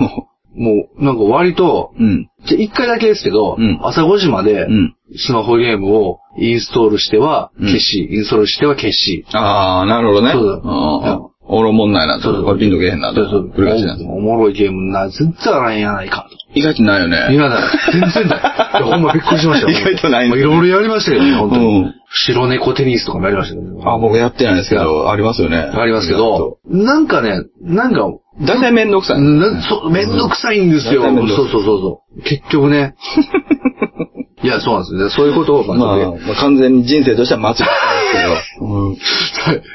[SPEAKER 1] も
[SPEAKER 2] もう、なんか割と、
[SPEAKER 1] ううん。
[SPEAKER 2] じゃ一回だけですけど、
[SPEAKER 1] うん
[SPEAKER 2] 朝5時まで
[SPEAKER 1] うん、
[SPEAKER 2] スマホゲームをインストールしては
[SPEAKER 1] うん
[SPEAKER 2] 消し、インストールしては消し。
[SPEAKER 1] ああ、なるほどね。
[SPEAKER 2] そうだ
[SPEAKER 1] あ
[SPEAKER 2] う
[SPEAKER 1] ー俺もんないな。これピンとけへんな。
[SPEAKER 2] そうそう。
[SPEAKER 1] 繰り返しなんです
[SPEAKER 2] おおもろいゲームな、全然あらんやないかと。
[SPEAKER 1] 意外とないよ
[SPEAKER 2] い
[SPEAKER 1] ね。
[SPEAKER 2] やだ、全然だ。
[SPEAKER 1] *laughs*
[SPEAKER 2] いやほんまびっくりしましたよ。
[SPEAKER 1] 意外とないん
[SPEAKER 2] ま
[SPEAKER 1] で
[SPEAKER 2] あ
[SPEAKER 1] す
[SPEAKER 2] い
[SPEAKER 1] ね
[SPEAKER 2] ろいろやりましたよね、本当に。
[SPEAKER 1] うん
[SPEAKER 2] 白猫テニスとかもやりましたけど。
[SPEAKER 1] あ、僕やってないですけど、ありますよね。
[SPEAKER 2] ありますけど。、なんかね、なんか、
[SPEAKER 1] だいたいめんどくさい。
[SPEAKER 2] なそうめんどくさいんですよ。
[SPEAKER 1] う
[SPEAKER 2] そ
[SPEAKER 1] んめん
[SPEAKER 2] う
[SPEAKER 1] どく
[SPEAKER 2] そ
[SPEAKER 1] さ
[SPEAKER 2] う
[SPEAKER 1] い
[SPEAKER 2] そうそう。結局
[SPEAKER 1] *laughs*
[SPEAKER 2] ね。いや、そうなんですよね。そういうことを、まあ
[SPEAKER 1] まあ、まあ完全に人生としては間違ってますけど。うん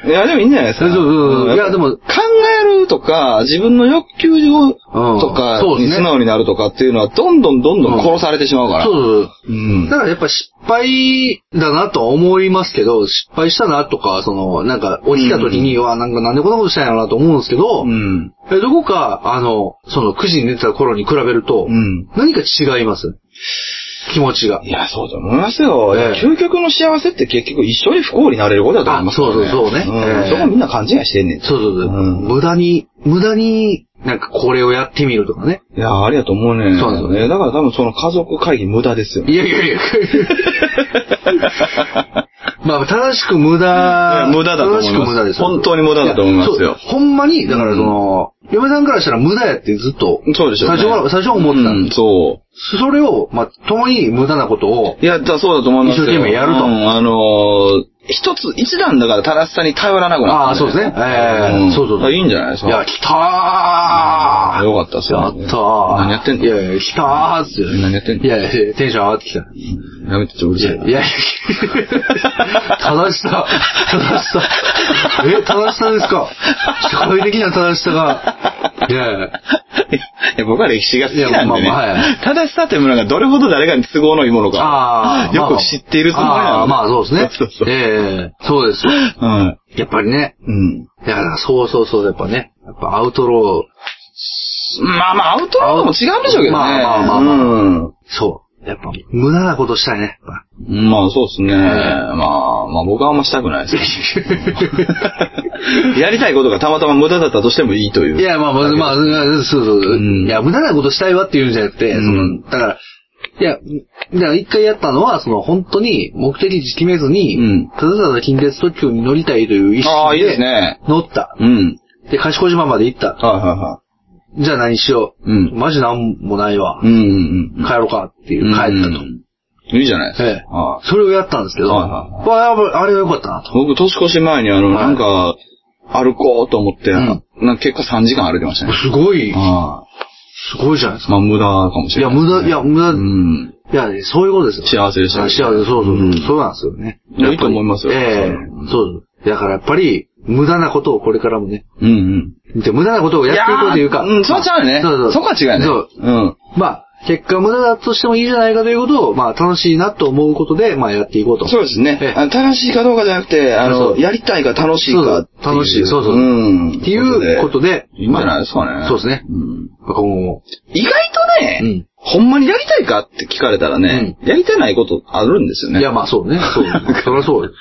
[SPEAKER 1] いや、でもいいんじゃないですか。
[SPEAKER 2] そうそうそう
[SPEAKER 1] うん
[SPEAKER 2] いやでも
[SPEAKER 1] 考えるとか、自分の欲求をとか
[SPEAKER 2] そうで
[SPEAKER 1] に
[SPEAKER 2] すね
[SPEAKER 1] 素直になるとかっていうのは、どんどんどんどん殺されてしまうから。
[SPEAKER 2] そうそうそう。
[SPEAKER 1] うん
[SPEAKER 2] だからやっぱ失敗だなとは思いますけど、失敗したなとか、その、なんか、起きた時に、うわ、なんかなんでこんなことしたんやろうなと思うんですけど、
[SPEAKER 1] うん。
[SPEAKER 2] えどこか、あの、その9時に寝てた頃に比べると、
[SPEAKER 1] うん。
[SPEAKER 2] 何か違います。気持ちが。
[SPEAKER 1] いや、そうだと思いますよ。
[SPEAKER 2] ええ
[SPEAKER 1] 究極の幸せって結局一緒に不幸になれることだと思いますから
[SPEAKER 2] あそうそうそうね
[SPEAKER 1] ん
[SPEAKER 2] ええ
[SPEAKER 1] そこみんな勘違いしてんねん。
[SPEAKER 2] そうそうそう。
[SPEAKER 1] うん
[SPEAKER 2] 無駄に、無駄に、なんかこれをやってみるとかね。
[SPEAKER 1] いや、ありだと思うね。
[SPEAKER 2] そうなんです
[SPEAKER 1] ね。だから多分その家族会議無駄ですよ。
[SPEAKER 2] いやい
[SPEAKER 1] *laughs*
[SPEAKER 2] やいや。まあ、正しく無駄
[SPEAKER 1] いや、無駄だと思います
[SPEAKER 2] 正しく無駄です。
[SPEAKER 1] 本当に無駄だと思いますよ
[SPEAKER 2] やそうほんまに、だからその、嫁さんからしたら無駄やってずっと、
[SPEAKER 1] そうでしょうね、
[SPEAKER 2] 最初は、最初は思ってた、
[SPEAKER 1] うんん、
[SPEAKER 2] です。
[SPEAKER 1] そう。
[SPEAKER 2] それを、まあ、共に無駄なことを、
[SPEAKER 1] いや、だそうだと思いますよ
[SPEAKER 2] 一生懸命やると
[SPEAKER 1] うん、あのー一つ、一段だから正しさに頼らなく
[SPEAKER 2] あ
[SPEAKER 1] な
[SPEAKER 2] あ
[SPEAKER 1] っ
[SPEAKER 2] ー、
[SPEAKER 1] たん
[SPEAKER 2] そうで
[SPEAKER 1] だ
[SPEAKER 2] す
[SPEAKER 1] よ、
[SPEAKER 2] ね。ええそうそうそう。
[SPEAKER 1] いいんじゃないですか
[SPEAKER 2] いや、来たー
[SPEAKER 1] よかったっすよ
[SPEAKER 2] やったー
[SPEAKER 1] 何やってんの
[SPEAKER 2] いやいや、来たーっすよ。
[SPEAKER 1] 何やってんの
[SPEAKER 2] いやいや、テンション上がってきた。
[SPEAKER 1] やめてちょ、うる
[SPEAKER 2] い
[SPEAKER 1] さ
[SPEAKER 2] や
[SPEAKER 1] い
[SPEAKER 2] い
[SPEAKER 1] な。
[SPEAKER 2] やいや、正しさ、正しさ、え、正しさですか社会的な正しさが、いやいや、
[SPEAKER 1] いや僕は歴史が好きなんで
[SPEAKER 2] い
[SPEAKER 1] ね。
[SPEAKER 2] やまあまあはい
[SPEAKER 1] 正しさってものがどれほど誰かに都合のいいものか
[SPEAKER 2] あ。ー
[SPEAKER 1] よく知っているつもりなの。
[SPEAKER 2] まあまああーまあそうですね。
[SPEAKER 1] *laughs* そうそうそう。
[SPEAKER 2] ええそうですよ。
[SPEAKER 1] はい。
[SPEAKER 2] やっぱりね、
[SPEAKER 1] うん。
[SPEAKER 2] いや、そうそうそう、やっぱね、やっぱアウトロー、
[SPEAKER 1] まあまあ、アウトローとも違うんでしょうけどね。
[SPEAKER 2] まあまあまあまあ
[SPEAKER 1] うん。
[SPEAKER 2] そう。やっぱ無駄なことしたいね。やっぱ
[SPEAKER 1] まあそうですね。まあ、まあ僕はあんましたくないです
[SPEAKER 2] *laughs*
[SPEAKER 1] けどやりたいことがたまたま無駄だったとしてもいいという。
[SPEAKER 2] いや、まあ、まあ、まあ、そうそう。
[SPEAKER 1] うん
[SPEAKER 2] いや、無駄なことしたいわっていうんじゃなくて、そ
[SPEAKER 1] うん
[SPEAKER 2] の、だから、いや、だから一回やったのは、その、本当に目的地決めずに、
[SPEAKER 1] うん
[SPEAKER 2] ただただ近鉄特急に乗りたいという意
[SPEAKER 1] ああ、い
[SPEAKER 2] 識
[SPEAKER 1] いで、
[SPEAKER 2] です
[SPEAKER 1] ね。
[SPEAKER 2] 乗った。
[SPEAKER 1] うん。
[SPEAKER 2] で、賢島まで行った。
[SPEAKER 1] はいはいは
[SPEAKER 2] じゃあ何しよう。
[SPEAKER 1] うん
[SPEAKER 2] マジなんもないわ
[SPEAKER 1] い。う。んうんうん。
[SPEAKER 2] 帰ろうかっていう、帰ったと。
[SPEAKER 1] と。いいじゃないですか。
[SPEAKER 2] ええ
[SPEAKER 1] はい
[SPEAKER 2] それをやったんですけど、
[SPEAKER 1] はいは
[SPEAKER 2] わあやっぱあれは良かったなと。
[SPEAKER 1] 僕、年越し前にあの、
[SPEAKER 2] はい
[SPEAKER 1] なんか、歩こうと思って、
[SPEAKER 2] ん
[SPEAKER 1] なんか結果3時間歩いてましたね。
[SPEAKER 2] すごい、
[SPEAKER 1] ああ。
[SPEAKER 2] すごいじゃないですか。
[SPEAKER 1] まあ無駄かもし
[SPEAKER 2] い
[SPEAKER 1] れ
[SPEAKER 2] や、
[SPEAKER 1] ないですね、
[SPEAKER 2] 無駄、いや、無駄、
[SPEAKER 1] うん。
[SPEAKER 2] いや、そういうことですよ。
[SPEAKER 1] 幸せでした
[SPEAKER 2] あ幸せ、そうそうそう、
[SPEAKER 1] うん
[SPEAKER 2] そうなんですよね。
[SPEAKER 1] いやい
[SPEAKER 2] やっぱり
[SPEAKER 1] いと思いますよ
[SPEAKER 2] ええそうそう。だからやっぱり、無駄なことをこれからもね、
[SPEAKER 1] うんうん。
[SPEAKER 2] で無駄なことをやっていこうというか。
[SPEAKER 1] うん、そうちゃうよね。
[SPEAKER 2] そうそう。
[SPEAKER 1] そこは違うよね。
[SPEAKER 2] そう。
[SPEAKER 1] うん。
[SPEAKER 2] まあ、結果無駄だとしてもいいじゃないかということを、まあ、楽しいなと思うことで、まあ、やっていこうと。
[SPEAKER 1] そうですね
[SPEAKER 2] ええ。
[SPEAKER 1] あの楽しいかどうかじゃなくて、あ
[SPEAKER 2] そ
[SPEAKER 1] の、
[SPEAKER 2] う
[SPEAKER 1] やりたいが楽しいかって
[SPEAKER 2] そう楽しいそうそう
[SPEAKER 1] うん。
[SPEAKER 2] っていうことで、
[SPEAKER 1] いいんじゃないですか
[SPEAKER 2] ま
[SPEAKER 1] ね。
[SPEAKER 2] あそうですね。
[SPEAKER 1] うん。
[SPEAKER 2] まあ今後も。
[SPEAKER 1] 意外とね、
[SPEAKER 2] うん
[SPEAKER 1] ほんまにやりたいかって聞かれたらね、やりたないことあるんですよね。
[SPEAKER 2] いや、まあ、そうね。そう。そりゃそうよ。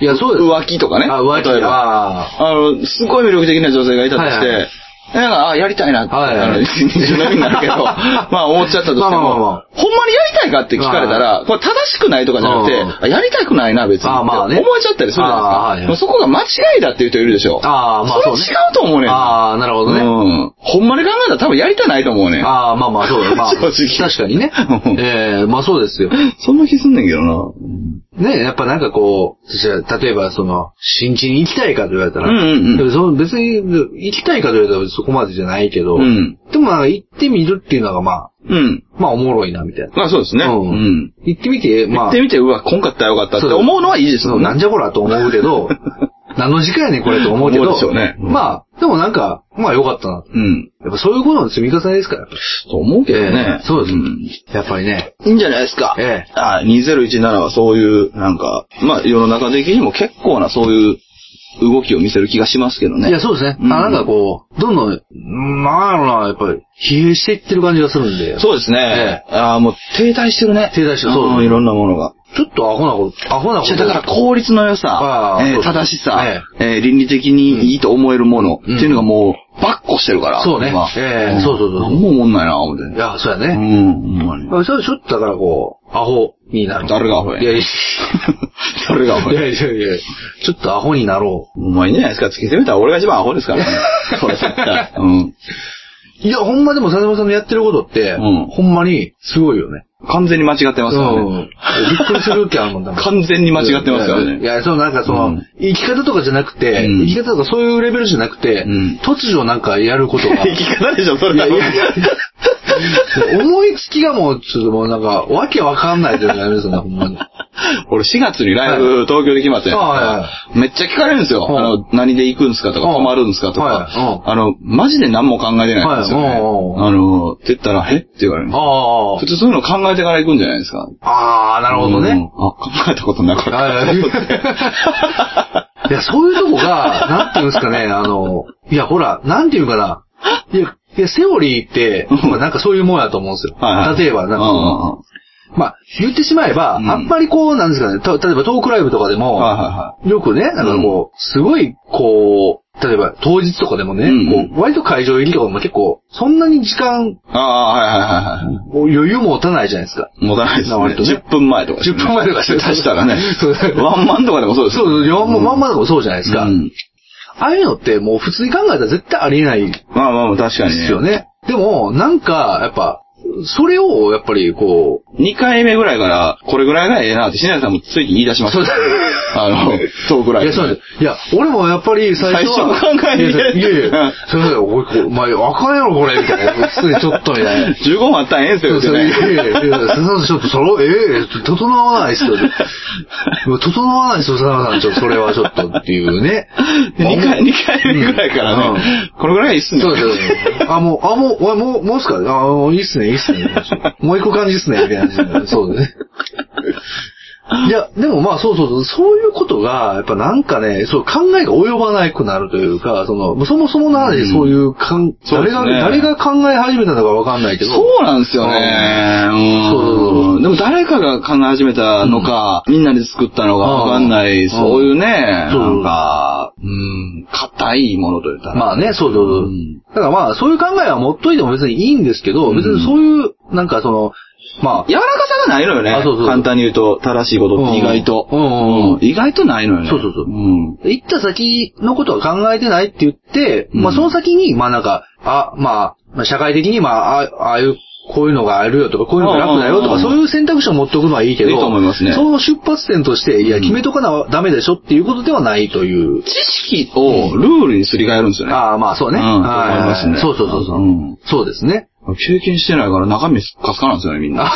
[SPEAKER 2] いや、そうで
[SPEAKER 1] *laughs*
[SPEAKER 2] す。
[SPEAKER 1] 浮気とかね。
[SPEAKER 2] あ、浮気。
[SPEAKER 1] 例えば
[SPEAKER 2] ああ。
[SPEAKER 1] あの、すごい魅力的な女性がいたとして、
[SPEAKER 2] はいはい
[SPEAKER 1] なんか、あ、やりたいなって、
[SPEAKER 2] はいはい
[SPEAKER 1] あの、一日飲みになるけ
[SPEAKER 2] *laughs*
[SPEAKER 1] ど、まあ思っちゃったとしても、
[SPEAKER 2] まあまあまあまあ
[SPEAKER 1] ほんまにやりたいかって聞かれたら、これ正しくないとかじゃなくて、
[SPEAKER 2] うん
[SPEAKER 1] あやりたくないな、別に。
[SPEAKER 2] あまあね
[SPEAKER 1] って思えちゃったりするじゃないですか。
[SPEAKER 2] あはいはい
[SPEAKER 1] そこが間違いだっていう人いるでしょ。
[SPEAKER 2] ああまあ
[SPEAKER 1] それ
[SPEAKER 2] そうね
[SPEAKER 1] 違うと思うねん。
[SPEAKER 2] ああ、なるほどね。
[SPEAKER 1] うん。ほんまに考えたら多分やりたないと思うねん。
[SPEAKER 2] ああ、まあまあ、そうだ。まあ、
[SPEAKER 1] *laughs* 正直
[SPEAKER 2] 確かにね
[SPEAKER 1] うん。
[SPEAKER 2] ええまあそうですよ。
[SPEAKER 1] そんな気すんねんけどな。
[SPEAKER 2] ねやっぱなんかこう、じゃあ例えばその、新地に行きたいかと言われたら、
[SPEAKER 1] うんうんうん
[SPEAKER 2] でもその別に行きたいかと言われたらそこまでじゃないけど、
[SPEAKER 1] うん
[SPEAKER 2] でもなんか行ってみるっていうのがま
[SPEAKER 1] うん。
[SPEAKER 2] あ、まあおもろいなみたいな。
[SPEAKER 1] まあそうですね。
[SPEAKER 2] うん
[SPEAKER 1] うん。
[SPEAKER 2] 行ってみて、ま
[SPEAKER 1] 行
[SPEAKER 2] あ、
[SPEAKER 1] ってみて、うわ、こんかったらよかったって
[SPEAKER 2] そう
[SPEAKER 1] 思うのはいいです
[SPEAKER 2] そ
[SPEAKER 1] も
[SPEAKER 2] うん
[SPEAKER 1] ね
[SPEAKER 2] なんじゃこらと思う
[SPEAKER 1] *laughs*
[SPEAKER 2] けど、何の時間やねんこれと思うけど、
[SPEAKER 1] 思うでしょうねうん
[SPEAKER 2] まあ、でもなんか、まあよかったな。
[SPEAKER 1] うん。
[SPEAKER 2] やっぱそういうことの積み重ねですから。
[SPEAKER 1] と思うけどね。
[SPEAKER 2] ええそうです、
[SPEAKER 1] ん
[SPEAKER 2] やっぱりね。
[SPEAKER 1] いいんじゃないですか。
[SPEAKER 2] ええ
[SPEAKER 1] ああ2017はそういう、なんか、まあ世の中的にも結構なそういう動きを見せる気がしますけどね。
[SPEAKER 2] いや、そうですね。
[SPEAKER 1] うん
[SPEAKER 2] あなんかこう、どんどん、うんなんやろな、やっぱり、疲弊していってる感じがするんで。
[SPEAKER 1] そうですね。ああ、もう停滞してるね。
[SPEAKER 2] 停滞してるそう
[SPEAKER 1] そうん。いろんなものが。
[SPEAKER 2] ちょっとアホなこと、アホなこ
[SPEAKER 1] いや
[SPEAKER 2] と。
[SPEAKER 1] だから効率の良さ
[SPEAKER 2] あ、あ
[SPEAKER 1] えー
[SPEAKER 2] そうそう
[SPEAKER 1] 正しさ、
[SPEAKER 2] え
[SPEAKER 1] えー倫理的にいいと思えるものって
[SPEAKER 2] うん
[SPEAKER 1] いうのがもう、バッコしてるから。
[SPEAKER 2] そうね
[SPEAKER 1] 今
[SPEAKER 2] ええ
[SPEAKER 1] ん
[SPEAKER 2] そうそうそう
[SPEAKER 1] なんもうもんないな、思って。
[SPEAKER 2] いや、そうや
[SPEAKER 1] う
[SPEAKER 2] ね。
[SPEAKER 1] ん、ほんまに。
[SPEAKER 2] あそれちょっとだからこう、アホになる。
[SPEAKER 1] 誰がアホや
[SPEAKER 2] い
[SPEAKER 1] *laughs*
[SPEAKER 2] やいや
[SPEAKER 1] それがお
[SPEAKER 2] いや
[SPEAKER 1] 前。
[SPEAKER 2] いやいやちょっとアホになろ
[SPEAKER 1] お前いいんじゃないですか。突き詰めたら俺が一番アホです
[SPEAKER 2] *laughs*
[SPEAKER 1] からね。それ絶対。うん。
[SPEAKER 2] う。いや、ほんまでも佐々さんのやってることって、
[SPEAKER 1] うん
[SPEAKER 2] ほんまに、すごいよね。
[SPEAKER 1] 完全に間違ってますから
[SPEAKER 2] うん
[SPEAKER 1] ね。
[SPEAKER 2] びっくりする気あるもんだもん。
[SPEAKER 1] 完全に間違ってますから
[SPEAKER 2] い
[SPEAKER 1] ね。
[SPEAKER 2] や、いやそのなんかその、
[SPEAKER 1] うん
[SPEAKER 2] 生き方とかじゃなくて、
[SPEAKER 1] うん
[SPEAKER 2] 生き方とかそういうレベルじゃなくて、
[SPEAKER 1] うん
[SPEAKER 2] 突如なんかやることが、
[SPEAKER 1] 生き方でしょ、それ多
[SPEAKER 2] い
[SPEAKER 1] 分。
[SPEAKER 2] やいや思いつきがもう、ちょっともうなんか、わけわかんないというかやめですよね、ほんまに。
[SPEAKER 1] 俺4月にライブ東京できますよ。
[SPEAKER 2] はいはいは
[SPEAKER 1] めっちゃ聞かれるんですよ。
[SPEAKER 2] はい
[SPEAKER 1] あの、何で行くんですかとか、
[SPEAKER 2] はい
[SPEAKER 1] 泊まるんですかと
[SPEAKER 2] は
[SPEAKER 1] か。あの、マジで何も考えてないんですよね。
[SPEAKER 2] はいおうおう
[SPEAKER 1] あの、って言ったら、えって言われる。
[SPEAKER 2] あ
[SPEAKER 1] 普通そういうの考えてから行くんじゃないですか。
[SPEAKER 2] あ。ああ、なるほど
[SPEAKER 1] うん
[SPEAKER 2] ね。
[SPEAKER 1] あ、考えたことなか *laughs*
[SPEAKER 2] はいはい
[SPEAKER 1] った。
[SPEAKER 2] いや、そういうとこが、なんていうんですかね、あの、いや、ほら、なんていうんかな。いや、いや、セオリーって、
[SPEAKER 1] うん
[SPEAKER 2] まあなんかそういうもんやと思うんですよ。
[SPEAKER 1] はいはい
[SPEAKER 2] 例えば、なんかその、まあ、言ってしまえば、
[SPEAKER 1] うん
[SPEAKER 2] あんまりこう、なんですかね、た例えばトークライブとかでも、
[SPEAKER 1] はいは
[SPEAKER 2] よくね、なんかこう、すごい、こう、例えば当日とかでもね、
[SPEAKER 1] うん
[SPEAKER 2] こう割と会場入りとかも結構、そんなに時間、
[SPEAKER 1] ああ、はいはいはいは
[SPEAKER 2] 余裕持たないじゃないですか。
[SPEAKER 1] い。持たないですね。
[SPEAKER 2] 割とね
[SPEAKER 1] 10分前とかです
[SPEAKER 2] 10
[SPEAKER 1] ね。
[SPEAKER 2] 分前とかして
[SPEAKER 1] 下手したらね
[SPEAKER 2] *laughs* そう。
[SPEAKER 1] *laughs* ワンマンとかでもそうです
[SPEAKER 2] そ
[SPEAKER 1] よ。
[SPEAKER 2] う、よ
[SPEAKER 1] うん
[SPEAKER 2] まんまでもそうじゃないですか。
[SPEAKER 1] うん
[SPEAKER 2] ああいうのってもう普通に考えたら絶対ありえないで
[SPEAKER 1] まあまあまあ、確かにね。
[SPEAKER 2] すよね。でも、なんか、やっぱ、それを、やっぱり、こう、
[SPEAKER 1] 2回目ぐらいから、これぐらいがええなって、しなさんもついに言い出しました。 *laughs* あの、トークライ
[SPEAKER 2] い
[SPEAKER 1] ブ。
[SPEAKER 2] や、そうなんです。いや、俺もやっぱり最初は。
[SPEAKER 1] 最初考えて
[SPEAKER 2] いやいやいや、そうだよ、おい、こうお前、あかんやろ、これ、みたいな。普通にちょっと、みたいな。
[SPEAKER 1] 15分あったらええんす
[SPEAKER 2] そ
[SPEAKER 1] よ、
[SPEAKER 2] う
[SPEAKER 1] って
[SPEAKER 2] そう、いやいやい
[SPEAKER 1] ね。
[SPEAKER 2] や、すみません、ちょっと、その、ええ整わないっすよ。整わないっすよ、さまさん、ちょっと、それはちょっとっていうね。
[SPEAKER 1] 2回、 *laughs* 二回目ぐらいからね、これぐらいがいいっすね。
[SPEAKER 2] そうそうそう。あ、もう、あ、もう、おいもう、もうっすかあ、もういいっすね、いいっすね。もう一個感じっすね、みたいな感じで。そうですね。いや、でもまあそうそうそう、そういうことが、やっぱなんかね、そう考えが及ばなくなるというか、その、そもそもの話でそういうかん、
[SPEAKER 1] そうで
[SPEAKER 2] 誰
[SPEAKER 1] すね
[SPEAKER 2] が、誰が考え始めたのかわかんないけど。
[SPEAKER 1] そうなんですよね。
[SPEAKER 2] そうそう
[SPEAKER 1] う
[SPEAKER 2] そ
[SPEAKER 1] ん。
[SPEAKER 2] う
[SPEAKER 1] でも誰かが考え始めたのか、みんなで作ったのかわかんない、
[SPEAKER 2] うん
[SPEAKER 1] そういうね、
[SPEAKER 2] そう
[SPEAKER 1] なんか、うん、硬いものというか。
[SPEAKER 2] まあね、そうそうそう。
[SPEAKER 1] うん
[SPEAKER 2] だからまあ、そういう考えは持っといても別にいいんですけど、別にそういう、なんかその、まあ、
[SPEAKER 1] 柔らかさがないのよね。
[SPEAKER 2] あそうそうそう
[SPEAKER 1] 簡単に言うと、正しいことって意外と。
[SPEAKER 2] うんうんうんうん
[SPEAKER 1] 意外とないのよね。
[SPEAKER 2] そうそうそう
[SPEAKER 1] うん。
[SPEAKER 2] 行った先のことは考えてないって言って、
[SPEAKER 1] うん
[SPEAKER 2] まあその先に、まあなんか、あ、まあ、まあ社会的に、まあ、あああいう、こういうのがあるよとか、こういうのが楽だよと
[SPEAKER 1] うん
[SPEAKER 2] か、
[SPEAKER 1] うんうん
[SPEAKER 2] そういう選択肢を持っておくのはいいけど、
[SPEAKER 1] いいと思いますね
[SPEAKER 2] その出発点として、いや、
[SPEAKER 1] うん
[SPEAKER 2] 決めとかな、ダメでしょっていうことではないという。
[SPEAKER 1] 知識をルールにすり替えるんですよね。
[SPEAKER 2] ああ、まあそうね。
[SPEAKER 1] うん
[SPEAKER 2] はい
[SPEAKER 1] 思いますね
[SPEAKER 2] そうそうそうそう、
[SPEAKER 1] うん
[SPEAKER 2] そうですね。
[SPEAKER 1] 経験してないから中身すっかすかなんですよね、みん
[SPEAKER 2] *laughs*
[SPEAKER 1] な。って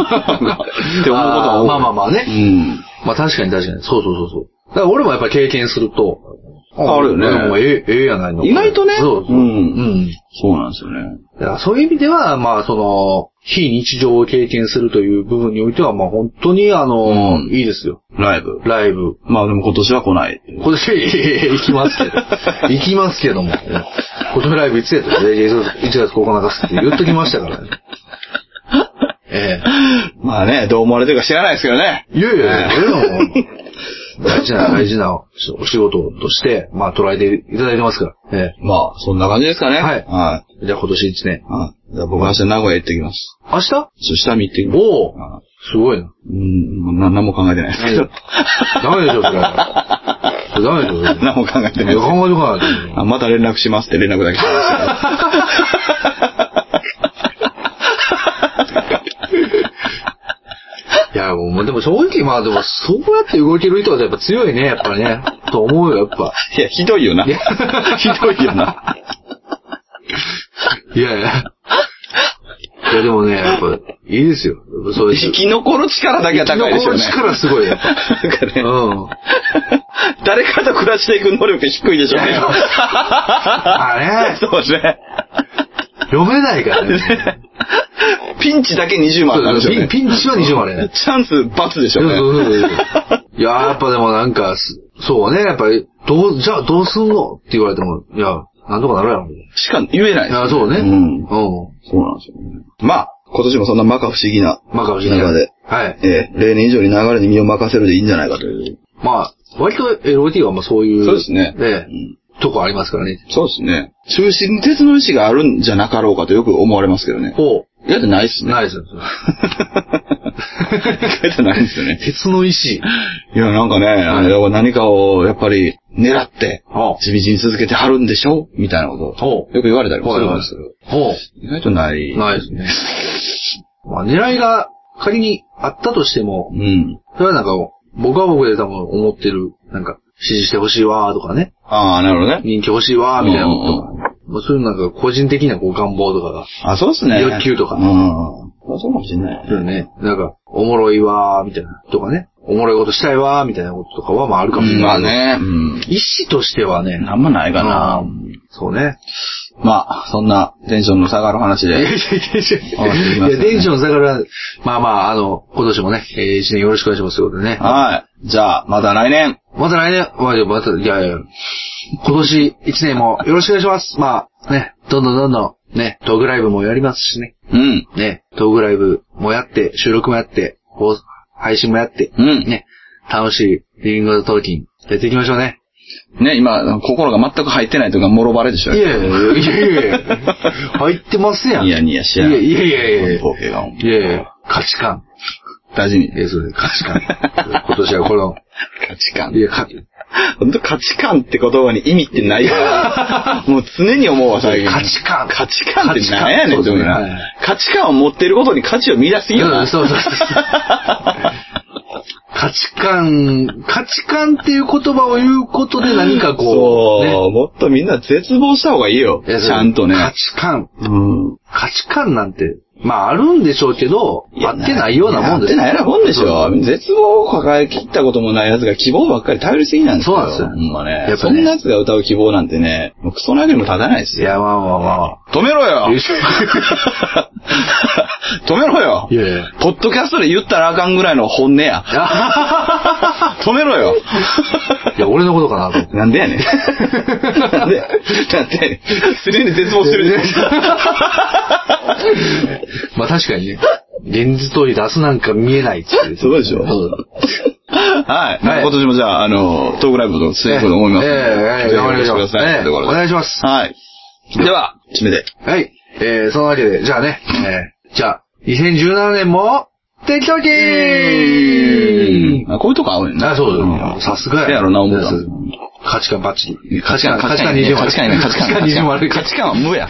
[SPEAKER 1] 思うことは多い。
[SPEAKER 2] あーまあまあまあね
[SPEAKER 1] うん。
[SPEAKER 2] まあ確かに確かに。そうそうそうそう。だから俺もやっぱ経験すると、
[SPEAKER 1] ああるよね
[SPEAKER 2] もうええ、ええやないの。
[SPEAKER 1] 意外とね
[SPEAKER 2] そうそう。
[SPEAKER 1] うん
[SPEAKER 2] うん
[SPEAKER 1] そうなんですよね。
[SPEAKER 2] だからそういう意味では、まあその、非日常を経験するという部分においては、まあ本当にあの、
[SPEAKER 1] うん
[SPEAKER 2] いいですよ。
[SPEAKER 1] ライブ。
[SPEAKER 2] ライブ。
[SPEAKER 1] まあでも今年は来
[SPEAKER 2] *laughs*
[SPEAKER 1] ない。
[SPEAKER 2] 今年、行きますけ
[SPEAKER 1] *laughs*
[SPEAKER 2] ど。行きますけども。今年ライブいつやったら ?1 月9日っすって言っときましたからね。
[SPEAKER 1] *laughs*
[SPEAKER 2] え
[SPEAKER 1] まあね、どう思われてるか知らないですけどね。
[SPEAKER 2] え。いやいやいや、
[SPEAKER 1] え
[SPEAKER 2] 俺らも大事な、大事なお仕事として、まあ捉えていただいてますから。え
[SPEAKER 1] えまあ、そんな感じですかね。
[SPEAKER 2] はい
[SPEAKER 1] は
[SPEAKER 2] え。じゃあ今年1年
[SPEAKER 1] い。。はい。じゃあ僕は明日名古屋行ってきます。
[SPEAKER 2] 明日
[SPEAKER 1] ちょっと下見行ってきます。
[SPEAKER 2] おお
[SPEAKER 1] はい
[SPEAKER 2] すご *laughs* いな。
[SPEAKER 1] うん、もうな何も考えてないですけど。
[SPEAKER 2] ダメでしょ、それは。それダメでしょ、それ
[SPEAKER 1] 何も考えて
[SPEAKER 2] い
[SPEAKER 1] な
[SPEAKER 2] や
[SPEAKER 1] いです
[SPEAKER 2] 考えとかないと
[SPEAKER 1] あ、また連絡しますって連絡だけしま
[SPEAKER 2] いや、もう、でも正直、まあでも、そうやって動ける人はやっぱ強いね、やっぱね。と思うよ、やっぱ。
[SPEAKER 1] す。いや、ひどいよな。 *laughs*
[SPEAKER 2] いや
[SPEAKER 1] ひどいよな。
[SPEAKER 2] いやいや。いや、でもね、やっぱ、いいですよ。やっぱそうです
[SPEAKER 1] 生。き残る力だけは高いですよね。
[SPEAKER 2] 生き残る力すごい
[SPEAKER 1] な
[SPEAKER 2] よ *laughs*
[SPEAKER 1] んか
[SPEAKER 2] う
[SPEAKER 1] ね、
[SPEAKER 2] ん。
[SPEAKER 1] 誰かと暮らしていく能力が低いでしょうね。
[SPEAKER 2] あれ
[SPEAKER 1] *laughs* そうですね。
[SPEAKER 2] 読めないから *laughs* ね。
[SPEAKER 1] ピンチだけ20万なんですよ
[SPEAKER 2] ピ
[SPEAKER 1] ね。
[SPEAKER 2] ンピンチは20万ね。
[SPEAKER 1] チャンス罰でし
[SPEAKER 2] そ
[SPEAKER 1] ょ
[SPEAKER 2] う
[SPEAKER 1] う
[SPEAKER 2] そう
[SPEAKER 1] ね。
[SPEAKER 2] そうそういや、やっぱでもなんか、すそうね、やっぱり、どう、じゃあどうすんのって言われても、いや、なんとかなるやろ。い
[SPEAKER 1] しか言えないですよ
[SPEAKER 2] や、そうね。
[SPEAKER 1] うん。
[SPEAKER 2] うん。
[SPEAKER 1] そうなんですよね。まあ、今年もそんな摩訶不思議な
[SPEAKER 2] まあかもしれない。
[SPEAKER 1] 中で
[SPEAKER 2] はい。
[SPEAKER 1] ええ、例年以上に流れに身を任せるでいいんじゃないかという。
[SPEAKER 2] まあ、割と LOT はまあそういう。
[SPEAKER 1] そうですね
[SPEAKER 2] ええ
[SPEAKER 1] ん
[SPEAKER 2] とこありますからね。
[SPEAKER 1] そうですね。中心に鉄の意志があるんじゃなかろうかとよく思われますけどね。
[SPEAKER 2] ほ
[SPEAKER 1] 意外とないっす
[SPEAKER 2] う。
[SPEAKER 1] ね。
[SPEAKER 2] ないですよ。
[SPEAKER 1] *laughs* 意外とないっすよね。
[SPEAKER 2] *laughs* 鉄の石。
[SPEAKER 1] いや、なんかね、あれ何かをやっぱり狙って、
[SPEAKER 2] ほ
[SPEAKER 1] 地道に続けてはるんでしょみたいなこと
[SPEAKER 2] ほ
[SPEAKER 1] を、よく言われたりもするん
[SPEAKER 2] は
[SPEAKER 1] で
[SPEAKER 2] い
[SPEAKER 1] すけど。
[SPEAKER 2] う。ほ。。
[SPEAKER 1] 意外とないう
[SPEAKER 2] ないですね。まあ狙いが仮にあったとしても
[SPEAKER 1] う、ん。
[SPEAKER 2] それはなんか僕は僕で多分思ってる、なんか、支持してほしいわーとかね、
[SPEAKER 1] ああ、なるほどね。
[SPEAKER 2] 人気欲しいわーみたいなこと
[SPEAKER 1] う
[SPEAKER 2] とか、まあそういうなんか個人的なこう願望とかが、
[SPEAKER 1] あ、そうっすね。
[SPEAKER 2] 欲求とか
[SPEAKER 1] うん。まあそうかもしんない
[SPEAKER 2] そうだね。なんか、おもろいわー、みたいな。とかね。おもろいことしたいわー、みたいなこととかは、まああるかもしれ
[SPEAKER 1] ま
[SPEAKER 2] な
[SPEAKER 1] あね、
[SPEAKER 2] い。。
[SPEAKER 1] うん。
[SPEAKER 2] 意思としてはね。
[SPEAKER 1] なんもないかな
[SPEAKER 2] うん。そうね。
[SPEAKER 1] まあ、そんなテンションの下がる話
[SPEAKER 2] *laughs* いやいやい
[SPEAKER 1] で。
[SPEAKER 2] やい
[SPEAKER 1] あ
[SPEAKER 2] や、
[SPEAKER 1] すいません
[SPEAKER 2] いや、テンション下がる。まあまあ、あの、今年もね、えー一年よろしくお願いしますということでね。
[SPEAKER 1] はい。じゃあ、また来年。
[SPEAKER 2] また来年、まあ、また、いやいや、今年一年もよろしくお願いします。まあ、ね、どんどんどんどん、ね、トークライブもやりますしね。
[SPEAKER 1] うん。
[SPEAKER 2] ね、トークライブもやって、収録もやって、放配信もやって、
[SPEAKER 1] うん
[SPEAKER 2] ね、楽しいリビングトーキン、やっていきましょうね。
[SPEAKER 1] ね、今、心が全く入ってないというか、もろバレでし
[SPEAKER 2] い
[SPEAKER 1] ょ。
[SPEAKER 2] やいやいやいやいや、入ってますやん。
[SPEAKER 1] ニヤニヤしや
[SPEAKER 2] い
[SPEAKER 1] が
[SPEAKER 2] や
[SPEAKER 1] って
[SPEAKER 2] いやいやいやい
[SPEAKER 1] ボケが
[SPEAKER 2] や。いやいや、価値観。
[SPEAKER 1] 大事に。
[SPEAKER 2] えー、そうです。価値観。今年はこの、
[SPEAKER 1] 価値観
[SPEAKER 2] い。や、か
[SPEAKER 1] 本当価値観って言葉に意味ってない *laughs* から、もう常に思うわ、最近。
[SPEAKER 2] 価値観
[SPEAKER 1] 価値観って何やねん、
[SPEAKER 2] 価
[SPEAKER 1] と
[SPEAKER 2] 値観
[SPEAKER 1] 思う
[SPEAKER 2] そうですねは
[SPEAKER 1] な。価値観を持っていることに価値を見出すぎよ
[SPEAKER 2] う
[SPEAKER 1] な。
[SPEAKER 2] んそうそうそうそう価値観、価値観っていう言葉を言うことで何かこう、ね。
[SPEAKER 1] そう、もっとみんな絶望した方がいいよ。
[SPEAKER 2] いやそう
[SPEAKER 1] ちゃんとね。
[SPEAKER 2] 価値観、
[SPEAKER 1] うん。
[SPEAKER 2] 価値観なんて、まああるんでしょうけど、合ってないようなもんです。
[SPEAKER 1] 合ってないようなもんでし
[SPEAKER 2] そ
[SPEAKER 1] ょ。絶望を抱えきったこともない奴が希望ばっかり頼りすぎなんですよ。
[SPEAKER 2] そうなんですよ
[SPEAKER 1] ほんまね。
[SPEAKER 2] やっぱね
[SPEAKER 1] そんな奴が歌う希望なんてね、もうクソなげにも立たないです
[SPEAKER 2] うい
[SPEAKER 1] よ。
[SPEAKER 2] や、まあまあま
[SPEAKER 1] 止めろよ
[SPEAKER 2] あ。よいしょ
[SPEAKER 1] *laughs* 止めろよ
[SPEAKER 2] いやいや。
[SPEAKER 1] ポッドキャストで言ったらあかんぐらいの本音 *laughs* や。止めろよ
[SPEAKER 2] いや、俺のことかなと思って。
[SPEAKER 1] なんでやねん。なんで、なんでやねん。すでに絶望して *laughs* るでしょ。
[SPEAKER 2] まあ確かにね、現実通り出すなんか見えないっていう。
[SPEAKER 1] そうでしょ
[SPEAKER 2] そう
[SPEAKER 1] はい。まあ今年もじゃあ、あの、トークライブとしていこうと思いますので。
[SPEAKER 2] ええええ
[SPEAKER 1] ぜひよろしくください。
[SPEAKER 2] ええ
[SPEAKER 1] ということで
[SPEAKER 2] お願いします
[SPEAKER 1] はい。では、締めで。
[SPEAKER 2] はい。えー、そのわけで、じゃあね、えー、じゃあ、2017年も、適当キー
[SPEAKER 1] あこういうとこ合うねんな。
[SPEAKER 2] あ、そうだよ
[SPEAKER 1] う。ん
[SPEAKER 2] さすがや。
[SPEAKER 1] せやろな思うた
[SPEAKER 2] そう価値観バッチリ。
[SPEAKER 1] 価値観、
[SPEAKER 2] 価
[SPEAKER 1] 価
[SPEAKER 2] 値
[SPEAKER 1] 値
[SPEAKER 2] 観
[SPEAKER 1] 観
[SPEAKER 2] 20
[SPEAKER 1] 価値観やね、価値観。
[SPEAKER 2] 価値観20悪い。
[SPEAKER 1] 価値観は無や。